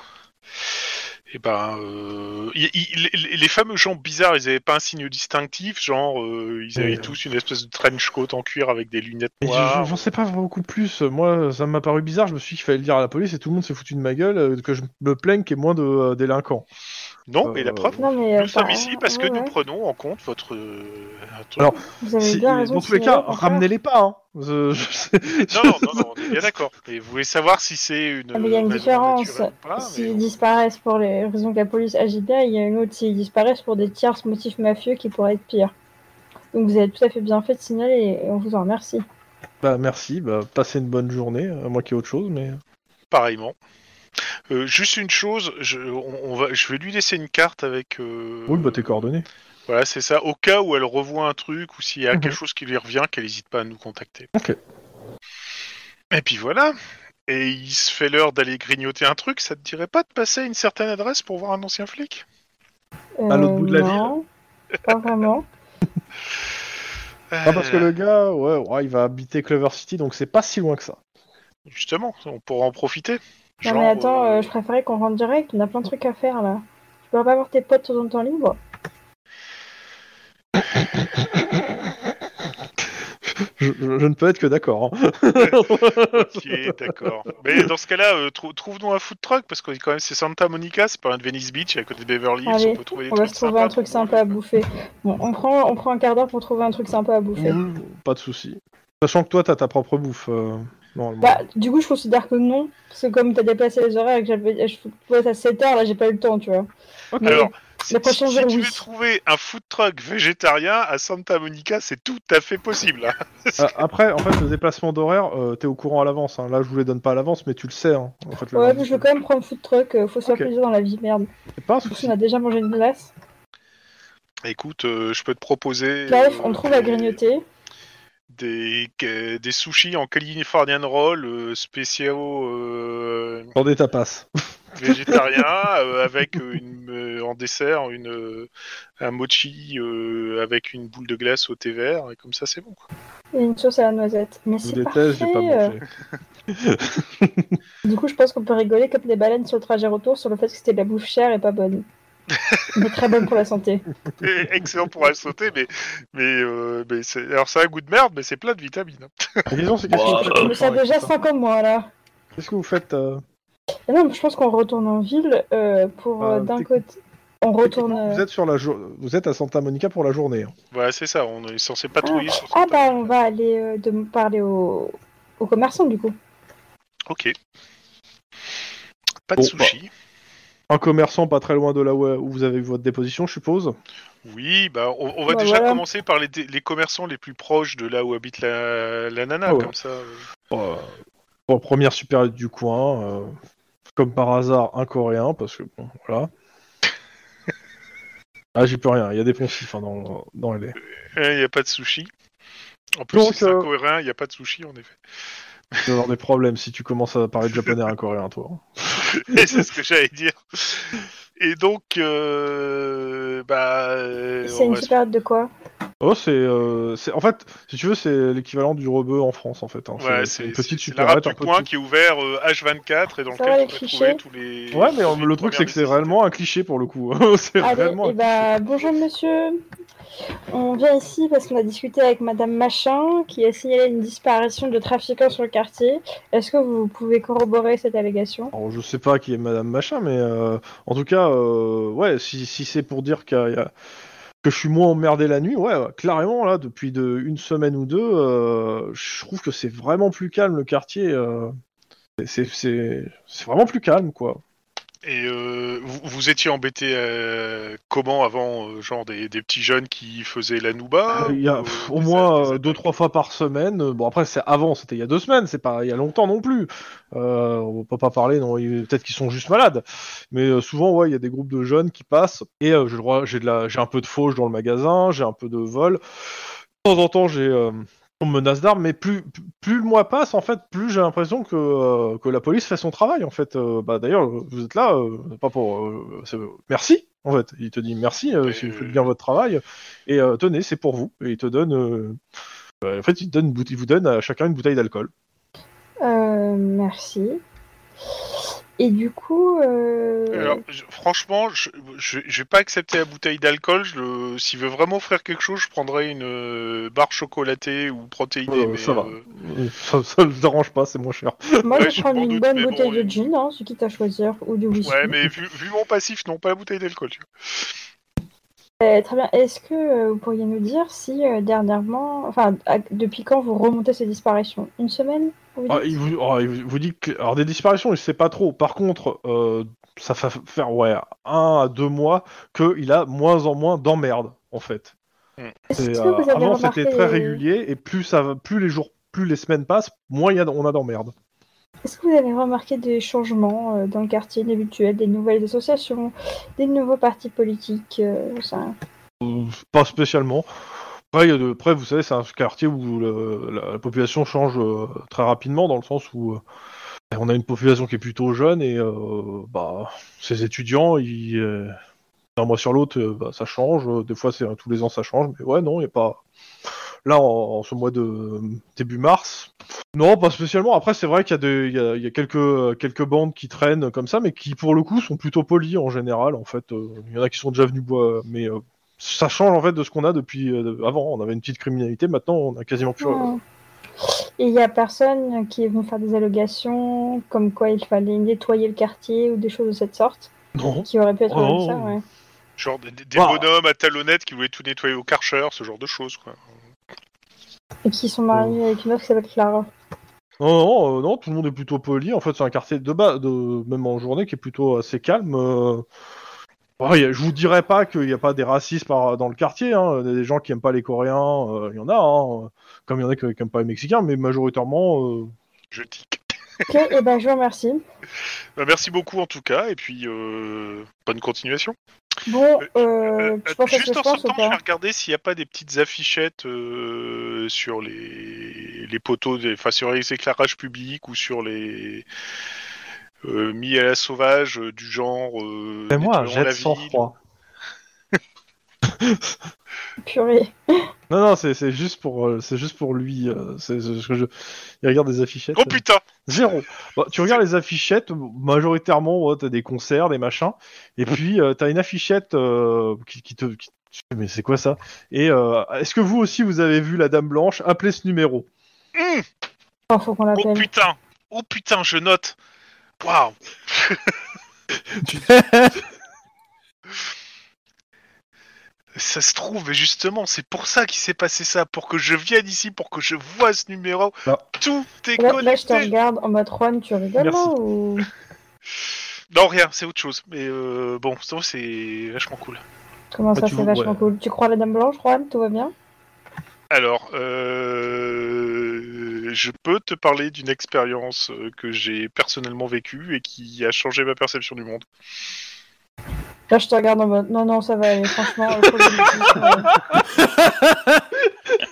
Speaker 5: Et ben, euh, il- il- les- les fameux gens bizarres, ils avaient pas un signe distinctif, genre euh, ils avaient
Speaker 1: Euh.
Speaker 5: tous une espèce de trench coat en cuir avec des lunettes
Speaker 1: Mais je- je-
Speaker 5: noires.
Speaker 1: j'en sais pas beaucoup plus. Moi, ça m'a paru bizarre. Je me suis dit qu'il fallait le dire à la police et tout le monde s'est foutu de ma gueule euh, que je me plaigne qu'il y ait moins de euh, délinquants.
Speaker 5: Non,
Speaker 1: Euh,
Speaker 5: mais la preuve.
Speaker 3: Non, mais,
Speaker 5: Nous
Speaker 3: euh,
Speaker 5: sommes
Speaker 3: bah,
Speaker 5: ici parce que
Speaker 3: ouais,
Speaker 5: nous
Speaker 3: ouais.
Speaker 5: prenons en compte votre. euh, truc.
Speaker 1: Alors,
Speaker 3: Vous avez
Speaker 1: Si-
Speaker 3: bien raison.
Speaker 1: dans
Speaker 3: de
Speaker 1: tous les
Speaker 3: signaler,
Speaker 1: cas,
Speaker 3: au contraire.
Speaker 1: ramenez-les pas. Hein. Je- je sais-
Speaker 5: non, non, non, non, on est bien d'accord. Et vous voulez savoir si c'est une.
Speaker 3: Ah, mais il y a une
Speaker 5: raison
Speaker 3: différence.
Speaker 5: naturelle ou pas, Ah, mais
Speaker 3: S'ils
Speaker 5: on-
Speaker 3: disparaissent pour les raisons que la police agit bien, il y a une autre s'ils disparaissent pour des tierces motifs mafieux qui pourraient être pires. Donc vous avez tout à fait bien fait de signaler et on vous en remercie.
Speaker 1: Bah merci, bah, passez une bonne journée, à moi qui ai autre chose, mais...
Speaker 5: Pareillement. Euh, juste une chose, je, on, on va, je vais lui laisser une carte avec. euh,
Speaker 1: Oui, bah tes coordonnées.
Speaker 5: Voilà, c'est ça. Au cas où elle revoit un truc ou s'il y a
Speaker 1: Mhm.
Speaker 5: quelque chose qui lui revient, qu'elle n'hésite pas à nous contacter.
Speaker 1: Ok.
Speaker 5: Et puis voilà. Et il se fait l'heure d'aller grignoter un truc, ça te dirait pas de passer à une certaine adresse pour voir un ancien flic
Speaker 3: Euh,
Speaker 1: À l'autre bout de la
Speaker 3: non, Pas vraiment.
Speaker 1: Ah, parce que le gars, ouais, ouais, il va habiter Clover City, donc c'est pas si loin que ça.
Speaker 5: Justement, on pourra en profiter.
Speaker 3: non mais
Speaker 5: Genre,
Speaker 3: attends,
Speaker 5: euh,
Speaker 3: euh, je préférais qu'on rentre direct, on a plein de trucs à faire là. Tu pourrais pas avoir tes potes sur ton temps libre
Speaker 1: Je, je- je ne peux être que d'accord. hein.
Speaker 5: Ok, euh, d'accord. Mais dans ce cas-là, euh, trou- trouve-nous un food truck, parce que quand même c'est Santa Monica, c'est pas loin de Venice Beach, à côté de Beverly Hills,
Speaker 3: Allez,
Speaker 5: on peut trouver des
Speaker 3: On va se
Speaker 5: trucs
Speaker 3: trouver
Speaker 5: sympas
Speaker 3: un truc
Speaker 5: pour
Speaker 3: sympa à bouffer. Bon, on prend, on prend un quart d'heure pour trouver un truc sympa à bouffer.
Speaker 5: Mm.
Speaker 1: Oui, hein. pas de souci. Sachant que toi, t'as ta propre bouffe, euh, normalement.
Speaker 3: Bah, du coup, je considère que non, parce que comme t'as déplacé les horaires et que j'avais, je pouvais à 7h, là j'ai pas eu le temps, tu vois.
Speaker 1: Ok.
Speaker 3: Mais-
Speaker 5: Alors, si,
Speaker 3: le prochain
Speaker 5: si
Speaker 3: jour,
Speaker 5: tu
Speaker 3: oui.
Speaker 5: veux trouver un food truck végétarien à Santa Monica, c'est tout à fait possible. hein.
Speaker 1: Ah, après, en fait, le déplacement d'horaire, euh, t'es au courant à l'avance. hein. Là, je vous les donne pas à l'avance, mais tu le sais. hein. En fait, le
Speaker 3: Ouais,
Speaker 1: lundi,
Speaker 3: mais je veux quand même prendre food truck, euh, faut se faire
Speaker 1: Ok.
Speaker 3: plaisir dans la vie, merde.
Speaker 1: c'est pas un
Speaker 3: En plus,
Speaker 1: souci.
Speaker 3: on a déjà mangé une glace.
Speaker 5: Écoute, euh, je peux te proposer.
Speaker 3: Bref,
Speaker 5: euh,
Speaker 3: on trouve à
Speaker 5: des-
Speaker 3: grignoter.
Speaker 5: Des, que- des sushis en Californian Roll euh, spéciaux euh,
Speaker 1: Attendez ta passe.
Speaker 5: végétariens euh, avec une, euh, en dessert une, euh, un mochi euh, avec une boule de glace au thé vert, et comme ça c'est bon. quoi.
Speaker 3: Et une sauce à la noisette. Mais
Speaker 1: Je vous
Speaker 3: c'est
Speaker 1: déteste, j'ai
Speaker 3: parfait,
Speaker 1: pas
Speaker 3: euh.
Speaker 1: mangé.
Speaker 3: Du coup, je pense qu'on peut rigoler comme des baleines sur le trajet retour sur le fait que c'était de la bouffe chère et pas bonne. Mais très bonne pour la santé.
Speaker 5: Et Excellent pour aller sauter, mais, mais, euh, mais c'est- alors c'est un goût de merde, mais c'est plein de vitamines. hein.
Speaker 1: La question, c'est qu'est-ce que
Speaker 4: Bah,
Speaker 1: vous faites,
Speaker 3: Mais ça
Speaker 1: euh,
Speaker 3: déjà 5 ans moins là.
Speaker 1: Qu'est-ce que vous faites euh,
Speaker 3: Et non, mais je pense qu'on retourne en ville euh, pour euh,
Speaker 1: Euh,
Speaker 3: d'un
Speaker 1: technique-
Speaker 3: côté. On retourne.
Speaker 1: Vous
Speaker 3: euh,
Speaker 1: êtes sur la jour- vous êtes à Santa Monica pour la journée. hein.
Speaker 5: Voilà, c'est ça, on est censé patrouiller. sur
Speaker 3: Ah
Speaker 5: Santa
Speaker 3: bah on
Speaker 5: Monica.
Speaker 3: va aller euh, de parler aux... aux commerçants du coup.
Speaker 5: Ok. Pas de
Speaker 1: Bon, bah.
Speaker 5: sushi.
Speaker 1: Un commerçant pas très loin de là où où vous avez eu votre déposition, je suppose.
Speaker 5: Oui, bah on, on va
Speaker 3: Bah,
Speaker 5: déjà
Speaker 3: voilà.
Speaker 5: commencer par les, dé- les commerçants les plus proches de là où habite la, la nana,
Speaker 1: Ah ouais.
Speaker 5: comme ça. euh.
Speaker 1: Euh, bon, première super du coin, euh, comme par hasard un coréen, parce que bon, voilà. Ah, j'y peux rien, il y a des poncifs hein, dans, dans les.
Speaker 5: Il n'y a pas de sushi. En plus,
Speaker 1: Donc,
Speaker 5: c'est un
Speaker 1: euh,
Speaker 5: coréen, il n'y a pas de sushi en effet.
Speaker 1: Tu vas avoir des problèmes si tu commences à parler de japonais à un coréen, toi.
Speaker 5: Et c'est ce que j'allais dire. Et donc, euh, bah, euh,
Speaker 3: C'est
Speaker 5: on
Speaker 3: une
Speaker 5: va se-
Speaker 3: petite période de quoi
Speaker 1: Oh, c'est. euh, c'est- en fait, si tu veux, c'est l'équivalent du rebeu en France, en fait. hein.
Speaker 5: Ouais,
Speaker 1: c'est
Speaker 5: c'est
Speaker 1: une petite
Speaker 5: c'est la rate
Speaker 1: supérette un
Speaker 5: du
Speaker 1: peu.
Speaker 5: coin
Speaker 1: tout-
Speaker 5: qui est ouvert euh, H24 et dans
Speaker 3: Ça
Speaker 5: lequel
Speaker 3: va,
Speaker 5: on
Speaker 3: les
Speaker 5: peut
Speaker 3: clichés
Speaker 5: trouver tous les.
Speaker 1: Ouais, mais euh,
Speaker 5: tous les
Speaker 1: le truc,
Speaker 5: premières
Speaker 1: c'est que c'est
Speaker 5: nécessités.
Speaker 1: réellement un cliché pour le coup. c'est
Speaker 3: Allez,
Speaker 1: réellement.
Speaker 3: et bah, bonjour monsieur. On vient ici parce qu'on a discuté avec madame Machin qui a signalé une disparition de trafiquants sur le quartier. Est-ce que vous pouvez corroborer cette allégation
Speaker 1: Alors, je sais pas qui est Madame Machin, mais euh, en tout cas, euh, ouais, si, si c'est pour dire qu'il y a- il y a- que je suis moins emmerdé la nuit, ouais, ouais, clairement, là, depuis de, une semaine ou deux, euh, je trouve que c'est vraiment plus calme le quartier. euh, c'est- c'est c'est vraiment plus calme, quoi.
Speaker 5: Et euh, vous, vous étiez embêté euh, comment avant, euh, genre des, des petits jeunes qui faisaient la nouba
Speaker 1: Ah, il y a
Speaker 5: ou,
Speaker 1: pff,
Speaker 5: euh,
Speaker 1: au
Speaker 5: des-
Speaker 1: moins
Speaker 5: des
Speaker 1: euh, deux,
Speaker 5: attaques
Speaker 1: trois fois par semaine. euh, Bon, après, c'est avant, c'était il y a deux semaines, c'est pas il y a longtemps non plus. Euh, on peut pas parler, non, il- peut-être qu'ils sont juste malades. Mais euh, souvent, ouais, il y a des groupes de jeunes qui passent et euh, j'ai le droit- j'ai de la- j'ai un peu de fauche dans le magasin, j'ai un peu de vol. De temps en temps, j'ai. euh, on me menace d'armes, mais plus, plus le mois passe, en fait, plus j'ai l'impression que, euh, que la police fait son travail, en fait. Euh, bah, D'ailleurs, vous êtes là, euh, pas pour... euh, c'est- merci, en fait. Il te dit merci euh,
Speaker 5: Ouais,
Speaker 1: si vous
Speaker 5: ouais,
Speaker 1: faites
Speaker 5: ouais.
Speaker 1: bien votre travail. Et euh, tenez, c'est pour vous. Et il te donne... euh, bah, en fait, il, te donne une boute- il vous donne à chacun une bouteille d'alcool.
Speaker 3: euh, Merci. Et du coup, euh,
Speaker 5: Alors, Alors, je- franchement, je, je, je vais pas accepter la bouteille d'alcool. Je le- S'il veut vraiment offrir quelque chose, je prendrais une euh, barre chocolatée ou protéinée.
Speaker 1: Euh,
Speaker 5: mais,
Speaker 1: ça va.
Speaker 5: euh,
Speaker 1: Ça, ça me dérange pas, c'est moins cher.
Speaker 3: Moi,
Speaker 5: Ouais,
Speaker 3: je
Speaker 5: je
Speaker 3: prends
Speaker 5: m'en
Speaker 3: une
Speaker 5: doute,
Speaker 3: bonne
Speaker 5: mais bon,
Speaker 3: bouteille
Speaker 5: oui.
Speaker 3: de gin, hein, c'est quitte à choisir, ou du whisky.
Speaker 5: Ouais, mais vu, vu mon passif, non, pas la bouteille d'alcool. tu vois.
Speaker 3: Euh, très bien. Est-ce que euh, vous pourriez nous dire si euh, dernièrement, enfin, à- depuis quand vous remontez ces disparitions Une semaine vous
Speaker 1: Ah,
Speaker 3: dites
Speaker 1: il vous, ah, il vous- vous dit que. Alors, des disparitions, il sait pas trop. Par contre, euh, ça fait faire ouais, un à deux mois qu'il a moins en moins d'emmerdes, en fait.
Speaker 3: Est-ce
Speaker 1: C'est,
Speaker 3: que
Speaker 1: euh,
Speaker 3: vous avez
Speaker 1: avant,
Speaker 3: remarqué
Speaker 1: c'était très
Speaker 3: les-
Speaker 1: régulier, et plus, ça va, plus les jours, plus les semaines passent, moins il y a, on a d'emmerdes.
Speaker 3: Est-ce que vous avez remarqué des changements euh, dans le quartier habituel, des nouvelles associations, des nouveaux partis politiques euh, ça-
Speaker 1: Euh, Pas spécialement. Après, il y a de, après, vous savez, c'est un quartier où le- la, la population change euh, très rapidement, dans le sens où euh, on a une population qui est plutôt jeune, et euh, bah, ces étudiants, ils, euh, d'un mois sur l'autre, euh, bah, ça change. Euh, Des fois, c'est tous les ans, ça change. Mais ouais, non, il n'y a pas. Là, en, en ce mois de début mars, non, pas spécialement. Après, c'est vrai qu'il y a, des, il y a, il y a quelques, quelques bandes qui traînent comme ça, mais qui, pour le coup, sont plutôt polies en général. En fait, Euh, il y en a qui sont déjà venus boire, mais euh, ça change en fait de ce qu'on a depuis euh, avant. On avait une petite criminalité, maintenant, on a quasiment plus. euh,
Speaker 3: Ouais. ah. Et il n'y a personne qui est venu faire des allocations, comme quoi il fallait nettoyer le quartier ou des choses de cette sorte,
Speaker 1: Non.
Speaker 3: qui auraient pu être
Speaker 1: Oh.
Speaker 3: comme ça, ouais.
Speaker 5: Genre des, des
Speaker 1: Bah.
Speaker 5: bonhommes à talonnettes qui voulaient tout nettoyer au karcher, ce genre de choses. Quoi.
Speaker 3: Et qui sont mariés avec une autre qui s'appelle Clara.
Speaker 1: Non, non, euh, non, tout le monde est plutôt poli. En fait, c'est un quartier de bas, de... même en journée, qui est plutôt assez calme. euh. Ouais, y a- je vous dirais pas qu'il n'y a pas des racistes par- dans le quartier. hein. Il y a des gens qui aiment pas les Coréens, euh, il y en a, hein, euh, comme il y en a qui qui aiment pas les Mexicains, mais majoritairement. euh,
Speaker 5: Je tic.
Speaker 3: Ok, et ben je vous remercie.
Speaker 5: Bah, merci beaucoup en tout cas, et puis euh, bonne continuation.
Speaker 3: Bon,
Speaker 5: Euh,
Speaker 3: euh,
Speaker 5: Euh,
Speaker 3: tu
Speaker 5: euh,
Speaker 3: penses à ce
Speaker 5: juste
Speaker 3: que
Speaker 5: en
Speaker 3: je
Speaker 5: sortant,
Speaker 3: pense ou
Speaker 5: je vais
Speaker 3: pas
Speaker 5: regarder s'il n'y a pas des petites affichettes euh, sur les, les poteaux, des- enfin sur les éclairages publics ou sur les euh, mis à la sauvage euh, du genre. Euh,
Speaker 1: Et moi,
Speaker 5: nettoyons
Speaker 1: j'ai
Speaker 5: la
Speaker 1: sans
Speaker 5: ville.
Speaker 1: froid.
Speaker 3: Purée.
Speaker 1: Non, non, c'est c'est juste pour, euh, c'est juste pour lui. euh, c'est c'est ce que je... Il regarde des affichettes.
Speaker 5: Oh putain
Speaker 1: Zéro. Bah, tu regardes les affichettes, majoritairement, ouais, t'as des concerts, des machins, et puis euh, t'as une affichette euh, qui, qui te. qui- tu fais, Mais c'est quoi ça Et euh, est-ce que vous aussi vous avez vu la Dame Blanche Appelez ce numéro.
Speaker 5: Hum,
Speaker 3: Oh, faut qu'on
Speaker 5: Oh
Speaker 3: l'appelle.
Speaker 5: putain Oh putain, je note Waouh Ça se trouve, et justement, c'est pour ça qu'il s'est passé ça, pour que je vienne ici, pour que je vois ce numéro.
Speaker 1: Bah.
Speaker 5: Tout est
Speaker 3: Là, là, je te
Speaker 5: connecté.
Speaker 3: regarde en mode Juan, tu rigoles
Speaker 1: Merci.
Speaker 3: là, ou
Speaker 5: Non, rien, c'est autre chose. Mais euh, bon, sinon, c'est vachement cool.
Speaker 3: Comment
Speaker 1: Bah,
Speaker 3: ça,
Speaker 1: tu
Speaker 3: c'est
Speaker 1: vois,
Speaker 3: vachement
Speaker 1: ouais.
Speaker 3: cool. Tu crois à la Dame Blanche, Juan Tout va bien
Speaker 5: Alors, euh, je peux te parler d'une expérience euh, que j'ai personnellement vécue et qui a changé ma perception du monde.
Speaker 3: Là, je te regarde en mode non, non, ça va aller, franchement. euh, faut que je me dise,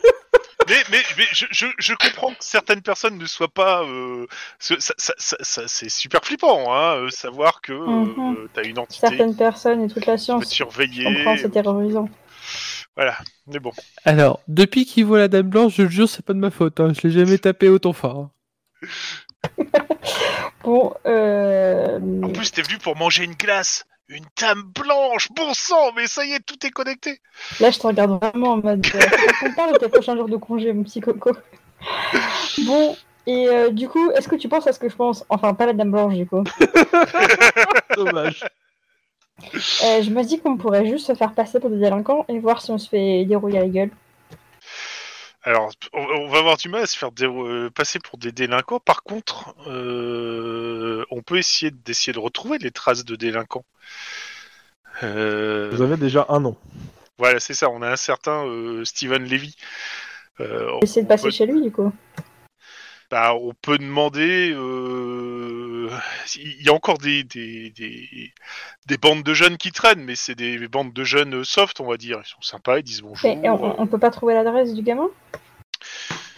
Speaker 5: Mais, mais, mais je, je, je comprends que certaines personnes ne soient pas. euh, ce- ça, ça- ça- ça- c'est super flippant, hein, euh, savoir que
Speaker 3: Mhm.
Speaker 5: euh, t'as une entité qui
Speaker 3: Certaines personnes et toute la
Speaker 5: peut te
Speaker 3: science. Je
Speaker 5: surveiller.
Speaker 3: comprends, c'est terrorisant.
Speaker 5: Mais bon.
Speaker 2: Alors, depuis qu'il voit la dame blanche, je le jure, c'est pas de ma faute. hein. Je l'ai jamais tapé autant fort. hein.
Speaker 3: Bon, euh...
Speaker 5: En plus, t'es venu pour manger une glace. Une dame blanche, bon sang, mais ça y est, tout est connecté.
Speaker 3: là, je te regarde vraiment en mode. euh, faut qu'on parle de tes prochains jours de congé, mon petit coco. Bon, et euh, du coup, est-ce que tu penses à ce que je pense Enfin, pas la Dame Blanche, du coup.
Speaker 1: Dommage.
Speaker 3: Euh, je me dis qu'on pourrait juste se faire passer pour des délinquants et voir si on se fait dérouiller la gueule.
Speaker 5: Alors, on, on va avoir du mal à se faire dé- euh, passer pour des délinquants. Par contre, euh, on peut essayer de- d'essayer de retrouver les traces de délinquants. Euh,
Speaker 1: Vous avez déjà un nom.
Speaker 5: Voilà, c'est ça. On a un certain euh, Steven Levy. Euh, on,
Speaker 3: Essayer de passer
Speaker 5: peut,
Speaker 3: chez lui, du coup.
Speaker 5: bah, on peut demander. euh, Il y a encore des, des, des, des bandes de jeunes qui traînent, mais c'est des bandes de jeunes euh, soft, on va dire. Ils sont sympas, ils disent bonjour. euh.
Speaker 3: Mais on, on peut pas trouver l'adresse du gamin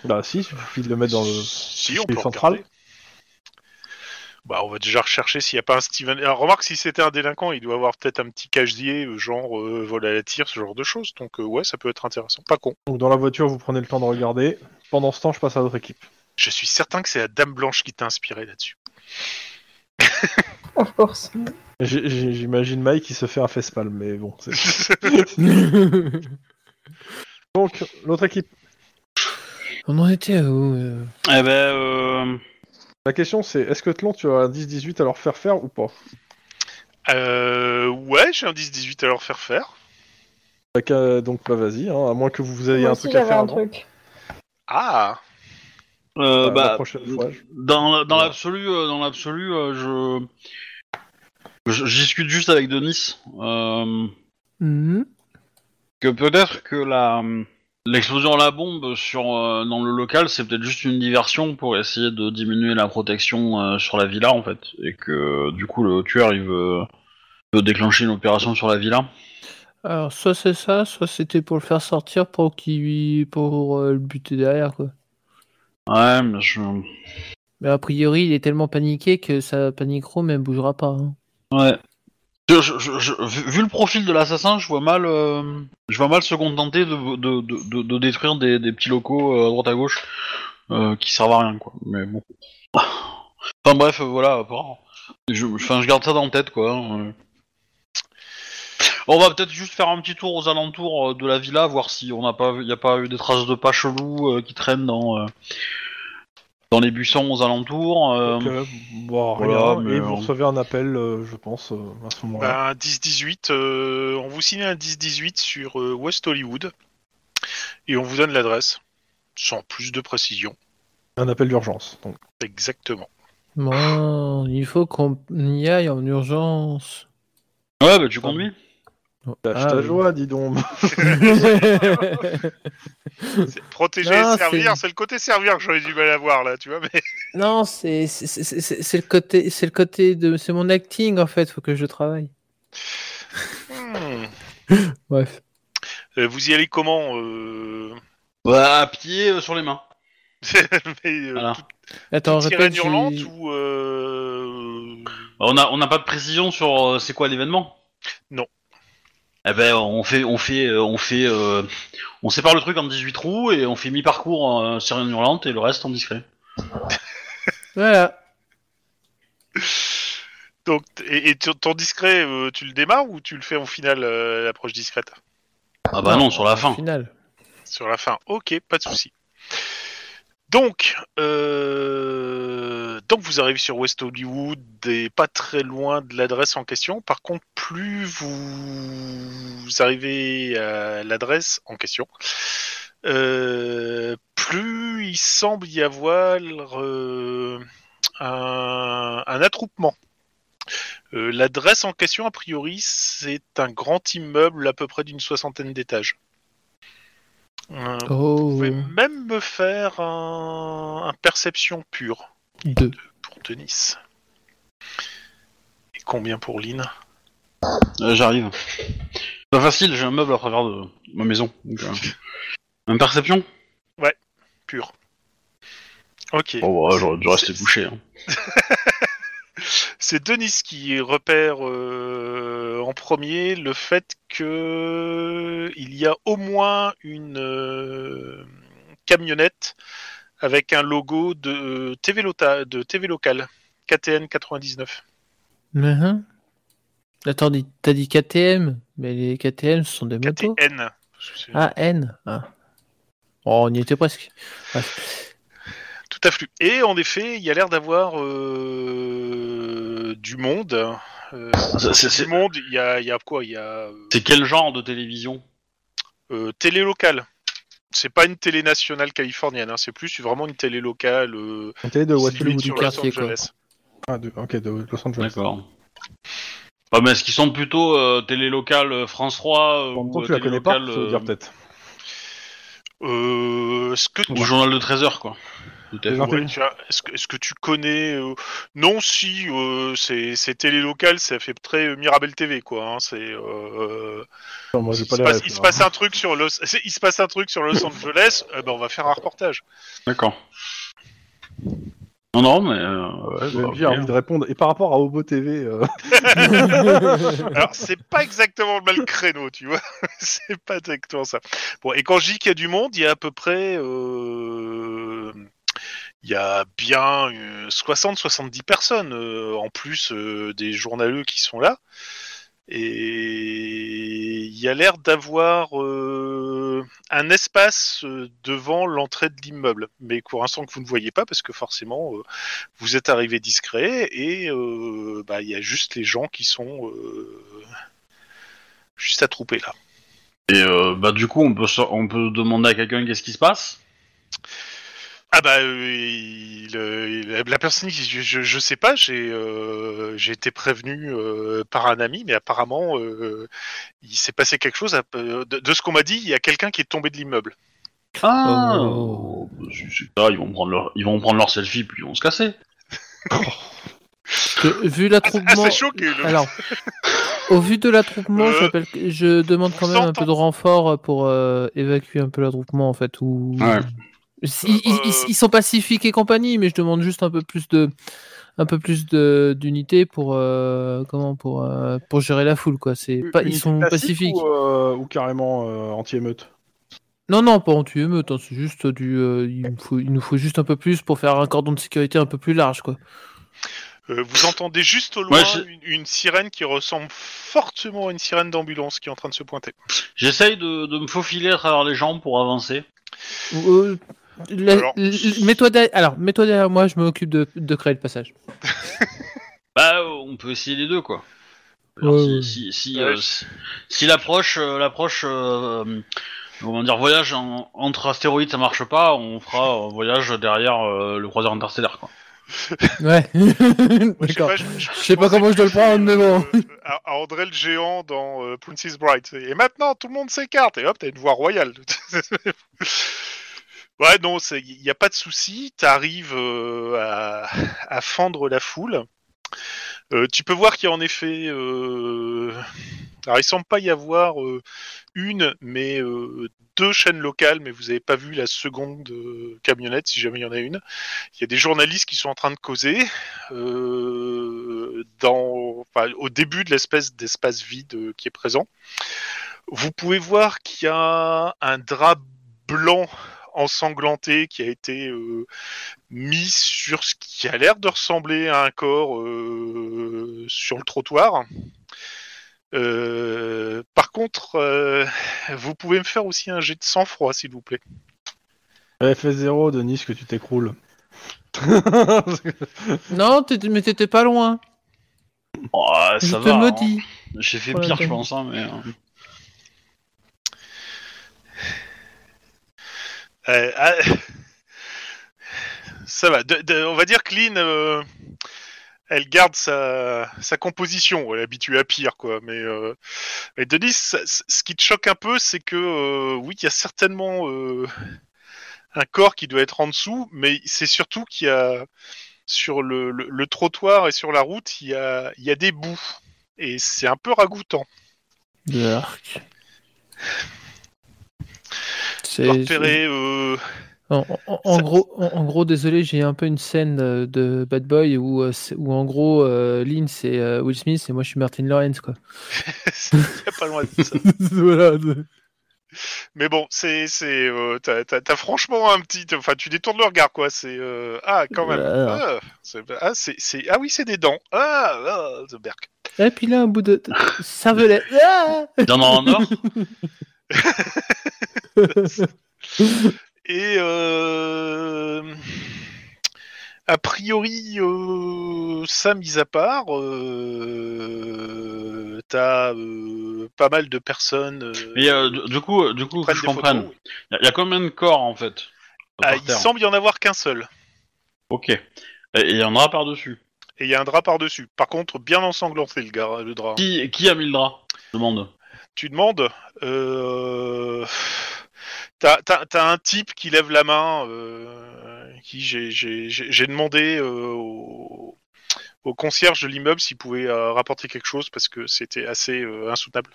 Speaker 1: Bah si, il suffit de le mettre dans le.
Speaker 5: Si, on
Speaker 1: fichier
Speaker 5: peut
Speaker 1: central.
Speaker 5: regarder. Bah, on va déjà rechercher s'il n'y a pas un Steven. Alors, remarque, si c'était un délinquant, il doit avoir peut-être un petit casier, euh, genre euh, vol à la tire, ce genre de choses. Donc, euh, ouais, ça peut être intéressant. Pas con.
Speaker 1: Donc dans la voiture, vous prenez le temps de regarder. Pendant ce temps, je passe à votre équipe.
Speaker 5: Je suis certain que c'est la Dame Blanche qui t'a inspiré là-dessus.
Speaker 3: Of course.
Speaker 1: Et J'ai- j'ai- J'imagine Mike qui se fait un fespalm, mais bon. c'est-
Speaker 2: hein.
Speaker 1: Donc, l'autre équipe.
Speaker 2: On en était à où euh
Speaker 4: Eh ben, euh,
Speaker 1: La question c'est est-ce que Tlon, tu as un 10-18 à leur faire faire ou pas
Speaker 5: Euh, ouais, j'ai un 10-18 à leur faire faire.
Speaker 1: Bah, qu'à- Donc, bah vas-y, hein, à moins que vous ayez
Speaker 3: Moi
Speaker 1: un
Speaker 3: aussi,
Speaker 1: truc à
Speaker 3: j'avais
Speaker 1: faire
Speaker 3: un
Speaker 1: avant.
Speaker 3: truc.
Speaker 5: Ah
Speaker 4: euh,
Speaker 1: Euh,
Speaker 4: bah,
Speaker 1: la prochaine fois. je-
Speaker 4: Dans, la- dans
Speaker 1: Ouais.
Speaker 4: l'absolu, euh, dans l'absolu, euh, je... je je discute juste avec Denis euh,
Speaker 2: Mhm.
Speaker 4: que peut-être que la l'explosion à la bombe sur euh, dans le local, c'est peut-être juste une diversion pour essayer de diminuer la protection euh, sur la villa en fait, et que du coup le tueur il veut, veut déclencher une opération sur la villa.
Speaker 2: Alors, soit c'est ça, soit c'était pour le faire sortir pour qu'il pour euh, le buter derrière quoi.
Speaker 4: Ouais, mais je
Speaker 2: Mais a priori, il est tellement paniqué que sa panique room elle bougera pas. hein.
Speaker 4: ouais. Je- je- je- je- vu vu le profil de l'assassin, je vois mal, euh, je vois mal se contenter de, de, de- de- de détruire des, des petits locaux euh, à droite à gauche euh, qui servent à rien, quoi. Mais bon. Enfin bref, euh, voilà. à part- Je, enfin, je garde ça dans la tête, quoi. euh. On va peut-être juste faire un petit tour aux alentours euh, de la villa, voir si on n'a pas, vu- y a pas eu des traces de pas chelous euh, qui traînent dans euh, dans les buissons aux alentours. euh.
Speaker 1: Donc, euh, bon,
Speaker 4: voilà,
Speaker 1: rien,
Speaker 4: mais
Speaker 1: et
Speaker 4: on-
Speaker 1: vous recevez un appel, euh, je pense, euh, à ce moment-là.
Speaker 5: Bah, un 10-18, euh, on vous signe un 10-18 sur euh, West Hollywood et on vous donne l'adresse. Sans plus de précision. Bah.
Speaker 1: Un appel d'urgence. Donc,
Speaker 5: Exactement.
Speaker 2: Bon, il faut qu'on y aille en urgence.
Speaker 4: Ouais, bah tu conduis.
Speaker 1: lâche
Speaker 2: Ah,
Speaker 1: ta
Speaker 2: oui.
Speaker 1: joie, dis donc.
Speaker 5: Protéger
Speaker 2: Non,
Speaker 5: et servir,
Speaker 2: c'est-
Speaker 5: c'est le côté servir que j'aurais du mal à voir là, tu vois. Mais...
Speaker 2: non, c'est c'est- c'est- c'est- c'est le côté c'est le côté de c'est mon acting en fait, faut que je travaille.
Speaker 5: Hmm.
Speaker 2: Bref.
Speaker 5: Euh, vous y allez comment euh,
Speaker 4: Bah, à pied euh, sur les mains.
Speaker 5: mais, euh,
Speaker 4: Voilà.
Speaker 2: Attends,
Speaker 5: toute sirène
Speaker 2: répète, j'ai-
Speaker 5: hurlante ou euh,
Speaker 4: Bah, On n'a on n'a pas de précision sur euh, c'est quoi l'événement.
Speaker 5: Non.
Speaker 4: Eh ben, on fait, on fait, euh, on fait, euh, on sépare le truc en 18 trous et on fait mi-parcours euh, sirène hurlante et le reste en discret.
Speaker 2: Voilà.
Speaker 5: donc et, et ton ton discret, euh, tu le démarres ou tu le fais au final euh, à l'approche discrète
Speaker 4: Ah bah non, sur la fin.
Speaker 2: Final.
Speaker 5: Sur la fin, ok, pas de souci. Donc, euh, donc vous arrivez sur West Hollywood et pas très loin de l'adresse en question. Par contre, plus vous arrivez à l'adresse en question, euh, plus il semble y avoir euh, un, un attroupement. Euh, l'adresse en question, a priori, c'est un grand immeuble à peu près d'une soixantaine d'étages. Euh, vous
Speaker 2: Oh.
Speaker 5: pouvez même me faire un, un perception pure
Speaker 2: Deux.
Speaker 5: pour Denis. Et combien pour Lynn
Speaker 4: Euh, J'arrive. Pas facile, j'ai un meuble à travers de ma maison. donc, euh, Une perception
Speaker 5: Pure. Ok.
Speaker 4: Oh bah, j'aurais dû rester bouché. hein.
Speaker 5: C'est Denis qui repère euh, en premier le fait que il y a au moins une euh, camionnette avec un logo de TV, lota- de TV local, KTN 99.
Speaker 2: Mhm. Attends, dis- t'as dit KTM, mais les KTM ce sont des motos.
Speaker 5: KTN.
Speaker 2: Ah, N. Ah. Oh, on y était presque.
Speaker 5: Tout à fait. Et en effet, il y a l'air d'avoir euh, du monde. Euh,
Speaker 4: C'est- c'est-
Speaker 5: du
Speaker 4: C'est
Speaker 5: monde, il y a, il y a quoi Il y a euh,
Speaker 4: c'est quel genre de télévision
Speaker 5: euh, télé locale. C'est pas une télé nationale californienne, hein, c'est plus vraiment une télé locale euh,
Speaker 1: On était de West
Speaker 5: située
Speaker 1: Hollywood.
Speaker 5: sur
Speaker 2: du
Speaker 5: Los
Speaker 2: quartier, quoi.
Speaker 5: Angeles.
Speaker 1: Ah, de- Ok, de Los Angeles.
Speaker 4: D'accord. Ah, mais est-ce qu'ils sont plutôt euh, télé locale euh, France 3 euh,
Speaker 1: En même
Speaker 4: ou
Speaker 1: temps,
Speaker 4: euh,
Speaker 1: tu la
Speaker 4: télé
Speaker 1: connais pas,
Speaker 4: locale,
Speaker 1: ça veut
Speaker 4: euh,
Speaker 1: dire peut-être.
Speaker 5: Euh, Est-ce que, tu-
Speaker 4: ou journal de 13 heures quoi. Peut-être.
Speaker 1: Des
Speaker 5: ouais,
Speaker 1: intelligences.
Speaker 5: tu as- est-ce que, est-ce que tu connais euh, Non, si euh, c'est c'est télé locale, ça fait très euh, Mirabel TV, quoi. hein, c'est euh,
Speaker 1: Non, moi, j'ai
Speaker 5: il,
Speaker 1: pas
Speaker 5: se
Speaker 1: les
Speaker 5: passe,
Speaker 1: rêves,
Speaker 5: il se
Speaker 1: hein.
Speaker 5: passe un truc sur Los, il se passe un truc sur Los Angeles. euh, ben on va faire un reportage.
Speaker 4: D'accord. Non, non, mais. euh, ouais,
Speaker 1: J'ai
Speaker 4: bah,
Speaker 1: j'ai envie de répondre. Et par rapport à Obo TV, euh,
Speaker 5: Alors c'est pas exactement le même créneau, tu vois. c'est pas exactement ça. Bon, et quand je dis qu'il y a du monde, il y a à peu près, euh, il y a bien 60-70 personnes euh, en plus euh, des journaleux qui sont là. Et il y a l'air d'avoir euh, un espace euh, devant l'entrée de l'immeuble, mais pour l'instant que vous ne voyez pas parce que forcément euh, vous êtes arrivé discret et euh, bah, il y a juste les gens qui sont euh, juste attroupés là.
Speaker 4: Et euh, bah du coup, on peut, so- on peut demander à quelqu'un qu'est-ce qui se passe.
Speaker 5: Ah bah euh, il, euh, il- la- la personne qui je, je, je sais pas j'ai euh, j'ai été prévenu euh, par un ami mais apparemment euh, il s'est passé quelque chose à- euh, de, de ce qu'on m'a dit il y a quelqu'un qui est tombé de l'immeuble
Speaker 4: Ah,
Speaker 2: Oh.
Speaker 4: bah, c'est- c'est ça, ils vont prendre leur, ils vont prendre leur selfie puis ils vont se casser.
Speaker 2: Que- vu
Speaker 5: ah
Speaker 2: l'attroupement.
Speaker 5: c'est choqué
Speaker 1: Mm.
Speaker 5: le...
Speaker 2: euh, Alors, au vu de l'attroupement,
Speaker 5: Euh,
Speaker 2: j'appelle- je demande quand
Speaker 5: on
Speaker 2: même un
Speaker 5: s'entend.
Speaker 2: peu de renfort pour euh, évacuer un peu l'attroupement en fait. Ou ils, ils-
Speaker 1: Euh,
Speaker 2: ils- ils sont pacifiques et compagnie, mais je demande juste un peu plus de, un peu plus de d'unité pour euh, comment pour euh, pour gérer la foule quoi. C'est pas, Bah, ils
Speaker 1: Unité
Speaker 2: sont
Speaker 1: classique
Speaker 2: pacifiques.
Speaker 1: Ou, euh, ou carrément euh, anti-émeute
Speaker 2: Non non pas anti-émeute, hein, c'est juste du, euh, il, me faut- il nous faut juste un peu plus pour faire un cordon de sécurité un peu plus large quoi.
Speaker 5: Euh, vous entendez juste au loin
Speaker 4: je-
Speaker 5: une, une sirène qui ressemble fortement à une sirène d'ambulance qui est en train de se pointer
Speaker 4: J'essaye de, de me faufiler à travers les gens pour avancer.
Speaker 2: Euh, la-
Speaker 5: Alors-
Speaker 2: l- mets-toi derrière, alors mets-toi derrière moi, je m'occupe de, de créer le passage.
Speaker 4: Bah, euh, on peut essayer les deux, quoi. Alors,
Speaker 2: Ouais,
Speaker 4: si,
Speaker 2: ouais.
Speaker 4: si, si,
Speaker 5: Ouais.
Speaker 4: euh, si- si l'approche, euh, l'approche, euh, euh, comment dire, voyage en- entre astéroïdes, ça marche pas, on fera un voyage derrière euh, le croiseur interstellaire, quoi.
Speaker 2: Ouais.
Speaker 5: Ouais,
Speaker 2: D'accord.
Speaker 5: je, je-
Speaker 2: Je sais pas
Speaker 5: pensais
Speaker 2: comment je dois le
Speaker 5: que-
Speaker 2: prendre, mais bon.
Speaker 5: euh, à, à André le géant dans euh, Princess Bride. Et maintenant, tout le monde s'écarte. Et hop, t'as une voix royale. ouais, non, il n'y a pas de souci. T'arrives euh, à, à fendre la foule. Euh, tu peux voir qu'il y a en effet. euh, Alors, il semble pas y avoir euh, une, mais euh, deux chaînes locales, mais vous n'avez pas vu la seconde euh, camionnette, si jamais il y en a une. Il y a des journalistes qui sont en train de causer euh, dans, enfin, au début de l'espèce d'espace vide euh, qui est présent. Vous pouvez voir qu'il y a un drap blanc ensanglanté qui a été euh, mis sur ce qui a l'air de ressembler à un corps euh, sur le trottoir. Euh, par contre, euh, vous pouvez me faire aussi un jet de sang-froid, s'il vous plaît.
Speaker 1: FS0, Denis, que tu t'écroules.
Speaker 2: Non, t'étais- mais t'étais pas loin.
Speaker 4: Oh,
Speaker 2: je
Speaker 4: ça
Speaker 2: te
Speaker 4: va. hein.
Speaker 2: maudis.
Speaker 4: J'ai fait
Speaker 2: Pour
Speaker 4: pire, je
Speaker 2: l'instant.
Speaker 4: pense, hein, mais. euh,
Speaker 5: Euh, ah, Ça va. De- de- on va dire que Lynn, euh, elle garde sa, sa composition. Elle est habituée à pire, quoi. Mais, euh, mais Denis, ça- c- ce qui te choque un peu, c'est que euh, oui, il y a certainement euh, un corps qui doit être en dessous, mais c'est surtout qu'il y a sur le, le- le trottoir et sur la route, il y a, il y a des bouts. Et c'est un peu ragoûtant.
Speaker 2: Dark. C'est.
Speaker 5: Repérer, euh,
Speaker 2: En, en- en
Speaker 5: Ça-
Speaker 2: gros, en, en gros, désolé, j'ai un peu une scène euh, de Bad Boy où, euh, c'est- où en gros, euh, Lynn c'est euh, Will Smith et moi je suis Martin Lawrence quoi.
Speaker 5: c'est pas loin de ça.
Speaker 2: voilà.
Speaker 5: Mais bon, c'est c'est euh, t'as, t'as- t'as franchement un petit, enfin tu détournes le regard quoi. C'est euh, ah quand même.
Speaker 2: Voilà.
Speaker 5: Ah, c'est, ah, c'est, c'est- ah oui c'est des dents. Ah, ah The Berk.
Speaker 2: Et puis là, un bout de cervelet. Ah
Speaker 4: D'un an en or
Speaker 5: Et euh, a priori euh, ça mis à part, euh, t'as euh, pas mal de personnes. euh,
Speaker 4: Mais euh, du du coup, euh, du coup, que
Speaker 5: qui prennent
Speaker 4: je
Speaker 5: des
Speaker 4: comprenne.
Speaker 5: photos.
Speaker 4: Il y, a combien de corps en fait
Speaker 5: Ah,
Speaker 4: par
Speaker 5: il
Speaker 4: terre
Speaker 5: semble y en avoir qu'un seul.
Speaker 4: Ok. Et il y en aura par dessus.
Speaker 5: Et il y a un drap par dessus. Par contre, bien ensanglanté le gars, le drap.
Speaker 4: Qui, qui a mis le drap Je Demande.
Speaker 5: tu demandes, euh, t'as t'as- t'as un type qui lève la main, euh, qui j'ai- j'ai j'ai- j'ai demandé euh, au, au concierge de l'immeuble s'il pouvait euh, rapporter quelque chose parce que c'était assez euh, insoutenable.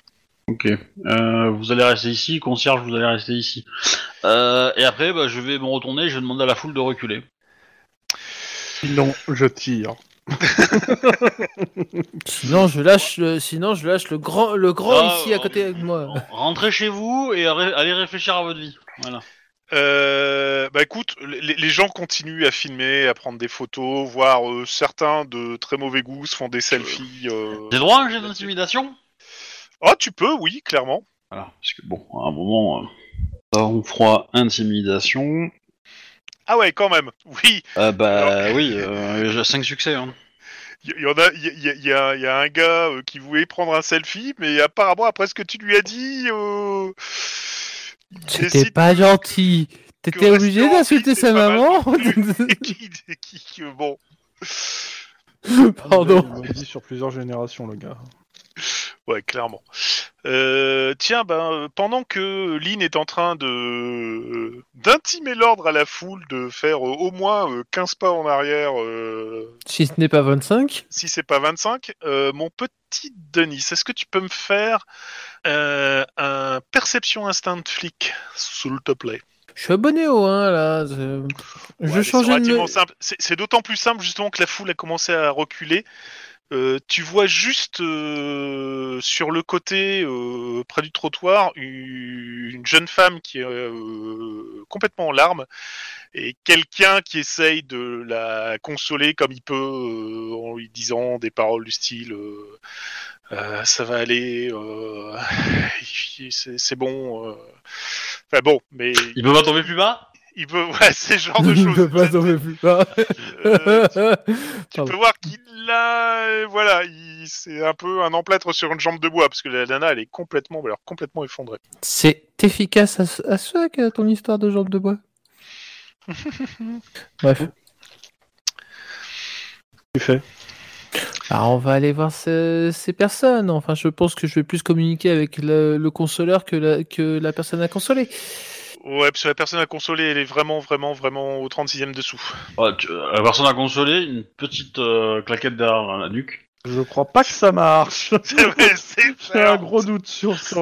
Speaker 4: Ok. Euh, vous allez rester ici, concierge, vous allez rester ici. Euh, et après, bah, je vais me retourner, je vais demander à la foule de reculer.
Speaker 1: Sinon, je tire.
Speaker 2: Sinon, je lâche. Le, sinon, je lâche le grand, le grand
Speaker 4: Ah,
Speaker 2: ici à
Speaker 4: oh.
Speaker 2: côté de moi.
Speaker 4: Rentrez chez vous et ré- allez réfléchir à votre vie. Voilà.
Speaker 5: Euh, bah écoute, les, les gens continuent à filmer, à prendre des photos, voire euh, certains de très mauvais goût se font des selfies. euh.
Speaker 4: J'ai droit à un jet d'intimidation
Speaker 5: Ah, tu peux, oui, clairement.
Speaker 4: Voilà, parce que bon, à un moment, euh, ça, on froid, intimidation.
Speaker 5: Ah ouais, quand même. Oui,
Speaker 4: Ah bah oui, euh, j'ai 5 succès. Hein.
Speaker 5: il y, y en a, il y, y- y a, y a un gars euh, qui voulait prendre un selfie, mais apparemment après ce que tu lui as dit, euh, il
Speaker 2: C'était
Speaker 5: décide
Speaker 2: pas gentil. T'étais
Speaker 5: rester
Speaker 2: obligé
Speaker 5: en
Speaker 2: d'insulter
Speaker 5: ville,
Speaker 2: sa
Speaker 5: c'est pas
Speaker 2: maman
Speaker 5: mal non plus. qui, qui- qui- euh, bon.
Speaker 2: Pardon.
Speaker 1: Ah, Il l'a dit sur plusieurs générations, le gars.
Speaker 5: Ouais, clairement. Euh, tiens, ben, euh, pendant que Lynn est en train de euh, d'intimer l'ordre à la foule de faire euh, au moins euh, 15 pas en arrière, euh,
Speaker 2: Si ce n'est pas 25,
Speaker 5: si c'est pas 25, euh, mon petit Denis, est-ce que tu peux me faire euh, un perception instinct de flic, s'il te plaît
Speaker 2: je suis abonné au 1 là. Je, je
Speaker 5: Ouais, c'est
Speaker 2: changeais de.
Speaker 5: relativement simple. C'est c'est d'autant plus simple justement que la foule a commencé à reculer. Euh, tu vois juste euh, sur le côté, euh, près du trottoir, u- une jeune femme qui est euh, complètement en larmes et quelqu'un qui essaye de la consoler comme il peut euh, en lui disant des paroles du style euh, Euh, ça va aller, euh, c'est c'est bon. euh. Enfin bon, mais
Speaker 4: Il peut pas tomber plus bas
Speaker 5: il veut, ouais, c'est ce genre de
Speaker 2: Je
Speaker 5: choses.
Speaker 2: ne peux pas tomber plus bas.
Speaker 5: Euh, tu
Speaker 2: Pardon.
Speaker 5: peux voir qu'il a, euh, voilà, il- c'est un peu un emplâtre sur une jambe de bois parce que la nana elle est complètement, alors complètement effondrée.
Speaker 2: C'est efficace à, ce- à ce que ton histoire de jambe de bois. Bref.
Speaker 1: Tu fais
Speaker 2: Alors, on va aller voir ce- ces personnes. Enfin, je pense que je vais plus communiquer avec le, le consoleur que la, que la personne à consoler.
Speaker 5: Ouais, parce que la personne à consoler elle est vraiment, vraiment, vraiment au 36e dessous.
Speaker 4: Ouais, Oh, tu- euh, La personne a consolé, une petite euh, claquette derrière la nuque.
Speaker 1: Je crois pas que ça marche.
Speaker 5: Ouais, c'est
Speaker 1: J'ai un
Speaker 5: clair.
Speaker 1: gros doute sur ça.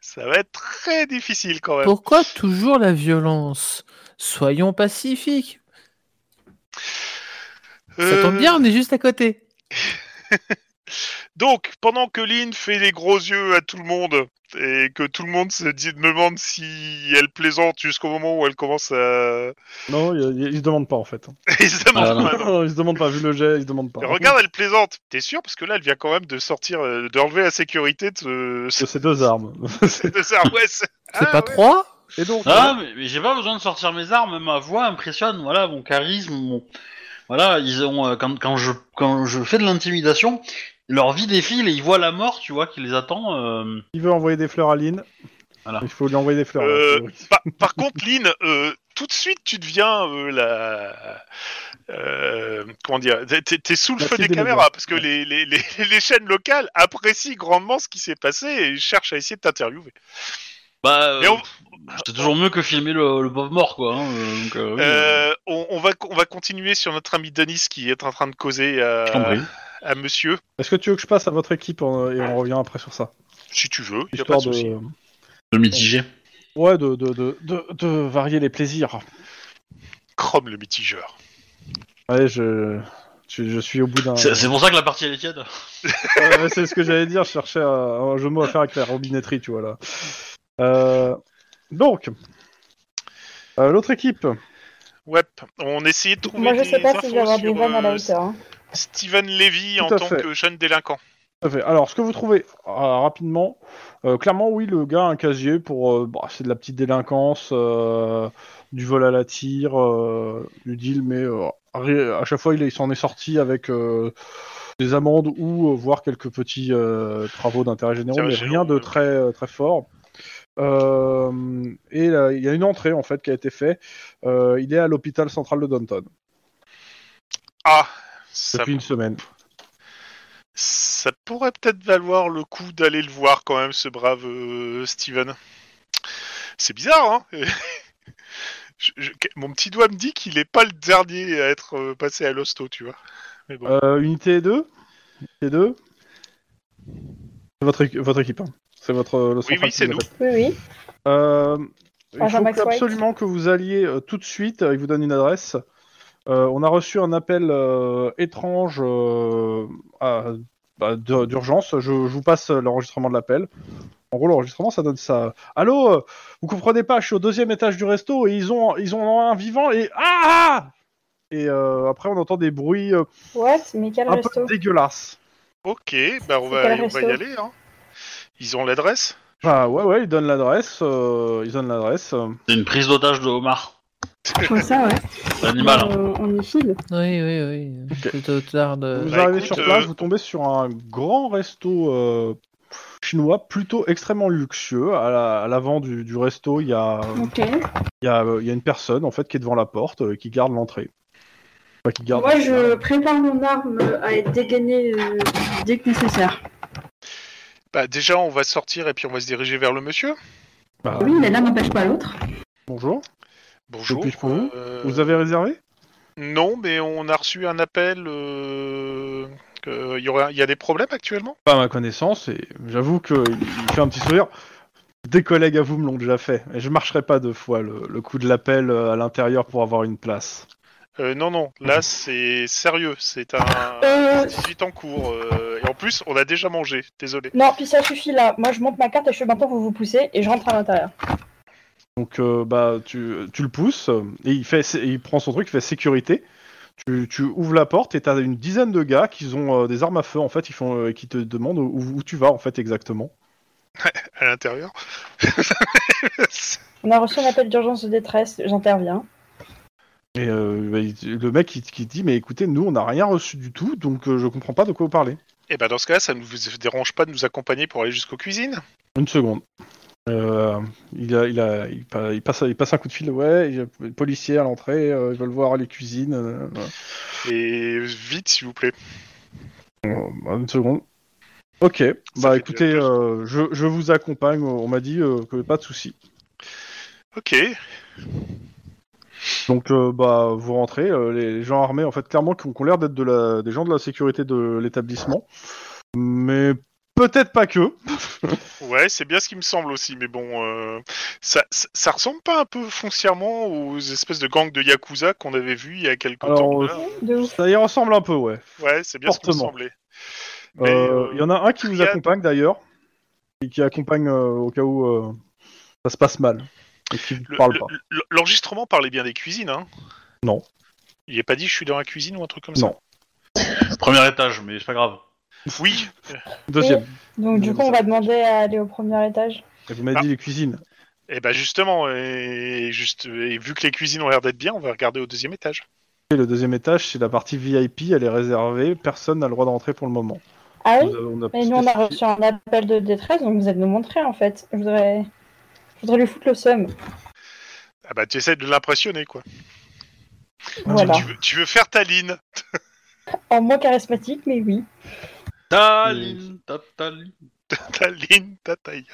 Speaker 5: Ça va être très difficile quand même.
Speaker 2: Pourquoi toujours la violence Soyons pacifiques. Ça tombe
Speaker 5: Euh,
Speaker 2: bien, on est juste à côté.
Speaker 5: Donc, pendant que Lynn fait des gros yeux à tout le monde et que tout le monde se dit, demande si elle plaisante jusqu'au moment où elle commence à.
Speaker 1: Non, il, il- il se demande pas en fait.
Speaker 5: Ils se demandent
Speaker 4: Ah, non.
Speaker 5: pas, non.
Speaker 1: il se demande pas, vu le jet, il se demande pas.
Speaker 5: Et regarde, elle plaisante. T'es sûr Parce que là, elle vient quand même de sortir, euh, de relever la sécurité de ce.
Speaker 1: De ses deux armes.
Speaker 5: de sa rouesse.
Speaker 2: C'est
Speaker 5: Ah,
Speaker 2: pas
Speaker 5: ouais.
Speaker 2: trois
Speaker 1: Et donc,
Speaker 5: Hein
Speaker 4: Ah, mais, mais j'ai pas besoin de sortir mes armes, ma voix impressionne, voilà, mon charisme, mon... Voilà, ils ont, euh, quand, quand, je, quand je fais de l'intimidation, leur vie défile et ils voient la mort, tu vois, qui les attend. euh.
Speaker 1: il veut envoyer des fleurs à Lynn.
Speaker 4: Voilà.
Speaker 1: Il faut lui envoyer des fleurs. là,
Speaker 5: Euh,
Speaker 1: c'est vrai.
Speaker 5: Par, par contre, Lynn, euh, tout de suite, tu deviens euh, la. euh, comment dire t'es- T'es t'es sous le
Speaker 1: La
Speaker 5: feu
Speaker 1: fille
Speaker 5: des
Speaker 1: des
Speaker 5: caméras
Speaker 1: médias.
Speaker 5: parce que les, les, les, les chaînes locales apprécient grandement ce qui s'est passé et cherchent à essayer de t'interviewer.
Speaker 4: Bah, euh,
Speaker 5: Mais on-
Speaker 4: c'est toujours mieux que filmer le, le pauvre mort, quoi. hein, euh, donc, euh, oui, euh,
Speaker 5: Euh, on, on va, on va continuer sur notre ami Denis qui est en train de causer
Speaker 4: je t'en
Speaker 5: à,
Speaker 4: prie.
Speaker 5: à monsieur,
Speaker 1: Est-ce que tu veux que je passe à votre équipe euh, et on revient après sur ça
Speaker 5: si tu veux. Y a pas
Speaker 1: Histoire
Speaker 5: de souci.
Speaker 1: de...
Speaker 4: de mitiger.
Speaker 1: Ouais, de, de, de, de, de varier les plaisirs.
Speaker 5: Chrome le mitigeur.
Speaker 1: Ouais, je, je, je suis au bout d'un...
Speaker 4: C'est c'est pour ça que la partie elle est tiède.
Speaker 1: Ouais, c'est ce que j'allais dire, je cherchais à- un jeu de mots à faire avec la robinetterie, tu vois là. Euh, donc, euh, l'autre équipe,
Speaker 5: Ouais, on essayait de trouver
Speaker 3: Moi, je
Speaker 5: des
Speaker 3: sais pas
Speaker 5: infos
Speaker 3: si je vais avoir
Speaker 5: sur,
Speaker 3: des vannes à la
Speaker 5: euh,
Speaker 3: hauteur. hein.
Speaker 5: Steven Levy
Speaker 1: Tout
Speaker 5: en
Speaker 1: à
Speaker 5: tant
Speaker 1: fait.
Speaker 5: que jeune délinquant.
Speaker 1: Tout à fait. Alors, ce que vous trouvez euh, rapidement, euh, clairement, oui, le gars a un casier pour. euh, bah, c'est de la petite délinquance, euh, du vol à la tire, euh, du deal, mais euh, ré- à chaque fois, il, est- il s'en est sorti avec euh, des amendes ou euh, voire quelques petits euh, travaux d'intérêt général, mais
Speaker 5: Intérêt
Speaker 1: rien de
Speaker 5: généraux,
Speaker 1: très, euh, très fort. Euh, et là, il y a une entrée en fait qui a été faite. Euh, il est à l'hôpital central de Downton
Speaker 5: Ah, ça,
Speaker 1: depuis une semaine.
Speaker 5: ça pourrait peut-être valoir le coup d'aller le voir quand même, ce brave euh, Steven. C'est bizarre, hein Je- je- Mon petit doigt me dit qu'il n'est pas le dernier à être euh, passé à l'hosto, tu vois. Mais bon.
Speaker 1: Euh, unité 2 Unité 2 C'est votre, équi- votre équipe. hein. C'est votre. euh, le
Speaker 5: oui,
Speaker 1: central
Speaker 5: c'est
Speaker 1: qui vous
Speaker 5: nous.
Speaker 1: appelle.
Speaker 3: Oui, oui.
Speaker 1: Euh, il
Speaker 3: Agent
Speaker 1: faut
Speaker 3: Max White.
Speaker 1: absolument que vous alliez euh, tout de suite. euh, il vous donne une adresse. Euh, on a reçu un appel euh, étrange euh, à- bah, d'ur- d'urgence. Je, je vous passe l'enregistrement de l'appel. En gros, l'enregistrement, ça donne ça. Allô, euh, vous comprenez pas, je suis au deuxième étage du resto et ils ont, ils ont un vivant et. Ah Et euh, après, on entend des bruits euh,
Speaker 3: What Mais quel
Speaker 1: un
Speaker 3: resto
Speaker 1: peu dégueulasses.
Speaker 5: Ok, bah on
Speaker 3: C'est
Speaker 5: va,
Speaker 3: quel
Speaker 5: on va y
Speaker 3: resto
Speaker 5: aller. Hein. Ils ont l'adresse
Speaker 1: Bah ouais, ouais, ils donnent l'adresse. euh, ils donnent l'adresse. euh.
Speaker 4: C'est une prise d'otage de homard.
Speaker 6: Ouais, ça, ouais.
Speaker 4: C'est animal. hein.
Speaker 6: Euh, on y file.
Speaker 2: Oui, oui, oui.
Speaker 1: Ok.
Speaker 2: Plutôt tard de-
Speaker 1: Vous
Speaker 5: Bah,
Speaker 1: arrivez
Speaker 5: écoute,
Speaker 1: sur place,
Speaker 5: euh,
Speaker 1: vous tombez sur un grand resto euh, chinois plutôt extrêmement luxueux. À la- à l'avant du, du resto, il y a. euh,
Speaker 6: Ok.
Speaker 1: Il y, a, euh, il y a une personne en fait qui est devant la porte, euh, qui garde l'entrée. Enfin, qui garde.
Speaker 6: Moi, je prépare mon arme à être dégainée euh, dès que nécessaire.
Speaker 5: Bah déjà, on va sortir et puis on va se diriger vers le monsieur.
Speaker 1: Bah,
Speaker 6: Oui, mais l'un n'empêche pas l'autre.
Speaker 1: Bonjour.
Speaker 5: Bonjour.
Speaker 1: Depuis pour vous
Speaker 5: euh,
Speaker 1: Vous avez réservé
Speaker 5: Non, mais on a reçu un appel. euh, que Il y, aurait... il y a des problèmes actuellement
Speaker 1: Pas à ma connaissance. Et j'avoue que il- il fait un petit sourire. Des collègues à vous me l'ont déjà fait. Et je marcherai pas deux fois le, le coup de l'appel euh, à l'intérieur pour avoir une place.
Speaker 5: Euh, non, non, là c'est sérieux, c'est un
Speaker 6: Euh.
Speaker 5: suite en cours. euh, Et en plus, on a déjà mangé, désolé.
Speaker 3: Non, puis ça suffit là. Moi, je monte ma carte et je fais maintenant vous vous poussez et je rentre à l'intérieur.
Speaker 1: Donc euh, bah tu, tu le pousses euh, et il fait sé- il prend son truc, il fait sécurité. Tu, tu ouvres la porte et t'as une dizaine de gars qui ont euh, des armes à feu en fait, ils font, euh, qui te demandent où, où tu vas en fait exactement.
Speaker 5: À l'intérieur.
Speaker 3: On a reçu un appel d'urgence de détresse, j'interviens.
Speaker 1: Et euh, bah, il- le mec qui, qui dit mais écoutez nous on n'a rien reçu du tout donc euh, je comprends pas de quoi vous parlez.
Speaker 5: Et ben dans ce cas, ça ne vous dérange pas de nous accompagner pour aller jusqu'aux cuisines
Speaker 1: Une seconde. Euh, il, a, il, a, il, pa- il passe, il passe un coup de fil ouais il y a le policier à l'entrée euh, ils veulent voir les cuisines. euh, voilà.
Speaker 5: Et vite, s'il vous plaît.
Speaker 1: Bah, Une seconde. Ok, bah
Speaker 5: fait
Speaker 1: écoutez,
Speaker 5: déjà
Speaker 1: euh, je, je vous accompagne, on m'a dit euh, que pas de souci.
Speaker 5: Ok.
Speaker 1: Donc euh, bah vous rentrez, euh, les, les gens armés en fait clairement qui ont, qui ont l'air d'être de la, des gens de la sécurité de l'établissement, mais peut-être pas que.
Speaker 5: Ouais, c'est bien ce qui me semble aussi, mais bon, euh, ça, ça, ça ressemble pas un peu foncièrement aux espèces de gangs de yakuza qu'on avait vu il y a quelques
Speaker 1: Alors,
Speaker 5: temps.
Speaker 1: euh,
Speaker 5: là.
Speaker 3: De ouf.
Speaker 1: Ça y ressemble un peu ouais.
Speaker 5: Ouais, c'est bien ce qui me
Speaker 1: fortement.
Speaker 5: semblait.
Speaker 1: Euh, Il
Speaker 5: Mais, euh,
Speaker 1: y en a un qui vous
Speaker 5: triade.
Speaker 1: accompagne d'ailleurs, et qui accompagne euh, au cas où euh, ça se passe mal, et qui vous
Speaker 5: Le-
Speaker 1: parle
Speaker 5: le-
Speaker 1: pas.
Speaker 5: le- L'enregistrement parlait bien des cuisines, hein
Speaker 1: Non.
Speaker 5: Il n'est pas dit je suis dans la cuisine ou un truc comme
Speaker 1: Non.
Speaker 4: Premier étage, mais c'est pas grave.
Speaker 5: ça Oui,
Speaker 1: Deuxième.
Speaker 3: Donc, du coup, on va demander à aller au premier étage.
Speaker 1: Et vous m'avez
Speaker 5: Ah.
Speaker 1: dit les cuisines.
Speaker 5: et ben justement, et, juste, et vu que les cuisines ont l'air d'être bien, on va regarder au deuxième étage.
Speaker 1: Et le deuxième étage, c'est la partie VIP, elle est réservée, personne n'a le droit d'entrer pour le moment.
Speaker 3: Ah oui
Speaker 1: Vous avez- on a
Speaker 3: Mais nous, on a
Speaker 1: spécifié-
Speaker 3: reçu un appel de détresse, donc vous allez nous montrer en fait. Je voudrais, je voudrais lui foutre le seum.
Speaker 5: Ah bah tu essaies de l'impressionner quoi.
Speaker 1: Bah.
Speaker 3: Voilà.
Speaker 5: Tu, veux, tu veux faire ta ligne
Speaker 3: En moins charismatique, mais oui.
Speaker 4: Taline, taline.
Speaker 5: Ta ligne, ta taille.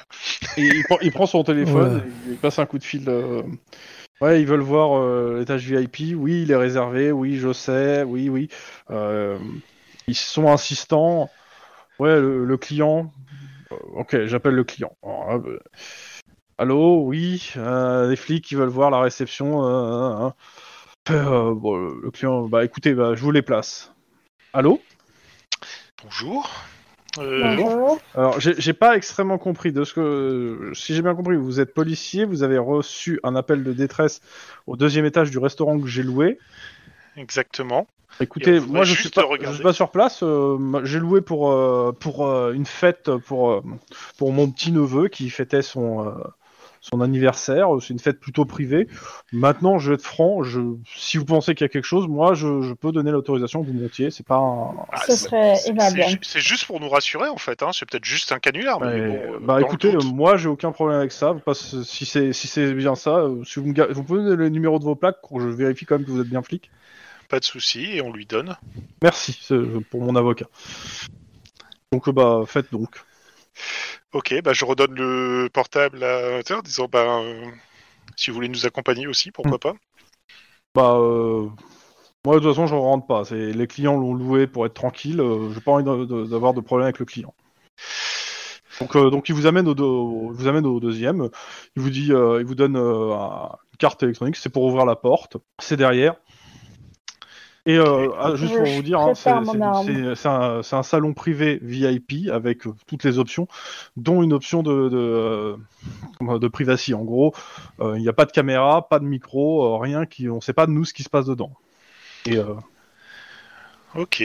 Speaker 1: Et il, prend, il prend son téléphone, et il passe un coup de fil. euh, Ouais, ils veulent voir euh, l'étage VIP. Oui, il est réservé. Oui, je sais. Oui, oui. Euh, ils sont insistants. Ouais, le, le client. Euh, ok, j'appelle le client. Alors, là, bah, Allô, oui. euh, les flics qui veulent voir la réception. euh, euh, euh. Euh, bon, le le client. Bah, écoutez, bah, je vous les place. Allô.
Speaker 5: Bonjour. Euh,
Speaker 3: Bonjour.
Speaker 1: Alors, j'ai j'ai pas extrêmement compris de ce que. Si j'ai bien compris, vous êtes policier, vous avez reçu un appel de détresse au deuxième étage du restaurant que j'ai loué.
Speaker 5: exactement. Et
Speaker 1: Écoutez,
Speaker 5: on voudrait
Speaker 1: moi je suis
Speaker 5: juste
Speaker 1: pas,
Speaker 5: le regarder.
Speaker 1: je suis pas sur place. euh, moi, j'ai loué pour euh, pour euh, une fête pour euh, pour mon petit neveu qui fêtait son euh, son anniversaire. C'est une fête plutôt privée. Maintenant, je vais être franc. Je, si vous pensez qu'il y a quelque chose, moi je, je peux donner l'autorisation que vous montiez. C'est pas. Un...
Speaker 5: Ah,
Speaker 3: Ce
Speaker 5: c'est-
Speaker 3: serait
Speaker 5: c'est-
Speaker 3: aimable.
Speaker 5: c'est ju- C'est juste pour nous rassurer en fait, hein. c'est peut-être juste un canular. Mais
Speaker 1: Ouais,
Speaker 5: bon, euh,
Speaker 1: bah
Speaker 5: dans le
Speaker 1: écoutez,
Speaker 5: doute.
Speaker 1: euh, moi j'ai aucun problème avec ça. Parce que si c'est si c'est bien ça, euh, si vous me ga- vous pouvez me donner le numéro de vos plaques, pour que je vérifie quand même que vous êtes bien flic.
Speaker 5: pas de souci et on lui donne.
Speaker 1: Merci c'est, euh, pour mon avocat. Donc euh, bah faites donc.
Speaker 5: Ok, bah je redonne le portable à Hunter en disant bah euh, si vous voulez nous accompagner aussi,
Speaker 1: Mm.
Speaker 5: pourquoi pas.
Speaker 1: Bah euh, moi de toute façon je rentre pas. C'est les clients l'ont loué pour être tranquille. euh, j'ai pas envie de- de- d'avoir de problème avec le client. Donc euh, donc il vous amène au, deux- au- il vous amène au deuxième. Il vous dit euh, il vous donne euh, un- une carte électronique. C'est pour ouvrir la porte. C'est derrière. Et euh, ah, juste
Speaker 3: Je
Speaker 1: pour vous dire, hein, c'est
Speaker 3: prépare mon
Speaker 1: c'est- c'est-
Speaker 3: arme.
Speaker 1: c'est un, c'est un salon privé VIP avec euh, toutes les options, dont une option de, de, euh, comment- de privacy. En gros, euh, il n'y a pas de caméra, pas de micro, euh, rien qui, on ne sait pas de nous ce qui se passe dedans. Et, euh,
Speaker 5: Ok.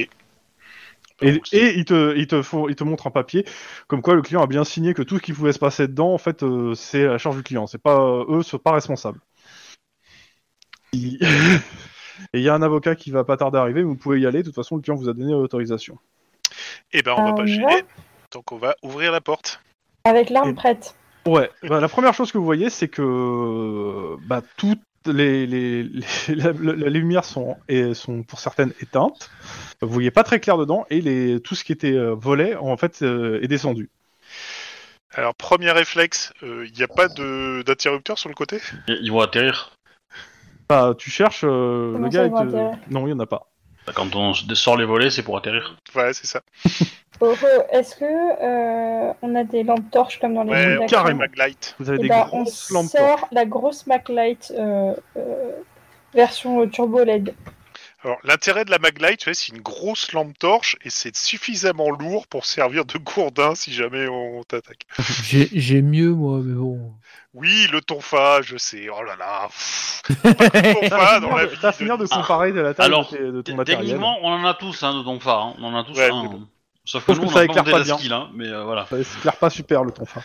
Speaker 1: et,
Speaker 5: Bah, Ah, Donc,
Speaker 1: et ils te, ils te font, ils te montrent un papier comme quoi le client a bien signé que tout ce qui pouvait se passer dedans, en fait, euh, c'est la charge du client. C'est pas euh, eux, sont pas responsables. Il- Et il y a un avocat qui va pas tarder à arriver, mais vous pouvez y aller. De toute façon, le client vous a donné l'autorisation.
Speaker 5: Eh ben, on va
Speaker 3: Ah,
Speaker 5: pas
Speaker 3: ouais.
Speaker 5: gêner. Donc, on va ouvrir la porte.
Speaker 3: Avec
Speaker 1: Et-
Speaker 3: l'arme prête.
Speaker 1: Ouais. bah, la première chose que vous voyez, c'est que bah, toutes les, les, les- la- la- les lumières sont, et sont pour certaines éteintes. Vous voyez pas très clair dedans, et les, tout ce qui était euh, volet, en fait, euh, est descendu.
Speaker 5: Alors, premier réflexe, il n'y a pas de- d'interrupteur sur le côté
Speaker 4: Ils ils vont atterrir.
Speaker 1: Bah, tu cherches euh, le
Speaker 3: Comment
Speaker 1: gars.
Speaker 3: ça, ils vont
Speaker 1: avec, euh,
Speaker 3: atterrir
Speaker 1: Non, il y en a pas.
Speaker 4: Bah, Quand on sort les volets, c'est pour atterrir.
Speaker 5: Ouais, c'est ça.
Speaker 3: Oh, oh, Est-ce que euh, on a des lampes torches comme dans les
Speaker 5: Ouais,
Speaker 3: films
Speaker 5: on
Speaker 3: d'action
Speaker 1: carrément.
Speaker 5: Maglite.
Speaker 1: Vous avez
Speaker 3: Eh
Speaker 1: des
Speaker 3: ben, on
Speaker 1: grosses lampes. torches.
Speaker 3: sort la grosse MacLight euh, euh, version turbo LED.
Speaker 5: Alors, l'intérêt de la Maglite, tu sais, c'est une grosse lampe torche et c'est suffisamment lourd pour servir de gourdin si jamais on t'attaque.
Speaker 2: J'ai j'ai mieux, moi, mais bon.
Speaker 5: Oui, le tonfa, je sais. Oh là là. pff. Pas de tonfa Ah, dans la vie.
Speaker 1: T'as finir de
Speaker 5: Denis.
Speaker 1: comparer de la taille
Speaker 4: Alors,
Speaker 1: de, tes- de ton matériel.
Speaker 4: Techniquement, on en a tous hein, de ton phare. hein. On en a tous
Speaker 5: Ouais,
Speaker 4: un.
Speaker 5: mais
Speaker 4: Sauf que
Speaker 1: Sauf
Speaker 4: nous,
Speaker 1: que
Speaker 4: on
Speaker 1: ça
Speaker 4: a pas
Speaker 1: éclaire
Speaker 4: monté
Speaker 1: pas
Speaker 4: la
Speaker 1: bien.
Speaker 4: skill, hein, mais euh, voilà.
Speaker 1: Ça éclaire pas super le tonfa.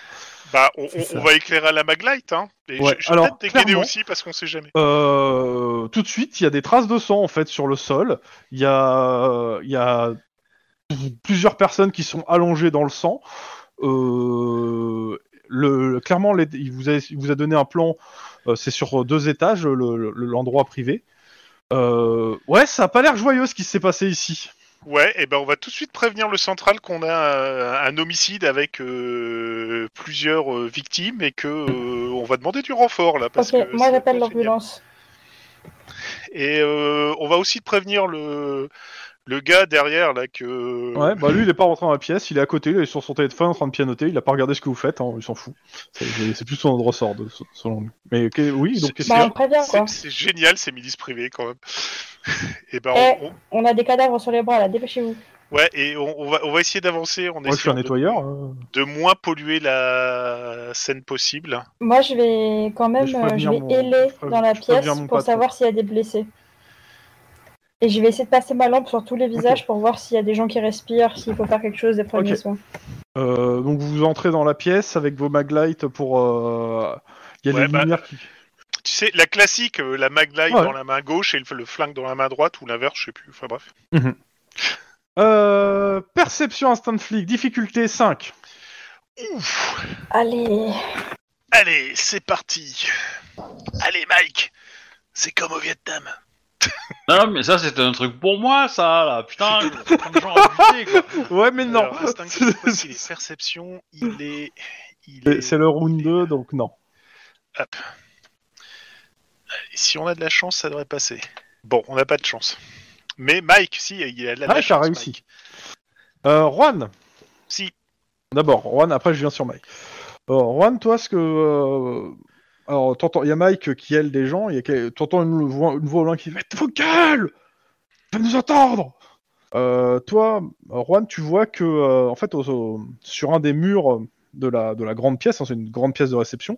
Speaker 5: Bah, on,
Speaker 2: C'est
Speaker 5: on-
Speaker 2: ça.
Speaker 5: on va éclairer à la Maglite, hein. Et
Speaker 1: Ouais,
Speaker 5: je, je vais
Speaker 1: alors,
Speaker 5: peut-être dégainer
Speaker 1: clairement.
Speaker 5: aussi parce qu'on sait jamais.
Speaker 1: Euh, tout de suite, il y a des traces de sang en fait sur le sol. Il y a, il y a plusieurs personnes qui sont allongées dans le sang. Euh, le, clairement, les- il, vous a, il vous a donné un plan. euh, c'est sur deux étages, l'endroit le, l'endroit privé. Euh, ouais, ça a pas l'air joyeux ce qui s'est passé ici.
Speaker 5: Ouais, et ben on va tout de suite prévenir le central qu'on a euh, un homicide avec euh, plusieurs euh, victimes et que euh, on va demander du renfort là. Parce
Speaker 3: ok,
Speaker 5: que
Speaker 3: moi
Speaker 5: ça va pas
Speaker 3: j'appelle
Speaker 5: être génial.
Speaker 3: l'ambulance.
Speaker 5: Et euh, on va aussi prévenir le, le gars derrière là que.
Speaker 1: Ouais, bah lui, il est pas rentré dans la pièce, il est à côté, il est sur son téléphone en train de pianoter, il a pas regardé ce que vous faites, hein, il s'en fout. C'est- C'est c'est plus son endroit sort, de, selon lui. Mais ok, oui, donc qu'est-ce qu'il y
Speaker 3: Bah,
Speaker 1: a
Speaker 3: on prévient quoi.
Speaker 5: C'est- C'est génial ces milices privées quand même. et ben
Speaker 3: Eh.
Speaker 5: on, on-
Speaker 3: On a des cadavres sur les bras là, dépêchez-vous.
Speaker 5: ouais et on, on va on va essayer d'avancer en
Speaker 1: Moi, je suis
Speaker 5: essayant
Speaker 1: un
Speaker 5: de-
Speaker 1: nettoyeur. euh.
Speaker 5: de moins polluer la scène possible.
Speaker 3: Moi je vais quand même
Speaker 1: Je
Speaker 3: euh, je
Speaker 1: préviens
Speaker 3: vais
Speaker 1: mon-
Speaker 3: héler
Speaker 1: je préviens-
Speaker 3: dans la
Speaker 1: je
Speaker 3: pièce
Speaker 1: préviens mon
Speaker 3: pour
Speaker 1: patron.
Speaker 3: savoir s'il y a des blessés. Et je vais essayer de passer ma lampe sur tous les visages pour voir s'il y a des gens qui respirent, s'il faut faire quelque chose des premiers
Speaker 1: Ok.
Speaker 3: soins.
Speaker 1: Euh, donc vous entrez dans la pièce avec vos maglights pour. euh, Il y a les
Speaker 5: Ouais, bah,
Speaker 1: lumières qui.
Speaker 5: Tu sais, la classique, euh, la maglite
Speaker 1: Ouais.
Speaker 5: dans la main gauche et le, le flingue dans la main droite, ou l'inverse, je sais plus. Enfin bref.
Speaker 1: Euh, perception instant flic, difficulté 5.
Speaker 5: Ouf
Speaker 3: Allez,
Speaker 5: Allez, c'est parti Allez, Mike C'est comme au Vietnam.
Speaker 4: Non, mais ça, c'était un truc pour moi, ça, là. Putain, je vais prendre les gens à buter, quoi.
Speaker 1: Ouais, mais non
Speaker 5: Alors, instinct, cette fois-ci, les perceptions, il est... Il
Speaker 1: C'est-
Speaker 5: est...
Speaker 1: C'est le round 2, donc non.
Speaker 5: Hop. Si on a de la chance, ça devrait passer. Bon, on n'a pas de chance. Mais Mike, si, il a de la, de la
Speaker 1: Ah, ça
Speaker 5: chance.
Speaker 1: réussi.
Speaker 5: Mike.
Speaker 1: Euh, Juan,
Speaker 5: Si,
Speaker 1: D'abord, Juan, après je viens sur Mike. Alors, Juan, toi, ce que. euh, Alors, t'entends, il y a Mike qui aile des gens, il y a quel- t'entends une voix, une voix au loin qui dit Mais vos gueules Tu vas nous entendre Euh, Toi, euh, Juan, tu vois que, euh, en fait, au- au- sur un des murs de la, de la grande pièce, hein, c'est une grande pièce de réception,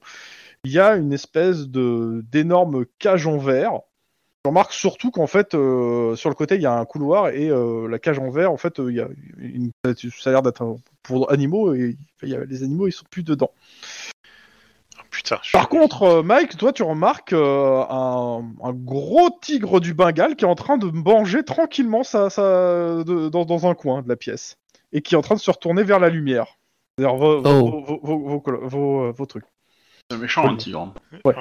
Speaker 1: il y a une espèce de d'énorme cage en verre. Je remarque surtout qu'en fait, euh, sur le côté, il y a un couloir et euh, la cage en verre, en fait, euh, il y a une- ça a l'air d'être un- pour animaux et il y a- les animaux ils sont plus dedans.
Speaker 5: Oh, putain. je-
Speaker 1: Par contre, euh, Mike, toi tu remarques euh, un, un gros tigre du Bengale qui est en train de manger tranquillement sa, sa- de- dans, dans un coin de la pièce et qui est en train de se retourner vers la lumière. C'est-à-dire vos, vos-
Speaker 2: Oh.
Speaker 1: vos- vos- vos colo- vos, euh, vos trucs.
Speaker 4: C'est méchant, un tigre. hein.
Speaker 5: Oui.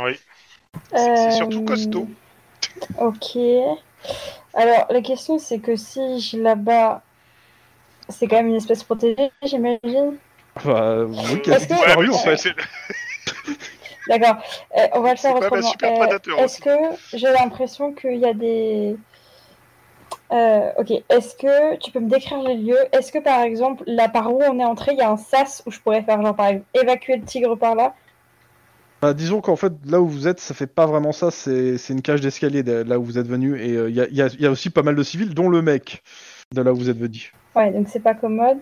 Speaker 5: C'est c'est surtout
Speaker 3: Euh,
Speaker 5: costaud.
Speaker 3: Ok. Alors, la question, c'est que si je la bats, c'est quand même une espèce protégée, j'imagine.
Speaker 1: Enfin, euh, oui, qui a
Speaker 3: Parce que-
Speaker 1: disparu,
Speaker 5: Ouais, mais
Speaker 1: en fait.
Speaker 5: c'est-
Speaker 3: D'accord. Euh, on va le
Speaker 5: C'est
Speaker 3: faire
Speaker 5: pas ma
Speaker 3: autrement. Euh,
Speaker 5: super prédateur
Speaker 3: Est-ce que j'ai l'impression qu'il y a des. Euh, ok. Est-ce que tu peux me décrire les lieux Est-ce que, par exemple, là par où on est entré, il y a un sas où je pourrais faire, genre, par exemple, évacuer le tigre par là
Speaker 1: Bah, disons qu'en fait, là où vous êtes, ça fait pas vraiment ça. C'est c'est une cage d'escalier de- là où vous êtes venu. Et euh, il y, a, y a- y a aussi pas mal de civils, dont le mec de là où vous êtes venu.
Speaker 3: Ouais, donc c'est pas commode.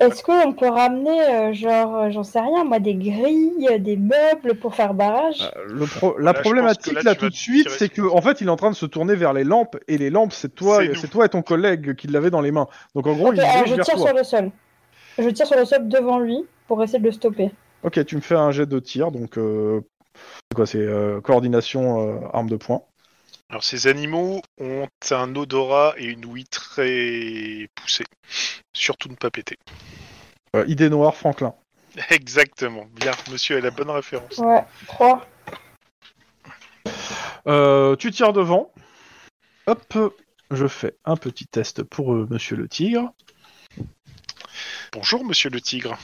Speaker 3: Est-ce qu'on peut ramener, euh, genre, euh, j'en sais rien, moi, des grilles, euh, des meubles pour faire barrage
Speaker 1: Euh, le pro- la
Speaker 5: bah, Là, je pense
Speaker 1: problématique
Speaker 5: que
Speaker 1: là,
Speaker 5: là, tu
Speaker 1: tout
Speaker 5: vas
Speaker 1: de suite,
Speaker 5: tirer
Speaker 1: c'est
Speaker 5: sur
Speaker 1: que en fait, il est en train de se tourner vers les lampes. Et les lampes, c'est toi,
Speaker 5: C'est nous.
Speaker 1: c'est toi et ton collègue qui l'avait dans les mains. Donc en gros,
Speaker 3: Ok,
Speaker 1: il se
Speaker 3: alors
Speaker 1: dirige
Speaker 3: euh, je hein.
Speaker 1: vers
Speaker 3: tire
Speaker 1: toi.
Speaker 3: sur le sol. Je tire sur le sol devant lui pour essayer de le stopper.
Speaker 1: Ok, tu me fais un jet de tir. Donc euh, c'est quoi, c'est euh, coordination euh, arme de poing.
Speaker 5: Alors, ces animaux ont un odorat et une ouïe très poussés. Surtout ne pas péter.
Speaker 1: Euh, idée noire, Franklin.
Speaker 5: Exactement. Bien, monsieur a la bonne référence.
Speaker 3: Ouais, 3.
Speaker 1: Euh, tu tires devant. Hop, je fais un petit test pour euh, Monsieur le Tigre.
Speaker 5: Bonjour, monsieur le tigre.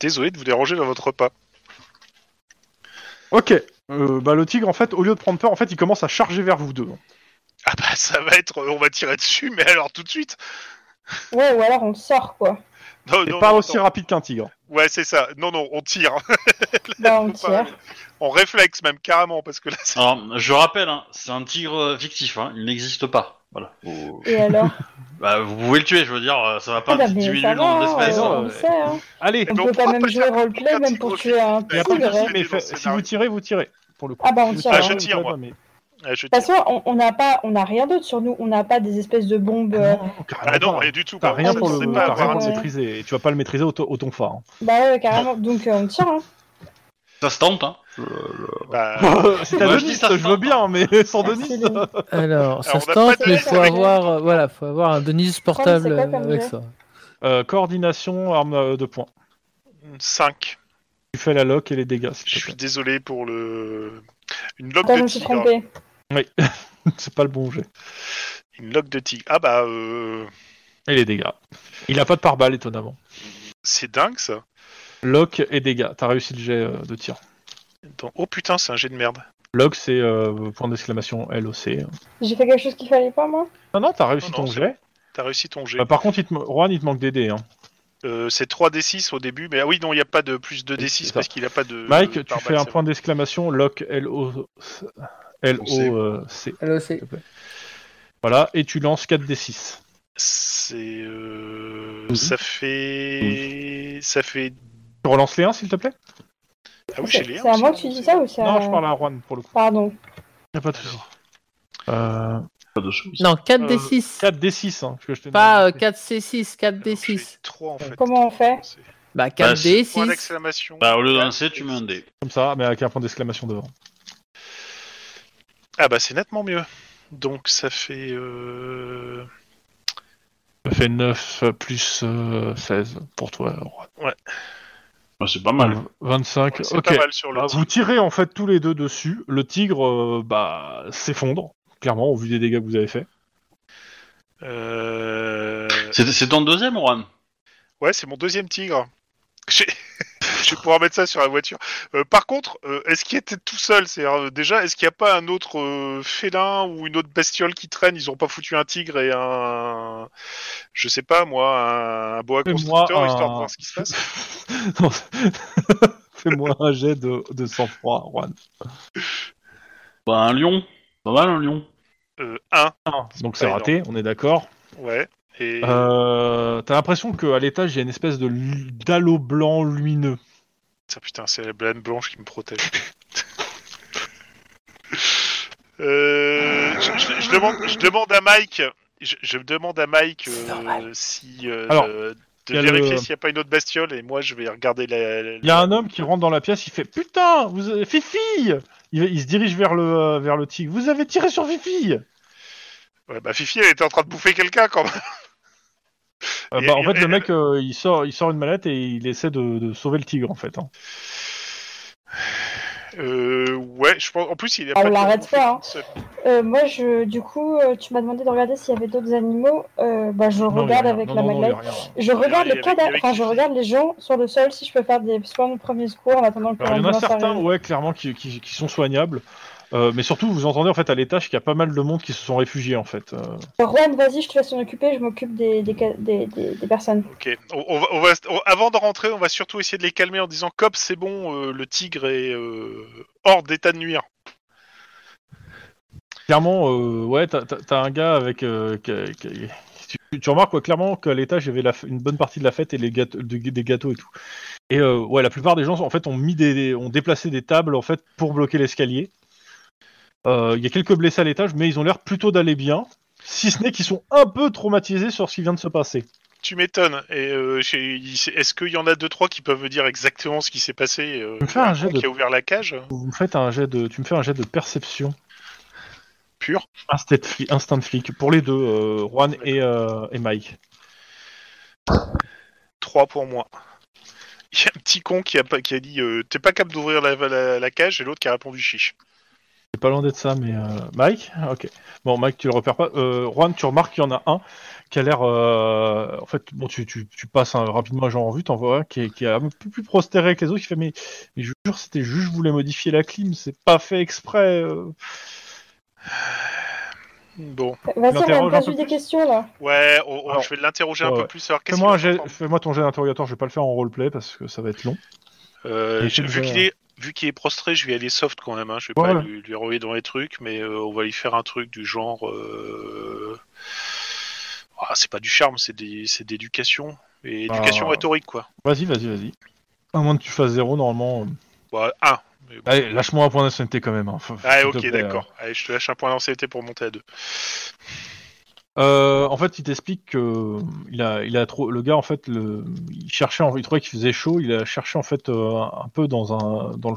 Speaker 5: Désolé de vous déranger dans votre repas.
Speaker 1: Ok. Euh, bah, le tigre, en fait, au lieu de prendre peur, en fait, il commence à charger vers vous deux.
Speaker 5: Ah bah, ça va être... On va tirer dessus, mais alors tout de suite
Speaker 3: Ouais, ou alors on sort, quoi.
Speaker 5: Non,
Speaker 1: C'est
Speaker 5: non,
Speaker 1: pas
Speaker 5: non,
Speaker 1: aussi
Speaker 5: non.
Speaker 1: rapide qu'un tigre.
Speaker 5: Ouais, c'est ça. Non, non, on tire.
Speaker 3: Bah, on
Speaker 5: Faut pas-
Speaker 3: tire.
Speaker 5: On réflexe même, carrément, parce que là, c'est...
Speaker 4: Alors, je rappelle, hein, c'est un tigre euh, fictif, hein, il n'existe pas. Voilà. Faut-
Speaker 3: Et alors
Speaker 4: Bah, vous pouvez le tuer, je veux dire, euh, ça va pas
Speaker 3: Ah bah, mais
Speaker 4: diminuer
Speaker 3: ça
Speaker 4: le
Speaker 3: va,
Speaker 4: nombre d'espèces.
Speaker 3: euh,
Speaker 4: hein.
Speaker 3: on le sait, hein.
Speaker 1: Allez,
Speaker 3: On
Speaker 5: Mais on
Speaker 3: peut pas
Speaker 5: pourra
Speaker 3: même
Speaker 5: pas
Speaker 3: jouer
Speaker 5: faire
Speaker 3: roleplay,
Speaker 5: un
Speaker 3: même
Speaker 5: tigre
Speaker 3: pour
Speaker 5: au
Speaker 3: tuer un
Speaker 5: Mais
Speaker 1: y a pas de
Speaker 3: tigre.
Speaker 5: c'est
Speaker 1: souci,
Speaker 3: hein.
Speaker 5: vrai.
Speaker 1: mais fait-
Speaker 5: Dans le
Speaker 1: si
Speaker 5: scénario.
Speaker 1: vous tirez, vous tirez. Pour le coup.
Speaker 3: Ah bah, on
Speaker 1: Si vous tirez pas,
Speaker 3: tire,
Speaker 5: hein. Je tire,
Speaker 1: vous tirez
Speaker 5: moi.
Speaker 1: pas, mais-
Speaker 5: Ah, je
Speaker 3: De
Speaker 5: tire.
Speaker 3: toute façon, on- on n'a pas, on n'a rien d'autre sur nous. On n'a pas des espèces de bombes. euh,
Speaker 1: Non, carrément
Speaker 5: Ah non,
Speaker 1: pas.
Speaker 5: rien du tout.
Speaker 1: hein. T'as
Speaker 5: par
Speaker 1: rien
Speaker 5: contre,
Speaker 1: pour
Speaker 5: on
Speaker 1: le,
Speaker 5: sait pas
Speaker 1: t'as rien
Speaker 5: avoir un
Speaker 1: pour le
Speaker 3: Ouais.
Speaker 1: maîtriser. Et tu vas pas le maîtriser au, to- au ton phare. hein.
Speaker 3: Bah ouais, carrément. Donc euh, on tire. Hein.
Speaker 4: Ça se tente, hein.
Speaker 5: tigre. Bah,
Speaker 1: C'est
Speaker 4: Moi,
Speaker 1: à
Speaker 4: je
Speaker 1: Denis,
Speaker 4: dis ça
Speaker 1: je
Speaker 4: se
Speaker 1: veux
Speaker 4: tente,
Speaker 1: bien, mais sans
Speaker 3: Merci,
Speaker 1: Denis. euh,
Speaker 3: Denis.
Speaker 2: Alors, ça
Speaker 5: Alors,
Speaker 2: se
Speaker 5: on n'a pas
Speaker 2: tente,
Speaker 5: de
Speaker 2: mais
Speaker 5: Denis
Speaker 2: faut
Speaker 3: avec
Speaker 2: avoir, euh, voilà, faut avoir un Denise portable
Speaker 3: quoi
Speaker 2: euh,
Speaker 3: comme
Speaker 2: avec
Speaker 3: jeu
Speaker 2: ça.
Speaker 1: Euh, coordination, arme euh, de poing.
Speaker 5: 5.
Speaker 1: Tu fais la lock et les dégâts. s'il te
Speaker 5: Je suis désolé pour le... Une loque
Speaker 3: Attends, je
Speaker 5: de
Speaker 3: me suis
Speaker 5: tigre.
Speaker 3: trompée.
Speaker 1: plaît. C'est pas le bon jet.
Speaker 5: Une loque de tigre. Ah bah, euh,
Speaker 1: Et les dégâts. Il a pas de pare-balles, étonnamment.
Speaker 5: c'est dingue ça.
Speaker 1: Lock et dégâts. T'as réussi le jet euh, de tir.
Speaker 5: Attends. Oh putain, c'est un jet de merde.
Speaker 1: Log, c'est euh, point d'exclamation LOC.
Speaker 3: J'ai fait quelque chose qu'il fallait pas, moi
Speaker 1: Non, non, t'as réussi
Speaker 5: Non,
Speaker 1: ton
Speaker 5: non, c'est
Speaker 1: jet.
Speaker 5: T'as réussi ton jet.
Speaker 1: Bah, par contre, il te... Juan, il te manque des dés. hein.
Speaker 5: Euh, c'est 3d6 au début, mais ah oui, non, il n'y a pas de plus de
Speaker 1: C'est
Speaker 5: d6
Speaker 1: ça.
Speaker 5: parce qu'il a pas de.
Speaker 1: Mike,
Speaker 5: de
Speaker 1: tu
Speaker 5: barbe,
Speaker 1: fais un
Speaker 5: c'est
Speaker 1: point d'exclamation LOC, L-O... L-O-C.
Speaker 2: Alors, c'est.
Speaker 1: euh, Voilà, et tu lances 4d6.
Speaker 5: vrai. C'est. euh, Ça fait. Ça fait.
Speaker 1: Tu relances les 1, s'il te plaît
Speaker 5: Ah oui,
Speaker 3: C'est
Speaker 5: chez les
Speaker 3: c'est à moi que tu dis ça ou c'est à...
Speaker 1: Non, je parle à Juan, pour le coup.
Speaker 3: Pardon.
Speaker 1: Y'a pas de souci. Euh,
Speaker 4: Pas de soucis.
Speaker 2: Non,
Speaker 5: Euh,
Speaker 2: 4d6.
Speaker 1: 4d6, hein, parce que je te
Speaker 2: Pas euh,
Speaker 1: demande.
Speaker 2: 4c6, 4d6.
Speaker 5: 3 Ah, en fait.
Speaker 3: Comment on fait
Speaker 2: Bah,
Speaker 5: Point
Speaker 2: 4d6.
Speaker 5: d'exclamation.
Speaker 4: Bah, au lieu d'un C, tu mets un D.
Speaker 1: Comme ça, mais avec un point d'exclamation devant.
Speaker 5: Ah bah, c'est nettement mieux. Donc, ça fait. euh,
Speaker 1: Ça fait 9 plus euh, 16 pour toi, Juan.
Speaker 4: Bah, c'est pas mal.
Speaker 1: 25,
Speaker 5: ouais, c'est
Speaker 1: ok.
Speaker 5: pas mal sur le.
Speaker 1: Bah,
Speaker 5: tir.
Speaker 1: vous tirez en fait tous les deux dessus. Le tigre euh, bah, s'effondre, clairement, au vu des dégâts que vous avez fait.
Speaker 5: Euh,
Speaker 4: C'est c'est ton deuxième, Juan
Speaker 5: Ouais, c'est mon deuxième tigre. J'ai- Je vais pouvoir mettre ça sur la voiture. Euh, par contre, euh, est-ce qu'il était tout seul cest déjà, est-ce qu'il n'y a pas un autre euh, félin ou une autre bestiole qui traîne Ils ont pas foutu un tigre et un, je sais pas moi, un, un boa
Speaker 1: Fais-moi
Speaker 5: constrictor
Speaker 1: un-
Speaker 5: histoire de voir ce qui se passe.
Speaker 1: Non, Fais-moi un jet de, de sang-froid, Juan.
Speaker 4: Bah, un lion. Pas mal, un lion.
Speaker 5: Euh, un,
Speaker 1: Donc
Speaker 5: pas
Speaker 1: c'est
Speaker 5: énorme.
Speaker 1: raté, on est d'accord.
Speaker 5: ouais. Et
Speaker 1: Euh, T'as l'impression qu'à l'étage, il y a une espèce de lu- d'halo blanc lumineux.
Speaker 5: ça putain, c'est la blâme blanche qui me protège. Euh, je, je- je demande, je demande à Mike. Je, je demande à Mike euh, si euh,
Speaker 1: Alors,
Speaker 5: de
Speaker 1: y a
Speaker 5: vérifier
Speaker 1: le-
Speaker 5: s'il n'y a pas une autre bestiole et moi je vais regarder la. la-
Speaker 1: Il y a un homme qui rentre dans la pièce, il fait Putain, vous avez... Fifi il, il se dirige vers le, euh, vers le tigre. Vous avez tiré sur Fifi
Speaker 5: Ouais, bah Fifi elle était en train de bouffer quelqu'un quand même.
Speaker 1: Euh,
Speaker 5: Et-
Speaker 1: bah, En fait,
Speaker 5: et-
Speaker 1: le mec, euh, il, sort, il sort une mallette et il essaie de, de sauver le tigre, en fait. hein.
Speaker 5: Euh, ouais, je pense. En plus il a
Speaker 3: Ah,
Speaker 5: pas.
Speaker 3: on
Speaker 5: de-
Speaker 3: l'arrête pas, hein.
Speaker 5: seul.
Speaker 3: Euh, Moi, je, du coup, euh, tu m'as demandé de regarder s'il y avait d'autres animaux. Euh, bah, je
Speaker 1: Non, il y a
Speaker 3: regarde
Speaker 1: rien.
Speaker 3: avec
Speaker 1: Non,
Speaker 3: la
Speaker 1: non, non, il y a
Speaker 3: maglite.
Speaker 1: rien.
Speaker 3: Je regarde
Speaker 5: Il y a-
Speaker 3: le
Speaker 5: il y a-
Speaker 3: cadavre.
Speaker 5: il y a-
Speaker 3: Enfin, je regarde les gens sur le sol si je peux faire des soins de premier secours en attendant que
Speaker 1: Alors, il y en a
Speaker 3: l'ambulance
Speaker 1: certains,
Speaker 3: arrive.
Speaker 1: ouais, clairement, qui, qui- qui sont soignables. Euh, mais surtout, vous entendez en fait à l'étage qu'il y a pas mal de monde qui se sont réfugiés en fait. Euh,
Speaker 3: Juan, vas-y, je te laisse s'en occuper, je m'occupe des, des, ca- des- des- des personnes.
Speaker 5: Ok. On, on va, on va- on- avant de rentrer, on va surtout essayer de les calmer en disant Cop, c'est bon, euh, le tigre est euh, hors d'état de nuire.
Speaker 1: clairement, euh, ouais, t'as- t'as t'as un gars avec. euh, qui- qui- tu, tu remarques quoi, clairement qu'à l'étage il y avait la f- une bonne partie de la fête et les gâteaux, de- des gâteaux et tout. Et euh, ouais, la plupart des gens en fait ont mis des, des- ont déplacé des tables en fait pour bloquer l'escalier. Euh, Il y a quelques blessés à l'étage, mais ils ont l'air plutôt d'aller bien, si ce n'est qu'ils sont un peu traumatisés sur ce qui vient de se passer.
Speaker 5: Tu m'étonnes. Et euh, j'ai- il- est-ce qu'il y en a deux trois qui peuvent me dire exactement ce qui s'est passé euh,
Speaker 1: Me faire un jet de-
Speaker 5: Qui a ouvert la cage
Speaker 1: Vous me faites un jet de, tu me fais un jet de perception.
Speaker 5: Pur.
Speaker 1: Instant, fli- instant flic pour les deux, euh, Juan et, euh, et Mike.
Speaker 5: 3 pour moi. Il y a un petit con qui a, pas- qui a dit euh, T'es pas capable d'ouvrir la, la- la cage et l'autre qui a répondu chiche.
Speaker 1: C'est pas loin d'être ça, mais euh, Mike, ok. Bon, Mike, tu le repères pas. Euh, Juan, tu remarques qu'il y en a un qui a l'air, euh, en fait, bon, tu, tu, tu passes hein, rapidement un genre en vue, t'en vois un qui est, qui est un peu plus prostéré que les autres, qui fait mais, mais je jure, c'était juste, je voulais modifier la clim, c'est pas fait exprès. euh.
Speaker 5: Bon.
Speaker 3: Vas-y, on a
Speaker 1: L'interroge un
Speaker 3: perdu
Speaker 1: peu
Speaker 3: des questions là.
Speaker 5: Ouais, on- on-
Speaker 1: Alors,
Speaker 5: je vais l'interroger un
Speaker 1: ouais.
Speaker 5: peu plus. Alors, qu'est-ce
Speaker 1: Fais-moi un
Speaker 5: qu'il
Speaker 1: jet-
Speaker 5: entend
Speaker 1: fais-moi ton jet d'interrogatoire, je vais pas le faire en roleplay parce que ça va être long.
Speaker 5: Euh,
Speaker 1: Et
Speaker 5: je-
Speaker 1: quel
Speaker 5: vu
Speaker 1: genre
Speaker 5: qu'il est vu qu'il est prostré, je vais aller soft quand même. Hein. Je vais
Speaker 1: Ouais,
Speaker 5: pas
Speaker 1: ouais.
Speaker 5: lui, lui envoyer dans les trucs, mais euh, on va lui faire un truc du genre. euh, ah, c'est pas du charme, c'est des c'est d'éducation et éducation
Speaker 1: Ah.
Speaker 5: rhétorique quoi.
Speaker 1: Vas-y, vas-y, vas-y. À moins que tu fasses zéro, normalement. euh,
Speaker 5: Bah, un. mais bon.
Speaker 1: Allez, lâche-moi un point d'ancienneté quand même. hein. Faut-
Speaker 5: Ah
Speaker 1: s'il te
Speaker 5: ok
Speaker 1: plaît, hein.
Speaker 5: d'accord. Allez, je te lâche un point d'ancienneté pour monter à deux.
Speaker 1: Euh, en fait, il t'explique que il a, il a trop, le gars en fait, le, il cherchait, en- il trouvait qu'il faisait chaud, il a cherché en fait euh, un peu dans un, dans le,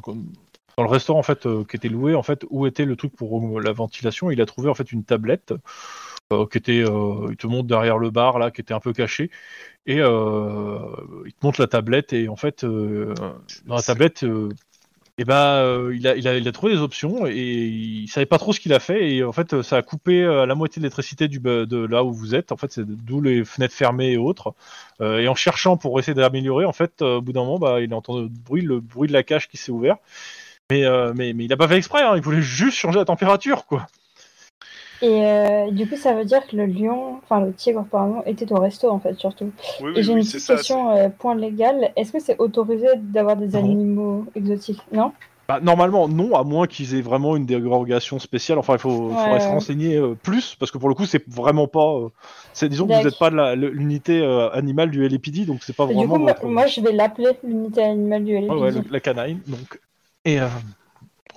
Speaker 1: dans le restaurant en fait euh, qui était loué en fait où était le truc pour euh, la ventilation. Il a trouvé en fait une tablette euh, qui était, euh, il te montre derrière le bar là, qui était un peu cachée et euh, il te montre la tablette et en fait euh, dans la tablette. euh, eh ben, euh, il, a, il, a, il a trouvé des options et il savait pas trop ce qu'il a fait et en fait euh, ça a coupé euh, la moitié de l'électricité du ba- de là où vous êtes en fait c'est d'où les fenêtres fermées et autres Euh, et en cherchant pour essayer d'améliorer en fait euh, au bout d'un moment bah, il a entendu le bruit le bruit de la cage qui s'est ouvert mais, euh, mais mais il a pas fait exprès hein, il voulait juste changer la température quoi
Speaker 3: Et euh, du coup, ça veut dire que le lion, enfin le tigre apparemment, était au resto en fait, surtout.
Speaker 5: Oui
Speaker 3: Et
Speaker 5: oui,
Speaker 3: j'ai
Speaker 5: oui,
Speaker 3: une
Speaker 5: c'est
Speaker 3: petite
Speaker 5: ça.
Speaker 3: question, euh, point légal. Est-ce que c'est autorisé d'avoir des
Speaker 1: Non.
Speaker 3: animaux exotiques Non
Speaker 1: Bah, normalement, non, à moins qu'ils aient vraiment une dérogation spéciale. Enfin, il faut,
Speaker 3: Ouais,
Speaker 1: faudrait se
Speaker 3: ouais.
Speaker 1: renseigner euh, plus, parce que pour le coup, c'est vraiment pas. euh, c'est, disons que vous
Speaker 3: D'accord.
Speaker 1: n'êtes pas de la- le- l'unité euh, animale du LPD, donc c'est pas
Speaker 3: Et Du
Speaker 1: vraiment.
Speaker 3: coup, moi,
Speaker 1: votre-
Speaker 3: moi, je vais l'appeler l'unité animale du LPD.
Speaker 1: Ah Ouais, ouais, le- la canine, donc. Et, euh,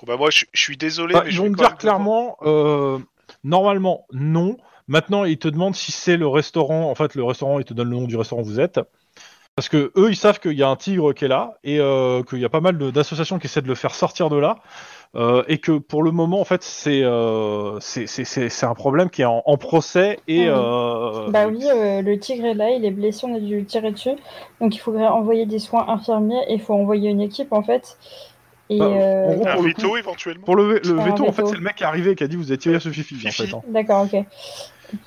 Speaker 5: Bon, bah, moi je, je suis désolé.
Speaker 1: bah,
Speaker 5: mais
Speaker 1: ils
Speaker 5: je
Speaker 1: vont
Speaker 5: vais
Speaker 1: me
Speaker 5: quand même
Speaker 1: dire clairement, euh, normalement, non. Maintenant, ils te demandent si c'est le restaurant. En fait, le restaurant, ils te donnent le nom du restaurant où vous êtes. Parce que eux, ils savent qu'il y a un tigre qui est là et euh, qu'il y a pas mal de- d'associations qui essaient de le faire sortir de là. Euh, et que pour le moment, en fait, c'est euh, c'est- c'est- c'est- c'est un problème qui est en, en procès et.
Speaker 3: Ah oui.
Speaker 1: euh,
Speaker 3: Bah oui, euh, le tigre est là, il est blessé, on a dû le tirer dessus. Donc il faudrait envoyer des soins infirmiers et il faut envoyer une équipe en fait. Et
Speaker 1: Bah,
Speaker 3: euh,
Speaker 1: en gros,
Speaker 5: Un
Speaker 1: pour le
Speaker 5: veto éventuellement.
Speaker 1: Pour le, le
Speaker 3: Ah,
Speaker 1: veto, en fait,
Speaker 3: veto.
Speaker 1: c'est le mec qui est arrivé et qui a dit Vous êtes tiré ce fifi. En fait, hein.
Speaker 3: D'accord, ok.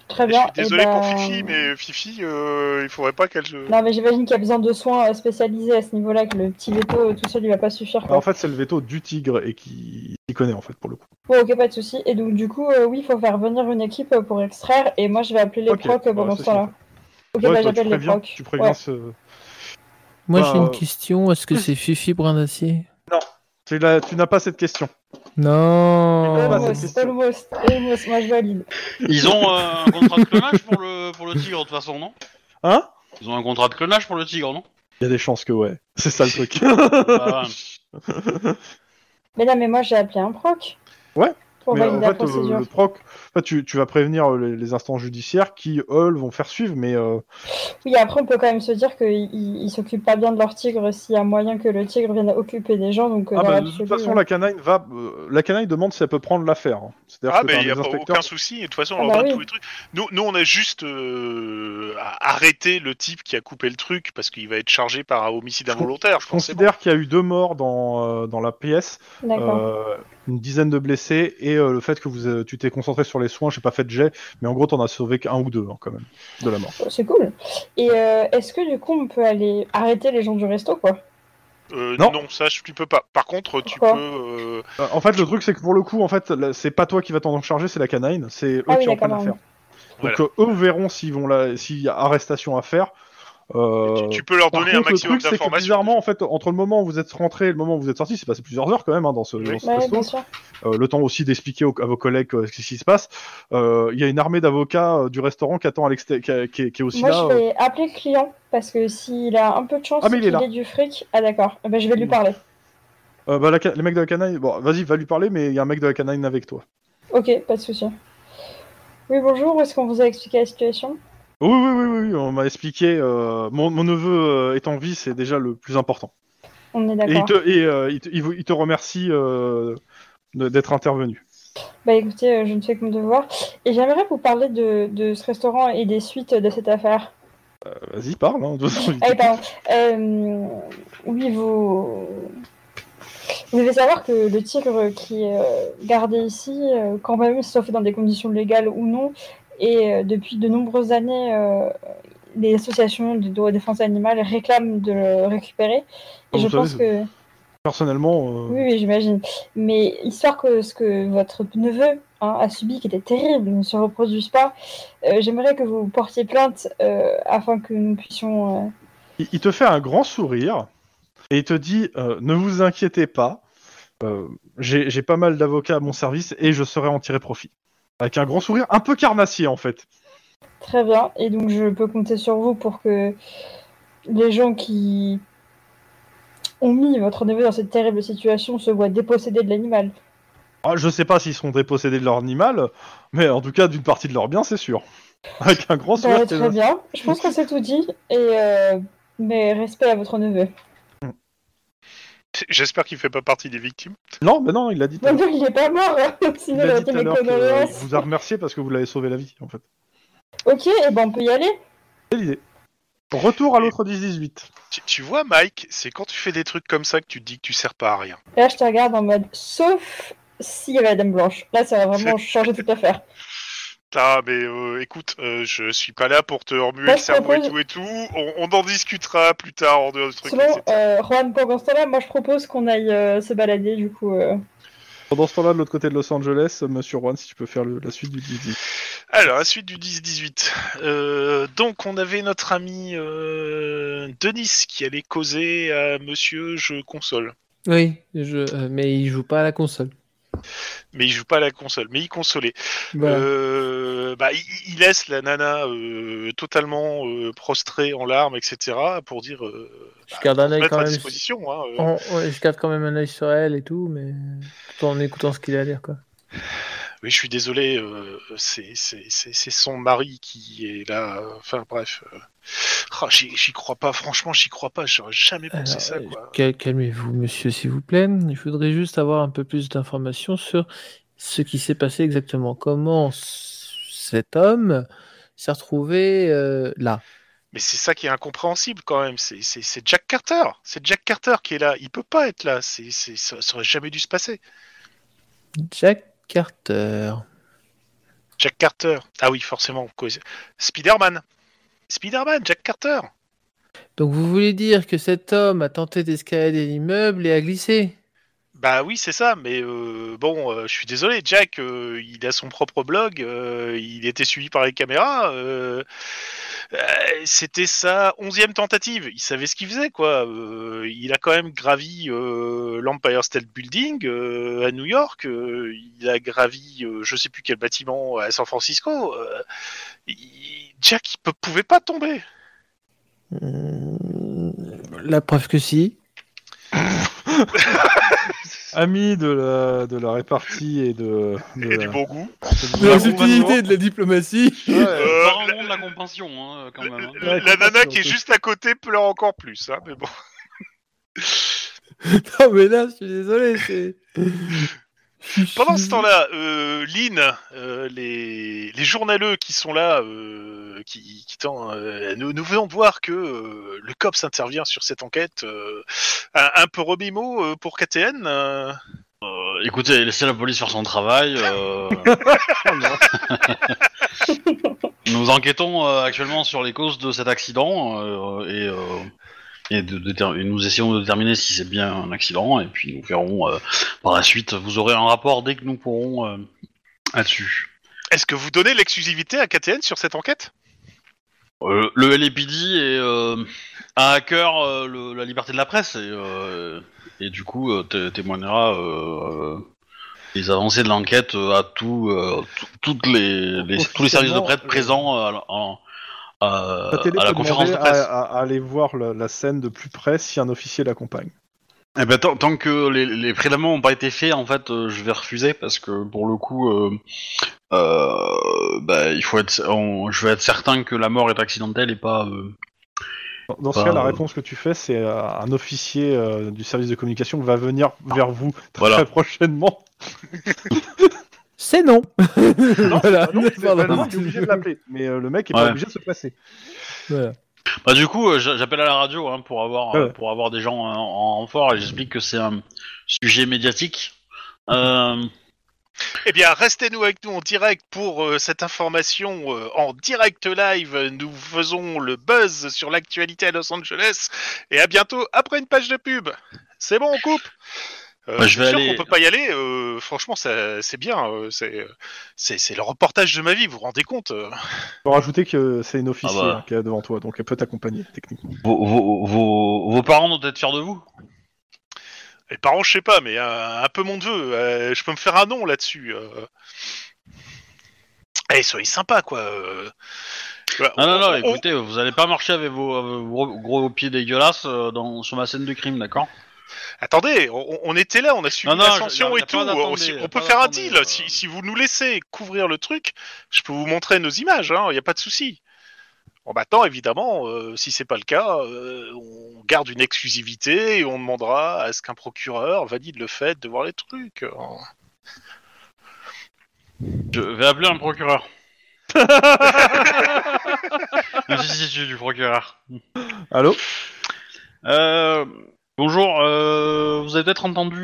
Speaker 3: Très
Speaker 5: Je
Speaker 3: bien.
Speaker 5: suis
Speaker 3: et
Speaker 5: désolé pour
Speaker 3: ben-
Speaker 5: Fifi, mais Fifi, euh, il faudrait pas qu'elle. se-
Speaker 3: Non, mais j'imagine qu'il y a besoin de soins euh, spécialisés à ce niveau-là, que le petit veto euh, tout seul, il va pas suffire.
Speaker 1: Alors,
Speaker 3: Quoi.
Speaker 1: Bah, en fait, c'est le veto du tigre et qui, qui connaît, en fait, pour le coup.
Speaker 3: Ouais, ok, pas de souci. Et donc, du coup, euh, oui, il faut faire venir une équipe euh, pour extraire, et moi, je vais appeler les
Speaker 1: Ok,
Speaker 3: procs euh,
Speaker 1: bah,
Speaker 3: pendant
Speaker 1: ceci
Speaker 3: ce temps-là. Ok,
Speaker 1: Ouais,
Speaker 3: bah
Speaker 1: toi, tu
Speaker 3: j'appelle les
Speaker 1: préviens,
Speaker 3: procs.
Speaker 1: tu préviens
Speaker 3: Ouais.
Speaker 1: ce.
Speaker 2: Moi j'ai
Speaker 1: Bah,
Speaker 2: une question, est-ce que c'est Fifi Brin d'Acier
Speaker 1: Tu, l'as- tu n'as pas cette question.
Speaker 2: Non
Speaker 1: bah, c'est-
Speaker 3: Almost, almost, almost, moi je valide.
Speaker 4: Ils ont euh, un contrat de clonage pour le, pour le tigre, de toute façon, non
Speaker 1: Hein
Speaker 4: Ils ont un contrat de clonage pour le tigre, non
Speaker 1: Il y a des chances que ouais. C'est ça le truc.
Speaker 4: Bah, ouais.
Speaker 3: Mais non, mais moi j'ai appelé un proc.
Speaker 1: Ouais,
Speaker 3: Pour
Speaker 1: Mais,
Speaker 3: valider
Speaker 1: en
Speaker 3: la
Speaker 1: fait,
Speaker 3: procédure.
Speaker 1: euh, le proc, enfin, tu, tu vas prévenir euh, les, les instances judiciaires qui, eux, vont faire suivre, mais euh,
Speaker 3: Oui, après, on peut quand même se dire qu'ils s'occupent pas bien de leur tigre s'il y a moyen que le tigre vienne occuper des gens. Donc, euh,
Speaker 1: ah,
Speaker 3: dans
Speaker 1: bah, de
Speaker 3: l'absolu,
Speaker 1: toute façon,
Speaker 3: euh,
Speaker 1: la canine va, euh, la canine demande si elle peut prendre l'affaire. hein. C'est-à-dire
Speaker 5: Ah,
Speaker 1: que
Speaker 5: mais
Speaker 1: t'as
Speaker 5: il n'y a
Speaker 1: des
Speaker 5: pas
Speaker 1: inspecteurs-
Speaker 5: aucun souci. Et de toute façon,
Speaker 3: Ah
Speaker 5: on leur
Speaker 3: bah
Speaker 5: donne
Speaker 3: oui.
Speaker 5: tous les trucs. Nous, nous on a juste euh, à- arrêté le type qui a coupé le truc parce qu'il va être chargé par un homicide involontaire.
Speaker 1: Je
Speaker 5: forcément.
Speaker 1: considère qu'il y a eu deux morts dans, euh, dans la pièce,
Speaker 3: D'accord.
Speaker 1: euh, une dizaine de blessés, et euh, le fait que vous, euh, tu t'es concentré sur les soins, j'ai pas fait de jet, mais en gros, t'en as sauvé qu'un ou deux, hein, quand même, de la mort.
Speaker 3: euh, Oh, C'est cool. Et euh, est-ce que du coup on peut aller arrêter les gens du resto quoi
Speaker 5: Euh,
Speaker 1: Non.
Speaker 5: non. ça je- tu peux pas. Par contre, tu
Speaker 3: Pourquoi
Speaker 5: peux. euh,
Speaker 1: Euh, en fait, le truc, c'est que pour le coup, en fait, là, c'est pas toi qui va t'en charger, c'est la canine, c'est eux
Speaker 3: Ah oui,
Speaker 1: qui en prennent
Speaker 3: d'accord,
Speaker 1: l'affaire.
Speaker 5: Voilà.
Speaker 1: Donc euh, eux verront s'ils vont là, s'il y a arrestation à faire. Euh,
Speaker 5: tu, tu peux leur
Speaker 1: par
Speaker 5: donner
Speaker 1: contre,
Speaker 5: un maximum
Speaker 1: le truc, c'est que
Speaker 5: d'informations.
Speaker 1: bizarrement, en fait, entre le moment où vous êtes rentré et le moment où vous êtes sorti, c'est passé plusieurs heures quand même hein, dans ce,
Speaker 5: Oui.
Speaker 1: dans ce
Speaker 3: Ouais,
Speaker 1: resto.
Speaker 3: bien sûr.
Speaker 1: Euh, le temps aussi d'expliquer aux- à vos collègues euh, ce qui se passe. Euh, Il y a une armée d'avocats euh, du restaurant qui attend à l'extérieur, qui, qui- qui est aussi
Speaker 3: Moi,
Speaker 1: là.
Speaker 3: je
Speaker 1: euh.
Speaker 3: vais appeler le client parce que s'il a un peu de chance
Speaker 1: Ah, mais il est
Speaker 3: qu'il
Speaker 1: là. Mm.
Speaker 3: ait du fric, ah d'accord, Eh ben, je vais lui parler.
Speaker 1: Euh, bah, la ca- les mecs de la canine, bon, vas-y, va lui parler, mais il y a un mec de la canine avec toi.
Speaker 3: Ok, pas de souci. Oui, bonjour, est-ce qu'on vous a expliqué la situation
Speaker 1: Oui, oui, oui, oui, oui, on m'a expliqué. euh, mon, mon neveu euh, est en vie, c'est déjà le plus important.
Speaker 3: On est
Speaker 1: Et il
Speaker 3: d'accord.
Speaker 1: te, et, euh, il te, il vous- il te remercie euh, de- d'être intervenu.
Speaker 3: Bah écoutez, euh, je ne fais que mon devoir. Et j'aimerais vous parler de, de ce restaurant et des suites de cette affaire.
Speaker 1: Euh, vas-y, parle. Hein, de toute façon, il
Speaker 3: Ah oui,
Speaker 1: t'écoute.
Speaker 3: pardon. Euh, oui, vous... vous devez savoir que le tigre qui est euh, gardé ici, euh, quand même, sauf dans des conditions légales ou non, et euh, depuis de nombreuses années, euh, les associations de de défense animale réclament de le récupérer. Et
Speaker 1: Ah, Vous
Speaker 3: je
Speaker 1: savez,
Speaker 3: pense que...
Speaker 1: Personnellement, euh,
Speaker 3: Oui, oui, j'imagine. Mais histoire que ce que votre neveu hein, a subi, qui était terrible, ne se reproduise pas, euh, j'aimerais que vous portiez plainte euh, afin que nous puissions... euh,
Speaker 1: il, il te fait un grand sourire et il te dit euh, Ne vous inquiétez pas, euh, j'ai j'ai pas mal d'avocats à mon service et je saurai en tirer profit. Avec un grand sourire un peu carnassier en fait.
Speaker 3: Très bien. Et donc, je peux compter sur vous pour que les gens qui ont mis votre neveu dans cette terrible situation se voient dépossédés de l'animal.
Speaker 1: Ah, je sais pas s'ils seront dépossédés de leur animal, mais en tout cas d'une partie de leur bien, c'est sûr. Avec un grand
Speaker 3: Bah,
Speaker 1: sourire.
Speaker 3: très bien. Je pense qu'on s'est tout dit. Et euh, mais respect à votre neveu.
Speaker 5: J'espère qu'il fait pas partie des victimes.
Speaker 1: Non, mais non, il l'a dit. tout à
Speaker 3: Non,
Speaker 1: l'heure.
Speaker 3: non, il est pas mort. hein,
Speaker 1: Il
Speaker 3: Sinon, il
Speaker 1: l'a
Speaker 3: aurait
Speaker 1: dit
Speaker 3: été
Speaker 1: tout à
Speaker 3: mes
Speaker 1: l'heure que, euh, il
Speaker 3: condoléances.
Speaker 1: vous a remercié parce que vous l'avez sauvé la vie en fait.
Speaker 3: Ok, et ben on peut y aller.
Speaker 1: C'est l'idée. Retour à l'autre 10-18.
Speaker 5: Tu, tu vois, Mike, c'est quand tu fais des trucs comme ça que tu te dis que tu sers pas à rien.
Speaker 3: Et là, je te regarde en mode sauf s'il y avait la Dame Blanche. Là, ça va vraiment changer toute l'affaire.
Speaker 5: Ah, mais euh, écoute, euh, je suis pas là pour te remuer
Speaker 3: Moi,
Speaker 5: le
Speaker 3: je
Speaker 5: cerveau et
Speaker 3: propose-
Speaker 5: tout et tout. On, on en discutera plus tard en dehors du truc.
Speaker 3: Selon
Speaker 5: etc.
Speaker 3: euh, Juan, pendant ce temps-là, moi, je propose qu'on aille euh, se balader du coup. euh,
Speaker 1: Pendant ce temps-là, de l'autre côté de Los Angeles, euh, Monsieur Juan, si tu peux faire le- la suite du 10-18.
Speaker 5: Alors, la suite du 10-18. Euh, donc, on avait notre ami euh, Denis qui allait causer à monsieur Je console.
Speaker 2: Oui, je... euh, mais il joue pas à la console.
Speaker 5: Mais il joue pas à la console, mais il consolait.
Speaker 2: Voilà.
Speaker 5: Euh, bah, il, il laisse la nana euh, totalement euh, prostrée en larmes, etc. pour dire euh,
Speaker 2: je garde un œil
Speaker 5: mettre
Speaker 2: quand
Speaker 5: à
Speaker 2: même.
Speaker 5: disposition. hein, euh.
Speaker 2: Oh, ouais, je garde quand même un œil sur elle et tout, mais tout en écoutant ce qu'il a à dire quoi.
Speaker 5: Oui, je suis désolé, euh, c'est c'est- c'est- c'est son mari qui est là. euh, Enfin, bref. euh. Ah, j'y j'y crois pas, franchement, j'y crois pas, j'aurais jamais pensé
Speaker 2: Alors,
Speaker 5: ça,
Speaker 2: euh,
Speaker 5: quoi.
Speaker 2: cal- Calmez-vous, monsieur, s'il vous plaît. Je voudrais juste avoir un peu plus d'informations sur ce qui s'est passé exactement. Comment c- cet homme s'est retrouvé euh, là
Speaker 5: Mais c'est ça qui est incompréhensible quand même. C'est- C'est c'est Jack Carter. C'est Jack Carter qui est là. Il peut pas être là. C'est c'est- ça, ça aurait jamais dû se passer.
Speaker 2: Jack Carter.
Speaker 5: Jack Carter. Ah oui, forcément. cause- Spider-Man. Spider-Man, Jack Carter.
Speaker 2: Donc vous voulez dire que cet homme a tenté d'escalader l'immeuble et a glissé
Speaker 5: Bah oui, c'est ça. Mais euh, bon, euh, je suis désolé. Jack, euh, il a son propre blog. euh, il était suivi par les caméras. euh, euh, C'était sa onzième tentative. Il savait ce qu'il faisait, quoi. Euh, il a quand même gravi euh, l'Empire State Building euh, à New York. euh, il a gravi, euh, je sais plus quel bâtiment à San Francisco. euh, il- Jack, il ne pouvait pas tomber.
Speaker 2: Hmm, La preuve que si.
Speaker 1: Ami de la, de la répartie et de. de la-
Speaker 5: Et du bon goût.
Speaker 2: De la
Speaker 1: Ouais,
Speaker 2: subtilité de la diplomatie.
Speaker 5: Euh,
Speaker 4: Pas vraiment de la compassion, hein, quand même. hein.
Speaker 1: Ouais,
Speaker 5: la nana
Speaker 1: compassion,
Speaker 5: qui est
Speaker 1: toi.
Speaker 5: juste à côté pleure encore plus. Hein, mais bon.
Speaker 2: non mais là, je suis désolé. c'est-
Speaker 5: Pendant
Speaker 2: Mhm.
Speaker 5: ce temps-là, euh, Lynn, euh, les, les journaleux qui sont là, euh, qui, qui tend, euh, nous, nous venons de voir que euh, le COPS intervient sur cette enquête euh, un, un peu rebimo euh, pour KTN. euh.
Speaker 4: Euh, écoutez, laissez la police faire son travail. euh. Nous enquêtons euh, actuellement sur les causes de cet accident euh, et euh, et, de, déter- et nous essayons de déterminer si c'est bien un accident et puis nous verrons euh, par la suite. Vous aurez un rapport dès que nous pourrons euh, là-dessus.
Speaker 5: Est-ce que vous donnez l'exclusivité à KTN sur cette enquête
Speaker 4: Euh, le LAPD est euh, a à cœur euh, le- la liberté de la presse et, euh, et du coup euh, té- témoignera euh, euh, les avancées de l'enquête euh, à tout, euh, tout- toutes les, les- tous les services de presse présents euh, en- à,
Speaker 1: La télé
Speaker 4: à la
Speaker 1: peut
Speaker 4: conférence de
Speaker 1: demander à-
Speaker 4: presse.
Speaker 1: à, à aller voir la, la scène de plus près si un officier l'accompagne.
Speaker 4: Eh ben, tant, tant que les, les prélèvements n'ont pas été faits, en fait, euh, je vais refuser parce que pour le coup, euh, euh, bah, il faut être, on- je veux être certain que la mort est accidentelle et pas. euh,
Speaker 1: Dans- Dans ce
Speaker 4: Bah,
Speaker 1: cas, la
Speaker 4: euh,
Speaker 1: réponse que tu fais, c'est euh, un officier euh, du service de communication va venir vers vous très,
Speaker 4: Voilà.
Speaker 1: très prochainement.
Speaker 2: C'est non. Voilà.
Speaker 1: Ah non, c'est- bah,
Speaker 2: Pardon.
Speaker 1: non, t'es obligé de l'appeler, mais euh, le mec est
Speaker 4: Ouais.
Speaker 1: pas obligé de se placer.
Speaker 2: Voilà.
Speaker 4: Bah du coup, euh, j'a- j'appelle à la radio hein, pour avoir euh,
Speaker 1: Ouais.
Speaker 4: pour avoir des gens euh, en renfort et j'explique que c'est un sujet médiatique. Euh,
Speaker 5: Eh bien, restez-nous avec nous en direct pour euh, cette information euh, en direct live. Nous faisons le buzz sur l'actualité à Los Angeles et à bientôt après une page de pub. C'est bon, on coupe. Euh,
Speaker 4: Bah, je vais
Speaker 5: sûr
Speaker 4: aller-
Speaker 5: qu'on peut pas y aller. euh, franchement, ça- c'est bien. euh, c'est- c'est c'est le reportage de ma vie. Vous vous rendez compte euh.
Speaker 1: Pour rajouter que c'est une officier
Speaker 4: Ah bah.
Speaker 1: hein, qui est devant toi, donc elle peut t'accompagner techniquement.
Speaker 4: vos, vos, vos, vos parents doivent être fiers de vous.
Speaker 5: Les parents, je sais pas, mais euh, un peu mon neveu. euh, je peux me faire un nom là-dessus. euh. Eh, soyez sympa, quoi. euh. Voilà,
Speaker 4: Non non non,
Speaker 5: on- on-
Speaker 4: écoutez, vous allez pas marcher avec vos, euh, vos gros pieds dégueulasses euh, dans sur ma scène de crime, d'accord
Speaker 5: Attendez, on, on était là, on a suivi
Speaker 4: Non, non,
Speaker 5: l'ascension
Speaker 4: je- y a-
Speaker 5: et
Speaker 4: y a
Speaker 5: tout.
Speaker 4: pas
Speaker 5: On,
Speaker 4: d'attendez,
Speaker 5: si-
Speaker 4: y a
Speaker 5: on peut
Speaker 4: pas
Speaker 5: faire un
Speaker 4: d'attendez,
Speaker 5: deal.
Speaker 4: euh.
Speaker 5: Si, si vous nous laissez couvrir le truc, je peux vous montrer nos images. Il n'y a pas de souci. Bon, maintenant, évidemment, euh, si c'est pas le cas, euh, on garde une exclusivité et on demandera à ce qu'un procureur valide le fait de voir les trucs. hein.
Speaker 4: Je vais appeler un procureur. Un substitut du procureur.
Speaker 1: Allô
Speaker 4: Euh, bonjour, euh, vous avez peut-être entendu,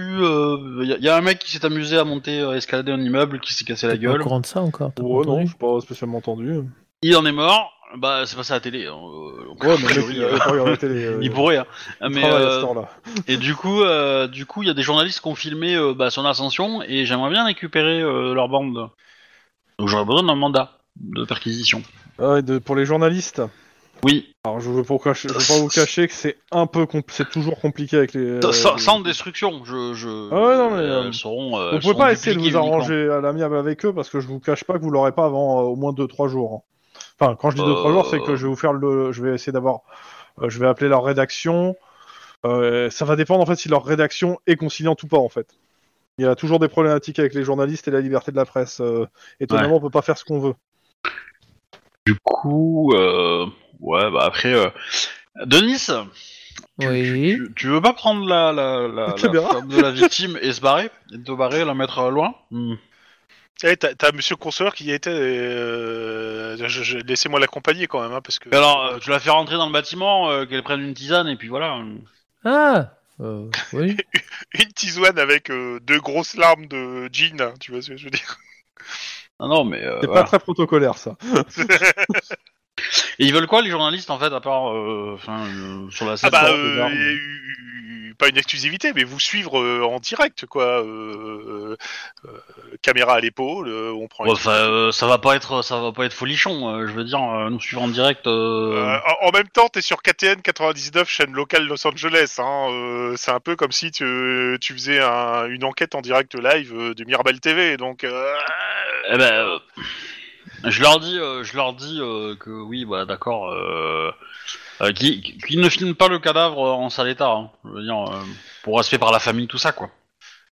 Speaker 4: il y, a- y a un mec qui s'est amusé à monter, à escalader un immeuble, qui s'est cassé la
Speaker 2: T'es pas au
Speaker 4: gueule.
Speaker 2: courant de ça encore. t'as pas
Speaker 1: Ouais, Oh, non,
Speaker 2: entendu
Speaker 1: je pas spécialement entendu. Ouais,
Speaker 4: Il en est mort. Bah, c'est passé à la télé. hein, euh, donc,
Speaker 1: mais
Speaker 4: a
Speaker 1: le mec,
Speaker 4: priori,
Speaker 1: il
Speaker 4: euh,
Speaker 1: avait pas regardé la télé, euh,
Speaker 4: il pourrait. hein.
Speaker 1: il
Speaker 4: Mais
Speaker 1: travaille à
Speaker 4: euh,
Speaker 1: cette heure-là.
Speaker 4: et du coup, euh, du coup, il y a des journalistes qui ont filmé euh, bah, son ascension et j'aimerais bien récupérer euh, leur bande. Donc j'aurais besoin d'un mandat de perquisition.
Speaker 1: Ah Ouais, de- pour les journalistes,
Speaker 4: Oui,
Speaker 1: alors je veux, pas vous cacher- je veux pas vous cacher que c'est un peu, compl- c'est toujours compliqué avec les.
Speaker 4: sans,
Speaker 1: les-
Speaker 4: sans destruction. Je, je.
Speaker 1: Euh, Ah ouais, non, mais, euh,
Speaker 4: elles seront. euh,
Speaker 1: Vous
Speaker 4: elles
Speaker 1: pouvez
Speaker 4: seront
Speaker 1: pas essayer de vous
Speaker 4: dupliquées uniquement.
Speaker 1: arranger à l'amiable avec eux parce que je vous cache pas que vous l'aurez pas avant euh, au moins 2-3 jours. hein. Enfin, quand je dis 2-3
Speaker 4: Euh.
Speaker 1: jours, c'est que je vais vous faire le. Je vais essayer d'avoir. euh, je vais appeler leur rédaction. Euh, ça va dépendre en fait si leur rédaction est conciliante ou pas en fait. Il y a toujours des problématiques avec les journalistes et la liberté de la presse. euh, étonnamment, on peut pas faire ce
Speaker 4: Euh,
Speaker 1: qu'on veut.
Speaker 4: Du coup, euh, ouais, bah après, euh, Denis,
Speaker 2: Oui.
Speaker 4: tu, tu veux pas prendre la, la, la,
Speaker 1: La
Speaker 4: la
Speaker 1: caméra
Speaker 4: femme de la victime et se barrer, et te barrer, la mettre euh, loin Hmm.
Speaker 5: Eh, t'as, t'as Monsieur Consoeur qui était. euh, je- je- laissez-moi l'accompagner quand même, hein, parce que.
Speaker 4: Et Alors, euh, tu la fais rentrer dans le bâtiment, euh, qu'elle prenne une tisane et puis voilà.
Speaker 2: Ah. euh, oui.
Speaker 5: Une tisane avec euh, deux grosses larmes de jean, hein, tu vois ce que je veux dire.
Speaker 4: Non, non, mais euh,
Speaker 1: C'est
Speaker 4: voilà.
Speaker 1: pas très protocolaire ça.
Speaker 4: Et ils veulent quoi les journalistes en fait à part, euh, enfin, euh, sur la
Speaker 5: Ah
Speaker 4: scène
Speaker 5: bah,
Speaker 4: quoi,
Speaker 5: euh,
Speaker 4: déjà,
Speaker 5: et- euh, pas une exclusivité, mais vous suivre euh, en direct, quoi. euh, euh, euh, caméra à l'épaule, euh, on prend.
Speaker 4: Bon,
Speaker 5: une-
Speaker 4: enfin, euh, ça va pas être, ça va pas être folichon. euh, je veux dire, euh, nous suivre en direct. euh,
Speaker 5: Euh, en, en même temps, t'es sur KTN 99, chaîne locale Los Angeles. hein, euh, c'est un peu comme si tu, tu faisais un- une enquête en direct live euh, de Mirabel TV. Donc, euh,
Speaker 4: Eh ben, euh, je leur dis, euh, je leur dis euh, que oui, bah d'accord, euh, euh, qui, qui ne filme pas le cadavre en sale état, hein, je veux dire, euh, pour respect par la famille, tout ça, quoi.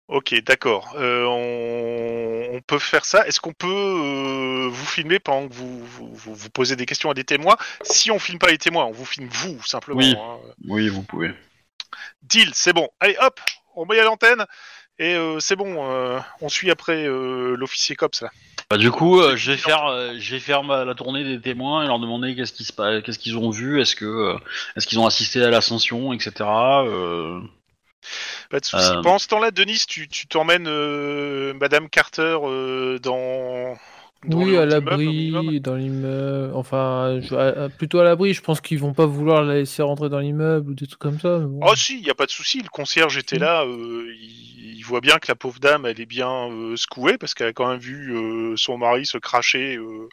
Speaker 5: Ok, d'accord. Euh, on... on peut faire ça. Est-ce qu'on peut euh, vous filmer pendant que vous, vous, vous- vous posez des questions à des témoins Si on filme pas les témoins, on vous filme vous, simplement.
Speaker 4: Oui.
Speaker 5: hein.
Speaker 4: Oui, vous pouvez.
Speaker 5: Deal, c'est bon. Allez, hop, on met à l'antenne. Et euh, c'est bon, euh, on suit après euh, l'officier cops là.
Speaker 4: Bah, du coup, euh, je vais faire, euh, je vais faire ma- la tournée des témoins et leur demander qu'est-ce qui se passe, qu'est-ce qu'ils ont vu, est-ce que, euh, est-ce qu'ils ont assisté à l'ascension, etc. euh.
Speaker 5: Pas de soucis.
Speaker 4: Euh.
Speaker 5: Pendant ce temps-là, Denise, tu tu t'emmènes euh, Madame Carter euh, dans Dans
Speaker 2: oui,
Speaker 5: le
Speaker 2: à
Speaker 5: haut immeuble, au minimum
Speaker 2: l'abri, dans l'immeuble. Enfin, je- à- à- plutôt à l'abri. Je pense qu'ils vont pas vouloir la laisser rentrer dans l'immeuble ou des trucs comme ça. mais bon.
Speaker 5: Oh si, il n'y a pas de souci, le concierge était là, euh, il, il voit bien que la pauvre dame, elle est bien euh, secouée, parce qu'elle a quand même vu euh, son mari se cracher euh,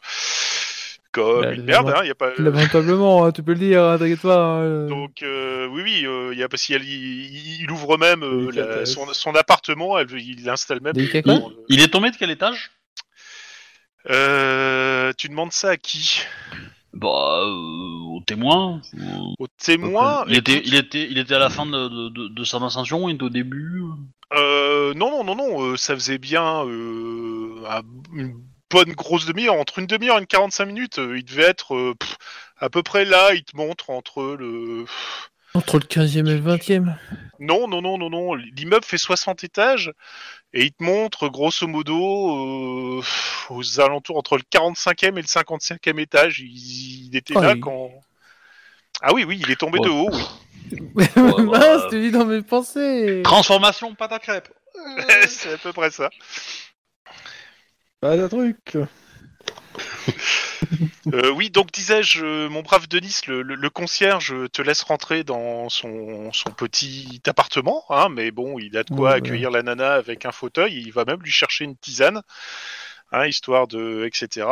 Speaker 5: comme
Speaker 2: Bah,
Speaker 5: une merde,
Speaker 2: lament-
Speaker 5: hein, il y a pas...
Speaker 2: Lamentablement, hein, tu peux le dire, hein, t'inquiète pas. hein, euh.
Speaker 5: Donc euh, oui, oui, euh, il y a, parce qu'il il, il ouvre même euh,
Speaker 2: Délicat,
Speaker 5: la-
Speaker 2: euh.
Speaker 5: son, son appartement, elle, il l'installe même.
Speaker 2: Délicat,
Speaker 5: dans
Speaker 2: quoi
Speaker 5: le-
Speaker 4: Il est tombé de quel étage
Speaker 5: Euh, tu demandes ça à qui
Speaker 4: Bah, euh, au témoin. au-
Speaker 5: Au témoin
Speaker 4: il, était, il, était, il était à la fin de, de, de, de son ascension, il était au début.
Speaker 5: Euh, non, non, non, non, euh, ça faisait bien euh, un- une bonne grosse demi-heure, entre une demi-heure et une 45 minutes, euh, il devait être euh, pff, à peu près là, il te montre entre le...
Speaker 2: Entre le 15e et le 20e.
Speaker 5: Non, non, non, non, non, l'immeuble fait 60 étages, et il te montre grosso modo euh, pff, aux alentours entre le 45e et le 55e étage, il, il était
Speaker 2: Ah,
Speaker 5: là
Speaker 2: il-
Speaker 5: quand... Ah oui, oui, il est tombé
Speaker 4: Ouais.
Speaker 5: de haut, oui.
Speaker 4: bah,
Speaker 2: Mince,
Speaker 4: euh,
Speaker 2: tu dis dans mes pensées.
Speaker 4: Transformation pâte à crêpes.
Speaker 5: c'est à peu près ça.
Speaker 7: Pas de truc.
Speaker 5: Euh, oui, donc disais-je, euh, mon brave Denis, le, le- le concierge euh, te laisse rentrer dans son, son petit appartement, hein, mais bon, il a de quoi
Speaker 2: Ouais.
Speaker 5: accueillir la nana avec un fauteuil, et il va même lui chercher une tisane, hein, histoire de... etc.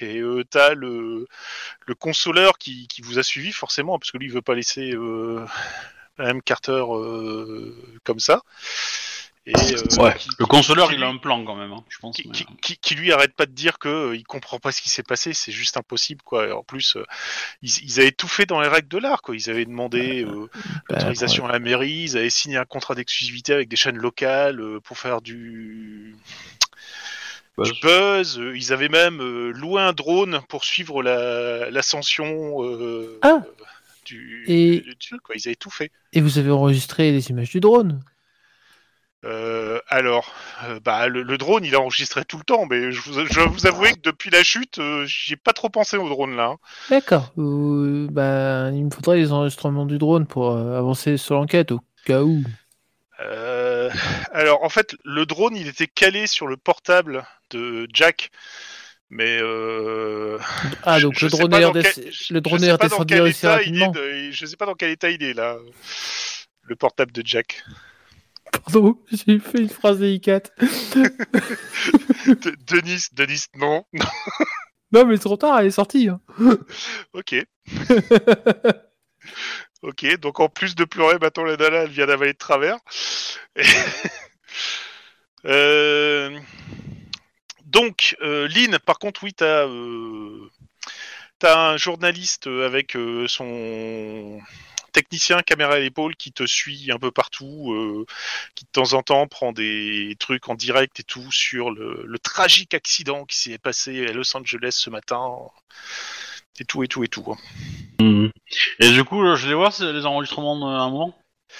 Speaker 5: Et euh, t'as le, le consoleur qui, qui vous a suivi, forcément, parce que lui, il veut pas laisser euh, Madame Carter euh, comme ça. Et, euh,
Speaker 4: Ouais.
Speaker 5: qui-
Speaker 4: Le consoleur, il a un plan quand même, hein, je pense.
Speaker 5: qui,
Speaker 4: mais-
Speaker 5: qui- qui- qui lui arrête pas de dire que euh, il comprend pas ce qui s'est passé, c'est juste impossible quoi. Et en plus, euh, ils, ils avaient tout fait dans les règles de l'art quoi. Ils avaient demandé euh,
Speaker 2: Bah,
Speaker 5: l'autorisation à la mairie, ils avaient signé un contrat d'exclusivité avec des chaînes locales euh, pour faire du,
Speaker 2: Bah,
Speaker 4: Buzz.
Speaker 5: du buzz. Euh, Ils avaient même euh, loué un drone pour suivre la- l'ascension euh,
Speaker 2: Ah.
Speaker 5: euh, du,
Speaker 2: Et-
Speaker 5: du truc, quoi. Ils avaient tout fait.
Speaker 2: Et vous avez enregistré les images du drone.
Speaker 5: Euh, alors, euh, bah, le, le drone, il a enregistré tout le temps, mais je vous, je dois vous avouer que depuis la chute, euh, j'y ai pas trop pensé au drone là. hein.
Speaker 2: D'accord. Euh, bah, il me faudrait les enregistrements du drone pour euh, avancer sur l'enquête au cas où.
Speaker 5: Euh, alors, en fait, le drone, il était calé sur le portable de Jack, mais euh,
Speaker 2: Ah,
Speaker 5: je-
Speaker 2: donc
Speaker 5: je
Speaker 2: le
Speaker 5: sais
Speaker 2: drone
Speaker 5: pas
Speaker 2: est
Speaker 5: dans
Speaker 2: redescendu-
Speaker 5: quel- je-
Speaker 2: le drone
Speaker 5: je
Speaker 2: est
Speaker 5: sais pas dans
Speaker 2: redescendu
Speaker 5: quel
Speaker 2: aussi
Speaker 5: état il est
Speaker 2: rapidement.
Speaker 5: de- je sais pas dans quel état il est là, le portable de Jack.
Speaker 2: Pardon, j'ai fait une phrase délicate.
Speaker 5: De- Denis, Denis, non,
Speaker 2: Non, mais trop tard, elle est sortie. hein.
Speaker 5: Ok. ok, donc en plus de pleurer, maintenant la nana, elle vient d'avaler de travers. Euh, Donc, euh, Lynn, par contre, oui, t'as euh, t'as un journaliste avec euh, son technicien caméra à l'épaule qui te suit un peu partout, euh, qui de temps en temps prend des trucs en direct et tout sur le, le tragique accident qui s'est passé à Los Angeles ce matin et tout et tout et tout. hein. quoi.
Speaker 4: Mhm. Et du coup, euh, je les vois, c'est les enregistrements d'un moment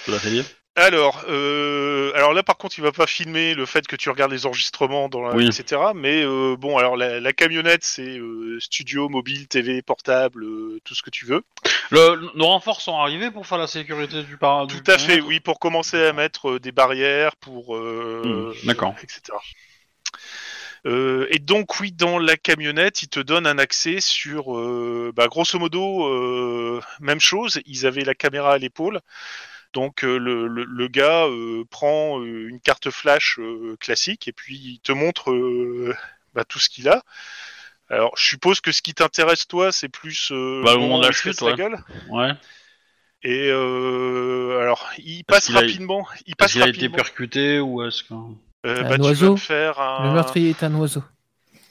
Speaker 4: de la télé.
Speaker 5: Alors, euh, alors là par contre, il va pas filmer le fait que tu regardes les enregistrements, dans la-
Speaker 4: Oui.
Speaker 5: etc. Mais euh, bon, alors la, la camionnette, c'est euh, studio, mobile, TV, portable, euh, tout ce que tu veux.
Speaker 4: Le- nos renforts sont arrivés pour faire la sécurité du paradis.
Speaker 5: Tout à fait, oui, pour commencer à mettre euh, des barrières, pour euh,
Speaker 4: Hmm, d'accord.
Speaker 5: euh, etc. Euh, et donc oui, dans la camionnette, ils te donnent un accès sur, euh, bah, grosso modo, euh, même chose. Ils avaient la caméra à l'épaule, donc euh, le, le- le gars euh, prend euh, une carte flash euh, classique et puis il te montre euh, bah, tout ce qu'il a. Alors, je suppose que ce qui t'intéresse toi, c'est plus euh,
Speaker 4: Bah, le moment de la
Speaker 5: où il se
Speaker 4: chute,
Speaker 5: casse la
Speaker 4: ouais.
Speaker 5: gueule.
Speaker 4: Ouais.
Speaker 5: Et euh, alors, il
Speaker 4: Parce
Speaker 5: passe
Speaker 4: qu'il a-
Speaker 5: rapidement. Il
Speaker 4: Parce
Speaker 5: passe
Speaker 4: qu'il a été
Speaker 5: rapidement.
Speaker 4: percuté ou est-ce que.
Speaker 5: Euh,
Speaker 2: Un
Speaker 5: bah, tu vas
Speaker 2: oiseau.
Speaker 5: me faire
Speaker 2: Le
Speaker 5: un,
Speaker 2: meurtrier est un oiseau.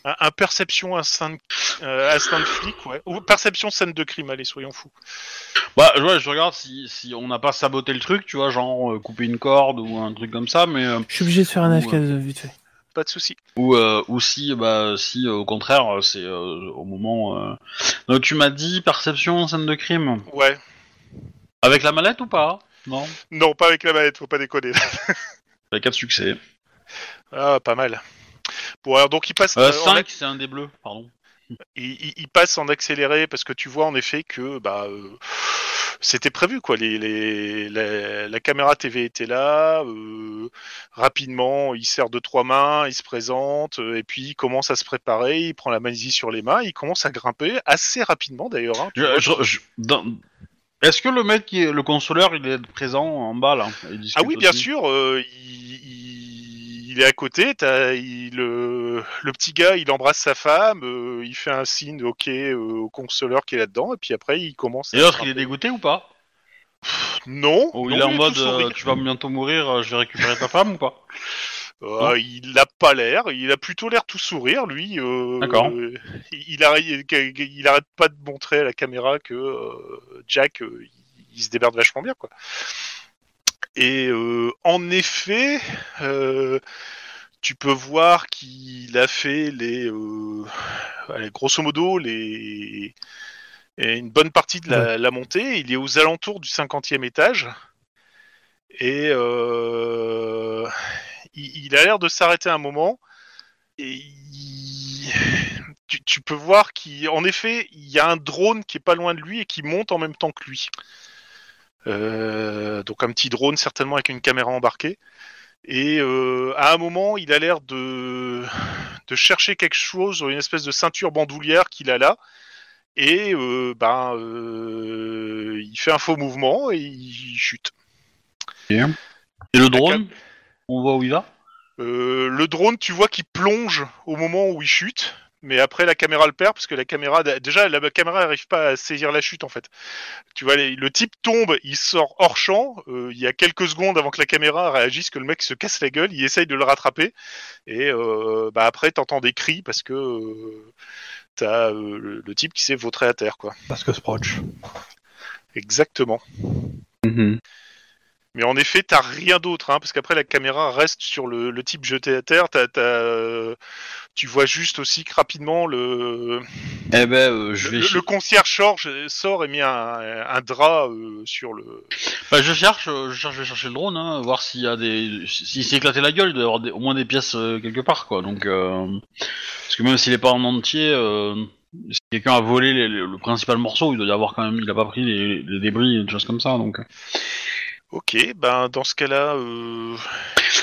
Speaker 5: un, un perception instinct, euh, instinct de flic, ouais. Ou perception scène de crime, allez, soyons fous.
Speaker 4: Bah, ouais, je regarde si, si on n'a pas saboté le truc, tu vois, genre euh, couper une corde ou un truc comme ça, mais. euh,
Speaker 2: Je suis obligé de faire un
Speaker 4: Ouais.
Speaker 2: AFK de vite fait.
Speaker 5: Pas de souci.
Speaker 4: ou, euh, ou si, bah, si euh, au contraire, euh, c'est euh, au moment. euh, Donc, tu m'as dit perception, scène de crime.
Speaker 5: Ouais.
Speaker 4: Avec la mallette ou pas Non.
Speaker 5: Non, pas avec la mallette, faut pas déconner.
Speaker 4: Avec 4 succès.
Speaker 5: Ah, pas mal. Bon, alors donc il passe.
Speaker 4: Euh,
Speaker 5: euh, en
Speaker 4: 5, c'est un des bleus, pardon.
Speaker 5: il, il- il passe en accéléré parce que tu vois en effet que bah euh, c'était prévu quoi. Les, les- la, la caméra TV était là. euh, rapidement, il sert de trois mains, il se présente euh, et puis il commence à se préparer. Il prend la manzie sur les mains, il commence à grimper assez rapidement d'ailleurs. hein. Tu vois,
Speaker 4: Je- je- je- dans- Est-ce que le mec, qui est, le consoleur, il est présent en bas là Il discute
Speaker 5: Ah oui, bien
Speaker 4: aussi
Speaker 5: sûr, euh, il, il est à côté, t'as- il, euh, le petit gars, il embrasse sa femme, euh, il fait un signe OK euh, au consoleur qui est là-dedans, et puis après, il commence
Speaker 4: Et l'autre, il est dégoûté ou pas
Speaker 5: Non,
Speaker 4: Ou
Speaker 5: non,
Speaker 4: il est en
Speaker 5: tout
Speaker 4: mode,
Speaker 5: sourire.
Speaker 4: euh, tu vas bientôt mourir, euh, je vais récupérer ta femme ou pas
Speaker 5: Euh, il a pas l'air, il a plutôt l'air tout sourire, lui. euh,
Speaker 4: D'accord.
Speaker 5: euh, il, arrête- il arrête pas de montrer à la caméra que euh, Jack, euh, il se démerde vachement bien, quoi. Et euh, en effet, euh, tu peux voir qu'il a fait les, euh, allez, grosso modo, les et une bonne partie de la, la montée. Il est aux alentours du 50e étage. Et euh, il, il a l'air de s'arrêter un moment. Et il- tu, tu peux voir qu'en effet, il y a un drone qui est pas loin de lui et qui monte en même temps que lui. Euh, donc un petit drone certainement avec une caméra embarquée. Et euh, à un moment, il a l'air de, de chercher quelque chose, une espèce de ceinture bandoulière qu'il a là. Et euh, ben, euh, il fait un faux mouvement et il chute.
Speaker 4: Et le drone On voit où il va
Speaker 5: Euh, le drone, tu vois qu'il plonge au moment où il chute, mais après la caméra le perd parce que la caméra, déjà la caméra n'arrive pas à saisir la chute en fait. Tu vois, les- le type tombe, il sort hors champ. euh, il y a quelques secondes avant que la caméra réagisse que le mec se casse la gueule. Il essaye de le rattraper et euh, bah après t'entends des cris parce que euh, t'as euh, le, le type qui s'est vautré à terre quoi.
Speaker 1: Parce que Sproch.
Speaker 5: Exactement. Mais en effet, t'as rien d'autre, hein, parce qu'après la caméra reste sur le, le type jeté à terre. T'as, t'as, euh, tu vois juste aussi que rapidement le,
Speaker 4: Eh ben, euh, je
Speaker 5: le,
Speaker 4: vais.
Speaker 5: le concierge charge, sort et met un, un drap euh, sur le.
Speaker 4: Bah, je cherche, euh, je cherche, je vais chercher le drone, hein, voir s'il y a des, s'il s'est éclaté la gueule, il doit y avoir des- au moins des pièces euh, quelque part, quoi. Donc, euh, parce que même s'il est pas en entier, euh, si quelqu'un a volé les- les- le principal morceau, il doit y avoir quand même, il a pas pris les, les débris et des choses comme ça. Donc, euh.
Speaker 5: Ok, ben dans ce cas-là, euh,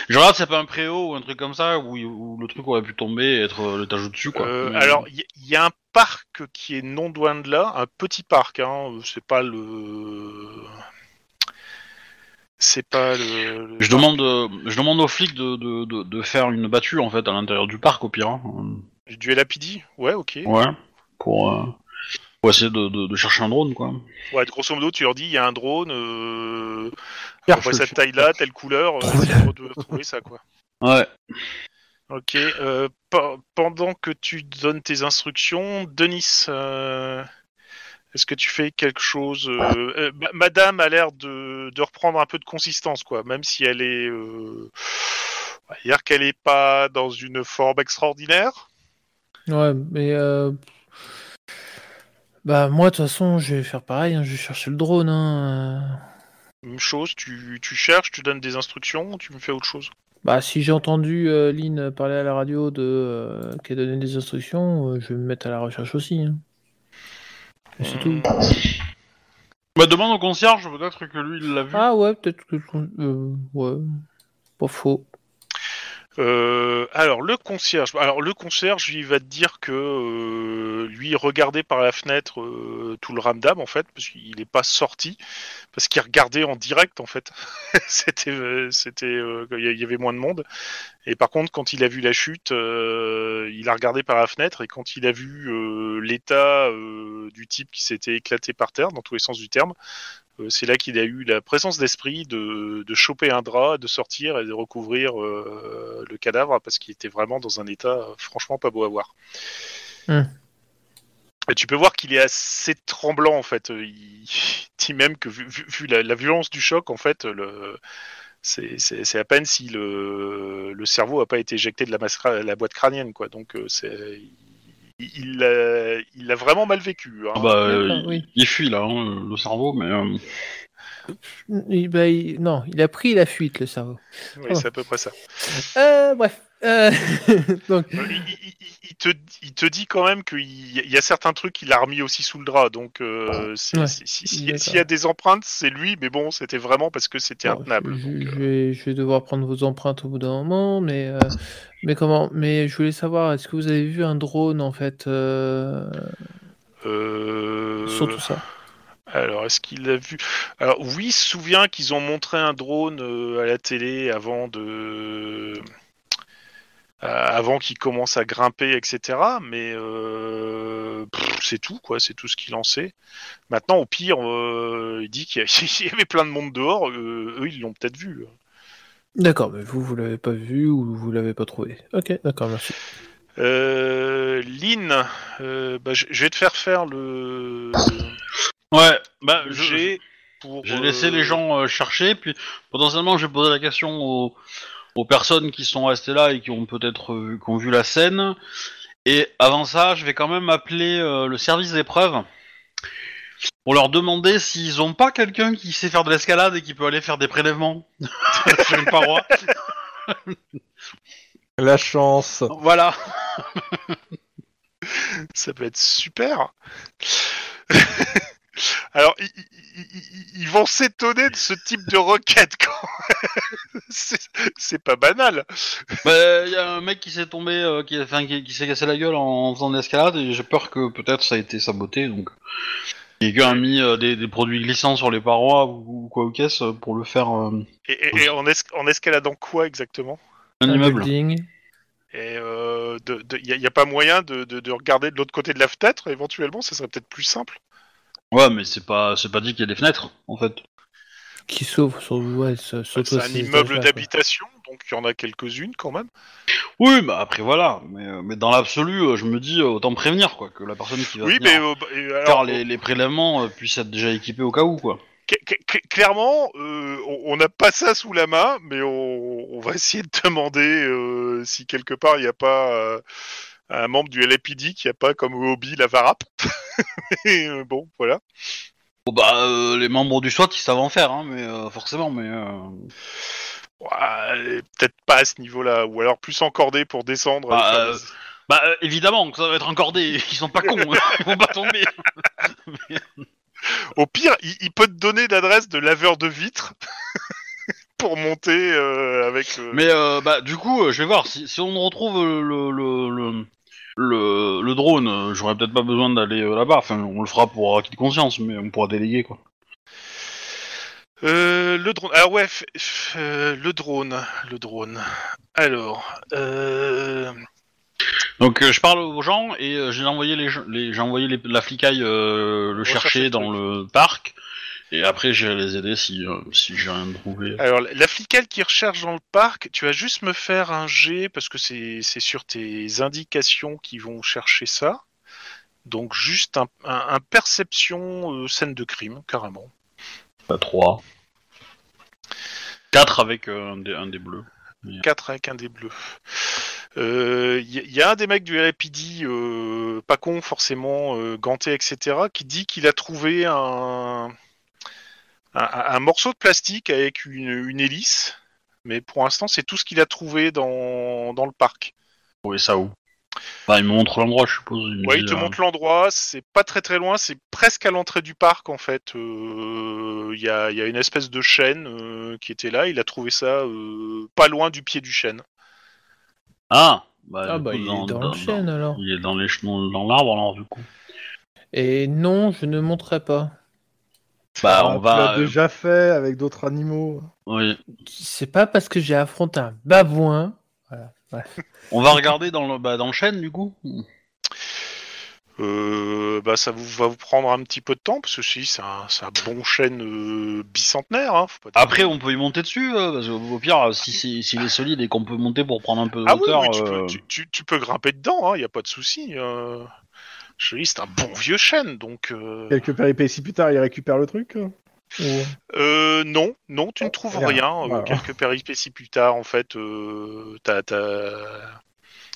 Speaker 4: je regarde, c'est pas un préau ou un truc comme ça où, il- où le truc aurait pu tomber et être euh, l'étage au-dessus, quoi.
Speaker 5: euh,
Speaker 4: Mais-
Speaker 5: alors il y, y a un parc qui est non loin de là, un petit parc. Hein, c'est pas le. C'est pas le. le-
Speaker 4: Je demande, euh, je demande aux flics de, de, de, de faire une battue en fait à l'intérieur du parc au pire. hein.
Speaker 5: Du LAPD Ouais, ok.
Speaker 4: Ouais. Pour, euh, pour essayer de, de, de chercher un drone quoi.
Speaker 5: Ouais, grosso modo, tu leur dis, il y a un drone, euh,
Speaker 1: Cherche
Speaker 5: après
Speaker 1: le
Speaker 5: cette
Speaker 1: fil.
Speaker 5: taille-là, telle couleur, euh,
Speaker 1: Trouve-le.
Speaker 5: essayez de trouver ça, quoi.
Speaker 4: Ouais.
Speaker 5: Ok, euh, pe- pendant que tu donnes tes instructions, Denis, euh, est-ce que tu fais quelque chose euh, euh, ma- Madame a l'air de, de reprendre un peu de consistance, quoi, même si elle est... Euh, on va dire qu'elle n'est pas dans une forme extraordinaire.
Speaker 2: Ouais, mais. euh, Bah, moi, de toute façon, je vais faire pareil, hein, je vais chercher le drone. hein, euh.
Speaker 5: Même chose, tu, tu cherches, tu donnes des instructions, tu me fais autre chose.
Speaker 2: Bah, si j'ai entendu euh, Lynn parler à la radio de euh, qu'elle donnait des instructions, euh, je vais me mettre à la recherche aussi. hein. Et c'est tout.
Speaker 5: Hmm.
Speaker 4: Bah demande au concierge peut-être que lui il l'a vu.
Speaker 2: Ah ouais, peut-être que. euh, ouais. Pas faux.
Speaker 5: Euh, alors le concierge, alors le concierge, il va te dire que euh, lui il regardait par la fenêtre euh, tout le ramdam en fait, parce qu'il n'est pas sorti, parce qu'il regardait en direct en fait. c'était, euh, c'était, euh, il y avait moins de monde. Et par contre, quand il a vu la chute, euh, il a regardé par la fenêtre et quand il a vu euh, l'état euh, du type qui s'était éclaté par terre dans tous les sens du terme. euh, C'est là qu'il a eu la présence d'esprit de, de choper un drap, de sortir et de recouvrir euh, le cadavre parce qu'il était vraiment dans un état euh, franchement pas beau à voir.
Speaker 2: Hmm.
Speaker 5: Et tu peux voir qu'il est assez tremblant en fait. Euh, Il dit même que vu, vu- vu la, la violence du choc en fait, le... c'est- c'est c'est à peine si le, le cerveau n'a pas été éjecté de la, masse cra- la boîte crânienne quoi. Donc euh, c'est il il l'a il l'a vraiment mal vécu. hein.
Speaker 4: Ah bah, euh,
Speaker 2: D'accord,
Speaker 4: il,
Speaker 2: oui.
Speaker 4: il fuit là hein, le cerveau mais. euh,
Speaker 2: Il- bah, il- Non, il a pris la fuite, le cerveau.
Speaker 5: Oui, c'est à peu près ça.
Speaker 2: Euh, bref. Euh, Donc,
Speaker 5: Euh, Il, il- il- il te, il te dit quand même qu'il y a- il y a certains trucs qu'il a remis aussi sous le drap. Donc, euh, c'est-
Speaker 2: Ouais.
Speaker 5: c'est- si- si- s'il
Speaker 2: D'accord.
Speaker 5: y a des empreintes, c'est lui. Mais bon, c'était vraiment parce que c'était
Speaker 2: Bon,
Speaker 5: intenable.
Speaker 2: je,
Speaker 5: donc,
Speaker 2: je
Speaker 5: euh,
Speaker 2: vais, je vais devoir prendre vos empreintes au bout d'un moment, mais, euh, mais comment Mais je voulais savoir, est-ce que vous avez vu un drone en fait euh,
Speaker 5: euh,
Speaker 2: sur tout ça
Speaker 5: Alors, est-ce qu'il l'a vu Alors, oui, il se souvient qu'ils ont montré un drone euh, à la télé avant de. euh, avant qu'il commence à grimper, etc. Mais euh, pff, c'est tout, quoi. C'est tout ce qu'il en sait. Maintenant, au pire, euh, il dit qu'il y, a- il y avait plein de monde dehors. euh, eux, ils l'ont peut-être vu.
Speaker 2: D'accord, mais vous, vous l'avez pas vu ou vous l'avez pas trouvé Ok, d'accord, merci.
Speaker 5: Euh, Lynn, euh, bah, je, je vais te faire faire le,
Speaker 4: Ouais, bah,
Speaker 5: le
Speaker 4: je-
Speaker 5: jet pour.
Speaker 4: J'ai
Speaker 5: euh,
Speaker 4: laissé les gens euh, chercher, puis potentiellement j'ai posé la question aux, aux personnes qui sont restées là et qui ont peut-être vu, qui ont vu la scène. Et avant ça, je vais quand même appeler euh, le service d'épreuve pour leur demander s'ils ont pas quelqu'un qui sait faire de l'escalade et qui peut aller faire des prélèvements sur une paroi.
Speaker 7: La chance.
Speaker 4: Voilà.
Speaker 5: Ça peut être super. Alors, i- i- i- i- i- ils vont s'étonner de ce type de requête. quand même. C'est- C'est pas banal.
Speaker 4: Il Bah, y a un mec qui s'est tombé, euh, qui, enfin, qui, qui s'est cassé la gueule en, en faisant de l'escalade et j'ai peur que peut-être ça a été saboté donc. Quelqu'un a mis euh, des, des produits glissants sur les parois ou, ou quoi ou qu'est-ce pour le faire. euh,
Speaker 5: Et, et- et en, es- en escaladant quoi exactement
Speaker 4: Un
Speaker 2: Ah,
Speaker 4: immeuble.
Speaker 2: building.
Speaker 5: Et euh, de- de- y a, y a pas moyen de, de- de regarder de l'autre côté de la fenêtre éventuellement Ça serait peut-être plus simple.
Speaker 4: Ouais, mais c'est pas, c'est pas dit qu'il y a des fenêtres, en fait.
Speaker 2: qui s'ouvre sur ouais, sur- surtout
Speaker 5: C'est
Speaker 2: à
Speaker 5: un
Speaker 2: ces
Speaker 5: immeuble
Speaker 2: étages-là, quoi.
Speaker 5: d'habitation, donc il y en a quelques-unes quand même.
Speaker 4: Oui, bah après voilà. Mais, euh, mais dans l'absolu, euh, je me dis euh, autant prévenir quoi, que la personne qui va
Speaker 5: Oui, mais
Speaker 4: venir
Speaker 5: euh, bah, et
Speaker 4: faire
Speaker 5: alors,
Speaker 4: les, les prélèvements euh, puisse être déjà équipée au cas où quoi.
Speaker 5: Cl- cl- cl- clairement, euh, on- on n'a pas ça sous la main, mais on, on va essayer de demander euh, si quelque part il n'y a pas euh, un membre du LAPD qui n'a pas comme hobby la varap. Et, euh, bon, voilà.
Speaker 4: Bon bah euh, les membres du SWAT ils savent en faire, hein, mais euh, forcément, mais. euh,
Speaker 5: Ouais, Peut-être pas à ce niveau-là, ou alors plus encordé pour descendre.
Speaker 4: Bah,
Speaker 5: Enfin,
Speaker 4: euh, Bah euh, évidemment que ça va être encordé. Ils sont pas cons, hein. ils vont pas tomber.
Speaker 5: Au pire, il, il peut te donner l'adresse de laveur de vitres pour monter euh, avec. euh,
Speaker 4: Mais euh, bah du coup, euh, je vais voir si, si on retrouve euh, le le le, le, le drone, euh, j'aurais peut-être pas besoin d'aller euh, là-bas. Enfin, on le fera pour acquis de conscience, mais on pourra déléguer quoi.
Speaker 5: Euh, le drone. Ah ouais, f- f- euh, le drone. Le drone. Alors. Euh...
Speaker 4: Donc euh, je parle aux gens et euh, j'ai envoyé les, gens- les j'ai envoyé les- la flicaille euh, le
Speaker 5: Rechercher
Speaker 4: chercher
Speaker 5: le
Speaker 4: dans
Speaker 5: truc.
Speaker 4: le parc et après j'irai les aider si euh, si j'ai rien trouvé.
Speaker 5: Alors, la flicale qui recherche dans le parc, tu vas juste me faire un G parce que c'est c'est sur tes indications qui vont chercher ça. Donc, juste un, un- un perception euh, scène de crime, carrément.
Speaker 4: Pas 3. 4 avec euh, un, des, un des bleus.
Speaker 5: 4 avec un des bleus. Euh, Il y, y a un des mecs du LAPD, euh, pas con forcément, euh, ganté, etc., qui dit qu'il a trouvé un, un, un morceau de plastique avec une, une hélice, mais pour l'instant c'est tout ce qu'il a trouvé dans, dans le parc.
Speaker 4: Oui, ça où Enfin, Bah, il me montre l'endroit, je suppose. me
Speaker 5: Ouais,
Speaker 4: dit,
Speaker 5: il te
Speaker 4: euh,
Speaker 5: montre l'endroit, c'est pas très très loin, c'est presque à l'entrée du parc en fait. Euh, Il y, a, il y a une espèce de chêne euh, qui était là, il a trouvé ça euh, pas loin du pied du chêne.
Speaker 4: Ah, bah,
Speaker 2: Ah
Speaker 4: du
Speaker 2: bah
Speaker 4: coup,
Speaker 2: il est dans le chêne alors.
Speaker 4: il est dans les chenons- dans l'arbre alors du coup.
Speaker 2: Et non, je ne montrerai pas.
Speaker 4: Bah,
Speaker 7: Ah,
Speaker 4: on
Speaker 7: tu
Speaker 4: va.
Speaker 7: l'as
Speaker 4: euh,
Speaker 7: déjà fait avec d'autres animaux.
Speaker 4: oui.
Speaker 2: C'est pas parce que j'ai affronté un babouin.
Speaker 4: On va regarder dans le bah, dans le chêne du coup.
Speaker 5: Euh, bah ça vous va vous prendre un petit peu de temps parce que si c'est un, c'est un bon chêne euh, bicentenaire. Hein, faut pas dire.
Speaker 4: Après, on peut y monter dessus, euh, parce qu'au pire, si c'est- s'il est solide et qu'on peut monter pour prendre un peu de
Speaker 5: ah oui,
Speaker 4: hauteur.
Speaker 5: oui, tu,
Speaker 4: euh,
Speaker 5: peux, tu, tu- tu peux grimper dedans, il n'y a pas de souci. Euh, je dis c'est un bon vieux chêne donc. euh,
Speaker 7: Quelques péripéties plus tard, il récupère le truc.
Speaker 1: hein.
Speaker 5: euh, non, non, tu ne trouves
Speaker 7: Rien.
Speaker 5: rien. euh,
Speaker 7: Voilà.
Speaker 5: Quelques péripéties plus tard en fait. euh, t'as- t'as-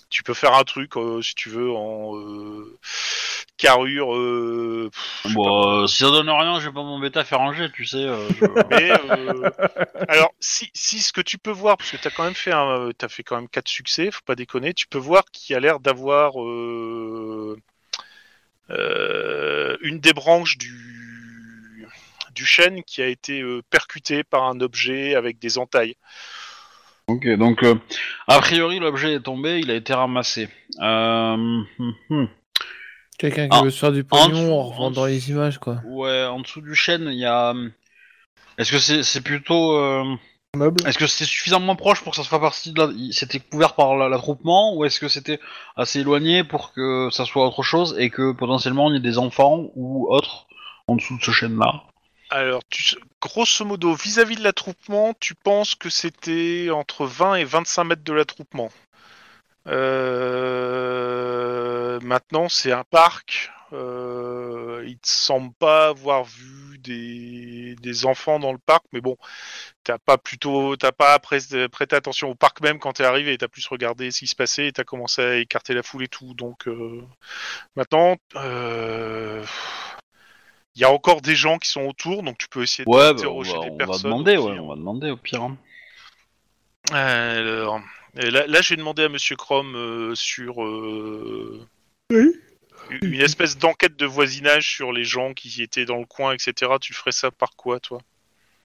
Speaker 5: Tu peux faire un truc euh, si tu veux en euh, carrure. euh, pff, je sais pas.
Speaker 4: Bon, euh, si ça donne rien, je vais pas m'embêter à faire un jet, tu sais. euh, je-
Speaker 5: Mais, euh, alors, si, si ce que tu peux voir, parce que t'as quand même fait, un, euh, t'as fait quand même quatre succès, faut pas déconner, tu peux voir qu'il a l'air d'avoir euh, euh, une des branches du, du chêne qui a été euh, percutée par un objet avec des entailles.
Speaker 4: Ok, donc euh, a priori l'objet est tombé, il a été ramassé. Euh, hum, hum.
Speaker 2: Quelqu'un qui
Speaker 4: Ah,
Speaker 2: veut se faire du
Speaker 4: dessous,
Speaker 2: pognon en
Speaker 4: en
Speaker 2: revendant les images, quoi.
Speaker 4: Ouais, en dessous du chêne, il y a. hum, Est-ce que c'est c'est plutôt. euh,
Speaker 1: Meuble.
Speaker 4: Est-ce que c'était suffisamment proche pour que ça soit partie de la... il- C'était couvert par la- l'attroupement ou est-ce que c'était assez éloigné pour que ça soit autre chose et que potentiellement il y ait des enfants ou autres en dessous de ce chêne-là
Speaker 5: Alors, tu, grosso modo, vis-à-vis de l'attroupement, tu penses que c'était entre 20 et 25 mètres de l'attroupement. Euh, maintenant, c'est un parc. Euh, il te semble pas avoir vu des, des enfants dans le parc, mais bon, t'as pas plutôt, t'as pas pres- prêté attention au parc même quand t'es arrivé. T'as plus regardé ce qui se passait et t'as commencé à écarter la foule et tout. Donc euh, maintenant, euh, il y a encore des gens qui sont autour, donc tu peux essayer de
Speaker 4: Ouais, bah, on,
Speaker 5: d'interroger
Speaker 4: va,
Speaker 5: des
Speaker 4: on va
Speaker 5: personnes.
Speaker 4: demander,
Speaker 5: aussi,
Speaker 4: ouais,
Speaker 5: hein.
Speaker 4: on va demander au pire. hein.
Speaker 5: Alors, euh, là, là, j'ai demandé à Monsieur Chrome euh, sur euh,
Speaker 1: Oui.
Speaker 5: une espèce d'enquête de voisinage sur les gens qui étaient dans le coin, etc. Tu ferais ça par quoi, toi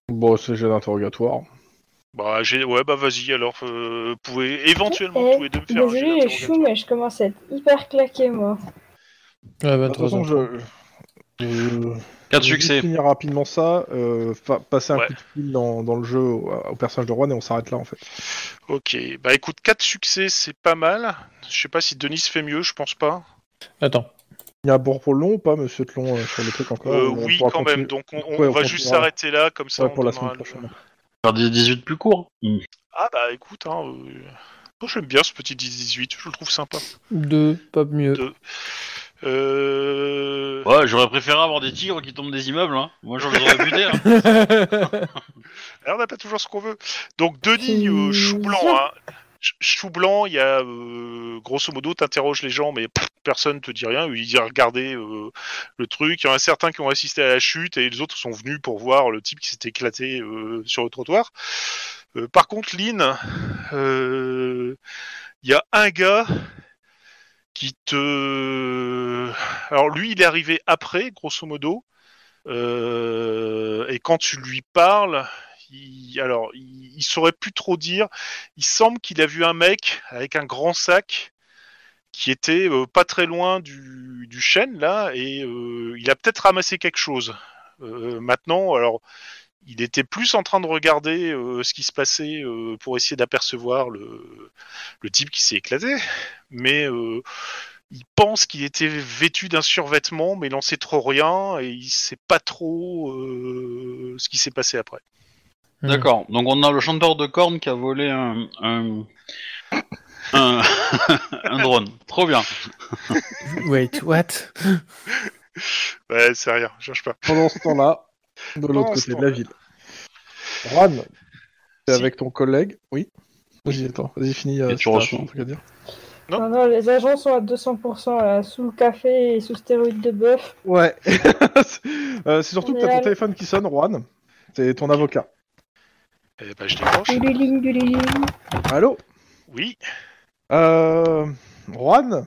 Speaker 1: Bon, c'est j'ai l'interrogatoire.
Speaker 5: Bah, j'ai... ouais, bah vas-y. Alors, euh, vous pouvez éventuellement
Speaker 3: Eh,
Speaker 5: tous les deux me faire un jet
Speaker 3: Désolé, les chou,
Speaker 5: d'interrogatoire.
Speaker 3: mais je commence à être hyper claqué, moi.
Speaker 2: Ouais,
Speaker 1: De toute
Speaker 2: 23
Speaker 1: façon,
Speaker 2: ans.
Speaker 1: je. je-
Speaker 4: Quatre
Speaker 1: je vais
Speaker 4: succès.
Speaker 1: finir rapidement ça, euh, fa- passer un
Speaker 5: Ouais.
Speaker 1: coup de fil dans, dans le jeu au, au personnage de Juan et on s'arrête là en fait.
Speaker 5: Ok. Bah, écoute, quatre succès, c'est pas mal. Je sais pas si Denis fait mieux. Je pense pas.
Speaker 2: Attends.
Speaker 1: Il y a un bord pour le long ou pas, monsieur Tlon, euh, sur le truc encore
Speaker 5: Euh,
Speaker 1: On
Speaker 5: oui,
Speaker 1: pourra
Speaker 5: quand
Speaker 1: continuer-
Speaker 5: même. Donc, on, on
Speaker 1: Ouais, on
Speaker 5: va juste
Speaker 1: continuera.
Speaker 5: s'arrêter là, comme ça,
Speaker 1: Ouais,
Speaker 5: on
Speaker 1: pour la
Speaker 5: donnera
Speaker 1: semaine
Speaker 5: le-
Speaker 1: prochaine.
Speaker 4: Faire des 18 plus courts. Hmm.
Speaker 5: Ah bah, écoute, hein, euh, moi, j'aime bien ce petit 18. Je le trouve sympa.
Speaker 2: Deux, pas mieux.
Speaker 5: Deux. Euh...
Speaker 4: Ouais, j'aurais préféré avoir des tigres qui tombent des immeubles. Hein. Moi, j'en les aurais butés. Hein.
Speaker 5: Alors, Eh, on n'a pas toujours ce qu'on veut. Donc, Denis, euh, chou blanc. Hein. Ch- Chou blanc, il y a. euh, grosso modo, t'interroges les gens, mais pff, personne te dit rien. Ils disent regardez euh, le truc. Il y en a certains qui ont assisté à la chute et les autres sont venus pour voir le type qui s'est éclaté euh, sur le trottoir. Euh, par contre, Lynn, euh, il y a un gars qui te. Alors, lui, il est arrivé après, grosso modo. Euh, et quand tu lui parles, il, alors, il, il saurait plus trop dire. Il semble qu'il a vu un mec avec un grand sac qui était euh, pas très loin du, du chêne là, et euh, il a peut-être ramassé quelque chose. Euh, maintenant, alors, il était plus en train de regarder euh, ce qui se passait euh, pour essayer d'apercevoir le, le type qui s'est éclaté, mais euh, il pense qu'il était vêtu d'un survêtement, mais il n'en sait trop rien et il sait pas trop euh, ce qui s'est passé après.
Speaker 2: Mm.
Speaker 4: D'accord. Donc on a le chanteur de cornes qui a volé un un, un- un drone. Trop bien.
Speaker 2: Hmm. Wait, what
Speaker 5: Ouais, Bah, c'est rien, je cherche pas.
Speaker 1: Pendant ce temps-là, de
Speaker 5: Pendant
Speaker 1: l'autre
Speaker 5: ce
Speaker 1: côté de
Speaker 5: temps-là.
Speaker 1: la ville. Juan, t'es
Speaker 5: Si.
Speaker 1: avec ton collègue. Oui. Vas-y, attends, vas-y, finis. euh,
Speaker 4: Et
Speaker 1: si
Speaker 4: tu
Speaker 1: t'as
Speaker 4: reçois.
Speaker 1: un truc à dire.
Speaker 5: Non.
Speaker 3: Non, non, les agents sont à 200% là, sous le café et sous stéroïdes de bœuf.
Speaker 1: Ouais. Euh, c'est surtout que t'as
Speaker 3: Génial.
Speaker 1: ton téléphone qui sonne, Juan. C'est ton avocat.
Speaker 5: Eh ben, je décroche.
Speaker 3: Du liling, du liling.
Speaker 1: Allô
Speaker 5: Oui,
Speaker 1: euh, Juan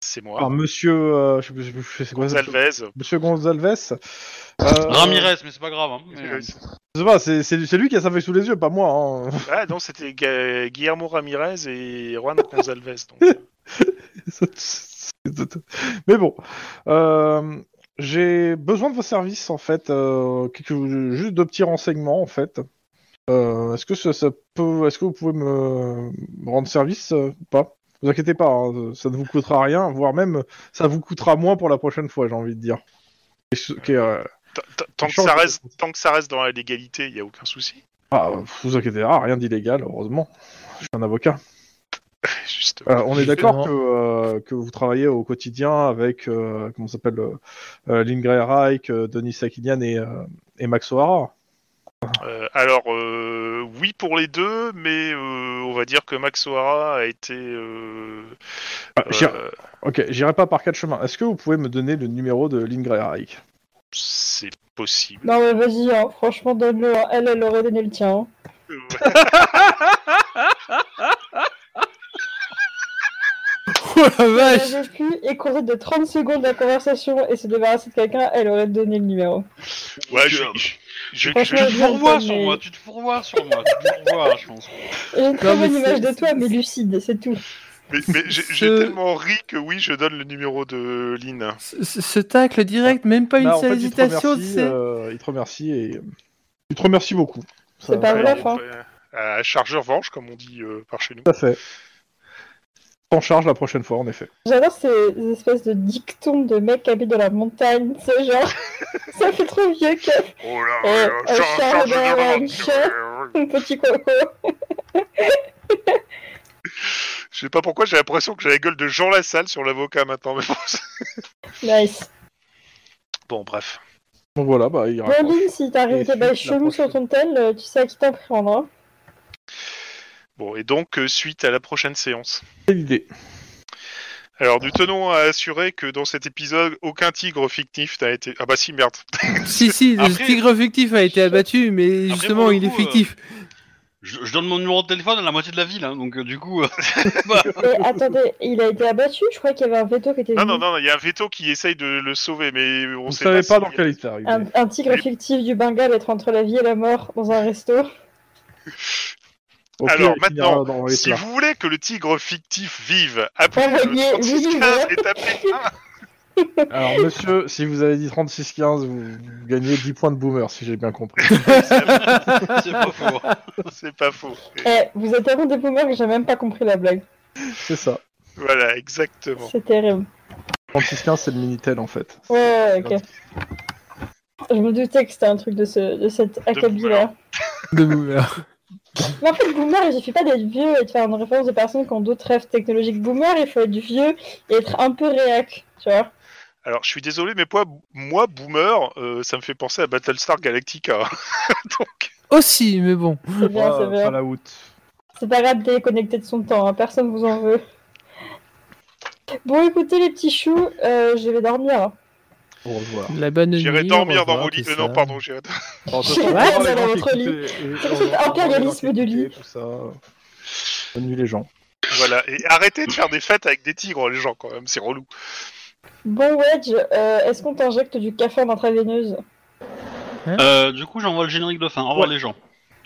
Speaker 5: c'est
Speaker 1: Par
Speaker 5: moi.
Speaker 1: monsieur. euh, je sais plus- je sais plus- c'est quoi ça
Speaker 5: Gonzalez.
Speaker 1: Monsieur Gonzalves. Euh,
Speaker 4: Ramirez, mais c'est pas grave. Hein. Mais, euh,
Speaker 1: Je sais pas, c'est, c'est- c'est lui qui a sa feuille sous les yeux, pas moi. hein.
Speaker 5: Ah non, c'était Ga- Guillermo Ramirez et Juan Gonzalez. donc.
Speaker 1: Mais bon, Euh, j'ai besoin de vos services en fait, euh, quelques- juste de petits renseignements en fait. Euh, est-ce que ça, ça peut, est-ce que vous pouvez me me rendre service euh, ou pas Vous inquiétez pas, hein, ça ne vous coûtera rien, voire même ça vous coûtera moins pour la prochaine fois, j'ai envie de dire. Et ce- qui est, euh,
Speaker 5: Tant- tant- Tant que
Speaker 1: Change
Speaker 5: ça
Speaker 1: de
Speaker 5: reste,
Speaker 1: réponse.
Speaker 5: tant que ça reste dans la légalité, il y a aucun souci.
Speaker 1: ah, vous inquiétez pas, rien d'illégal, heureusement. Je suis un avocat.
Speaker 5: Justement.
Speaker 1: Euh, on est
Speaker 2: Justement.
Speaker 1: d'accord que, euh, que vous travaillez au quotidien avec euh, comment ça s'appelle euh, euh, Lingray Reich, euh, Denis Sakinian et, euh, et Max O'Hara.
Speaker 5: Euh, alors euh, oui pour les deux, mais euh, on va dire que Max O'Hara a été. euh,
Speaker 1: Ah, j'irai-
Speaker 5: euh,
Speaker 1: Ok, j'irai pas par quatre chemins. Est-ce que vous pouvez me donner le numéro de Lynn Greyreich
Speaker 5: c'est possible.
Speaker 3: Non, mais vas-y, hein, franchement, donne-le. hein. Elle, elle aurait donné le tien. hein.
Speaker 2: Oh la
Speaker 3: Elle
Speaker 2: vache
Speaker 3: avait pu écouter de 30 secondes la conversation et se débarrasser de quelqu'un, elle aurait donné le numéro.
Speaker 5: Ouais,
Speaker 4: Tu-
Speaker 5: je, je, je-
Speaker 3: Franchement,
Speaker 5: je-
Speaker 4: Tu te fourvoies sur
Speaker 3: mais-
Speaker 4: moi, tu te fourvoies sur moi, tu te fourvoies, je pense.
Speaker 3: J'ai une très
Speaker 2: Non, mais
Speaker 3: bonne
Speaker 2: c'est-
Speaker 3: image de toi, mais lucide, c'est tout.
Speaker 5: mais, mais j'ai j'ai
Speaker 2: Ce-
Speaker 5: tellement ri que oui, je donne le numéro de Lynn.
Speaker 2: ce, ce- ce tacle direct, même pas une
Speaker 1: Bah, en
Speaker 2: seule
Speaker 1: fait, il te
Speaker 2: hésitation,
Speaker 1: remercie,
Speaker 2: c'est...
Speaker 1: euh, il te remercie et il te remercie beaucoup. Ça-
Speaker 3: C'est pas
Speaker 1: ça-
Speaker 3: vrai. hein. la fin.
Speaker 5: À euh, chargeur venge, comme on dit euh, par chez nous.
Speaker 1: Tout à fait. T'en charge la prochaine fois, en effet.
Speaker 3: J'adore ces ces espèces de dictons de mecs qui habitent dans la montagne, c'est genre. ça fait trop vieux que
Speaker 5: Oh là
Speaker 3: Euh,
Speaker 5: là,
Speaker 3: euh,
Speaker 5: char-
Speaker 3: chargeur
Speaker 5: chargeur
Speaker 3: venge.
Speaker 5: venge.
Speaker 3: mon petit coco.
Speaker 5: Je sais pas pourquoi, j'ai l'impression que j'ai la gueule de Jean Lassalle sur l'avocat maintenant. mais bon, c'est-
Speaker 3: Nice.
Speaker 5: bon, bref.
Speaker 1: Donc voilà, bah,
Speaker 5: Ah,
Speaker 1: il raccroche.
Speaker 3: Lynn, si t'arrives
Speaker 1: Et
Speaker 3: des bails
Speaker 1: suite, la
Speaker 3: chelous sur ton tel, euh, tu sais à qui t'en prendre. hein.
Speaker 5: Bon, et donc, euh, suite à la prochaine séance.
Speaker 1: C'est l'idée.
Speaker 5: Alors, nous tenons à assurer que dans cet épisode, aucun tigre fictif n'a été. Ah bah si, merde.
Speaker 2: Si, si,
Speaker 4: Après-
Speaker 2: le tigre fictif a été abattu, mais
Speaker 4: Après,
Speaker 2: justement,
Speaker 4: pour le
Speaker 2: il est
Speaker 4: coup, euh,
Speaker 2: fictif.
Speaker 4: Je, je donne mon numéro de téléphone à la moitié de la ville, hein, donc euh, du coup. euh,
Speaker 3: Et attendez, il a été abattu Je crois qu'il y avait un veto qui était.
Speaker 5: Non, non,
Speaker 3: venu.
Speaker 5: non, il y a un veto qui essaye de le sauver, mais on
Speaker 1: Vous
Speaker 5: sait
Speaker 1: savez
Speaker 5: pas
Speaker 1: pas
Speaker 5: si-
Speaker 1: dans quel état il est.
Speaker 3: Un, un tigre fictif du Bengale être entre la vie et la mort dans un resto.
Speaker 1: Au pire,
Speaker 5: Alors,
Speaker 1: il finira
Speaker 5: maintenant,
Speaker 1: dans les
Speaker 5: Si
Speaker 1: plats.
Speaker 5: vous voulez que le tigre fictif vive, après
Speaker 3: Ah,
Speaker 5: le
Speaker 3: oui, oui,
Speaker 5: 36-15
Speaker 3: oui.
Speaker 5: est appelé. Ah,
Speaker 1: Alors, monsieur, si vous avez dit 36-15, vous gagnez 10 points de boomer, si j'ai bien compris.
Speaker 4: c'est pas faux.
Speaker 5: C'est pas faux.
Speaker 3: Eh, vous êtes tellement des boomers que j'ai même pas compris la blague.
Speaker 1: C'est ça.
Speaker 5: Voilà, exactement.
Speaker 3: C'est terrible.
Speaker 1: 36-15, c'est le Minitel, en fait.
Speaker 3: Ouais, ouais, ok. Je me doutais que c'était un truc de, ce, de cet acabit-là.
Speaker 2: De boomer.
Speaker 3: Mais en fait, boomer, il suffit pas d'être vieux et de faire une référence de personnes qui ont d'autres rêves technologiques. Boomer, il faut être vieux et être un peu réac, tu vois.
Speaker 5: Alors, je suis désolé, mais moi, moi boomer, euh, ça me fait penser à Battlestar Galactica. Donc,
Speaker 2: Aussi, mais bon.
Speaker 3: C'est bien, c'est bien.
Speaker 1: Fallout.
Speaker 3: C'est pas grave de déconnecter de son temps, hein, personne vous en veut. Bon, écoutez les petits choux, euh, je vais dormir.
Speaker 1: Au revoir.
Speaker 2: La bonne
Speaker 5: j'irai
Speaker 2: nuit, au
Speaker 5: dormir dans
Speaker 2: revoir,
Speaker 5: mon lit.
Speaker 2: tout
Speaker 5: Euh, non,
Speaker 2: ça.
Speaker 5: pardon, j'irai.
Speaker 1: Alors, de
Speaker 3: Je sais
Speaker 1: toute
Speaker 3: pas,
Speaker 1: façon,
Speaker 3: ça
Speaker 1: les
Speaker 3: dans
Speaker 1: gens qui
Speaker 3: votre lit.
Speaker 1: écoutaient- les-
Speaker 3: C'est
Speaker 1: les
Speaker 3: cet
Speaker 1: gens qui
Speaker 3: impérialisme de lit.
Speaker 1: écoutaient, Tout ça. Bonne nuit, les gens.
Speaker 5: Voilà, et arrêtez de faire des fêtes avec des tigres, les gens, quand même, c'est relou.
Speaker 3: Bon, Wedge, euh, est-ce qu'on t'injecte du café en intraveineuse
Speaker 4: Euh, du coup, j'envoie le générique de fin. Au revoir les gens.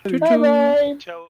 Speaker 3: Bye bye
Speaker 5: Ciao.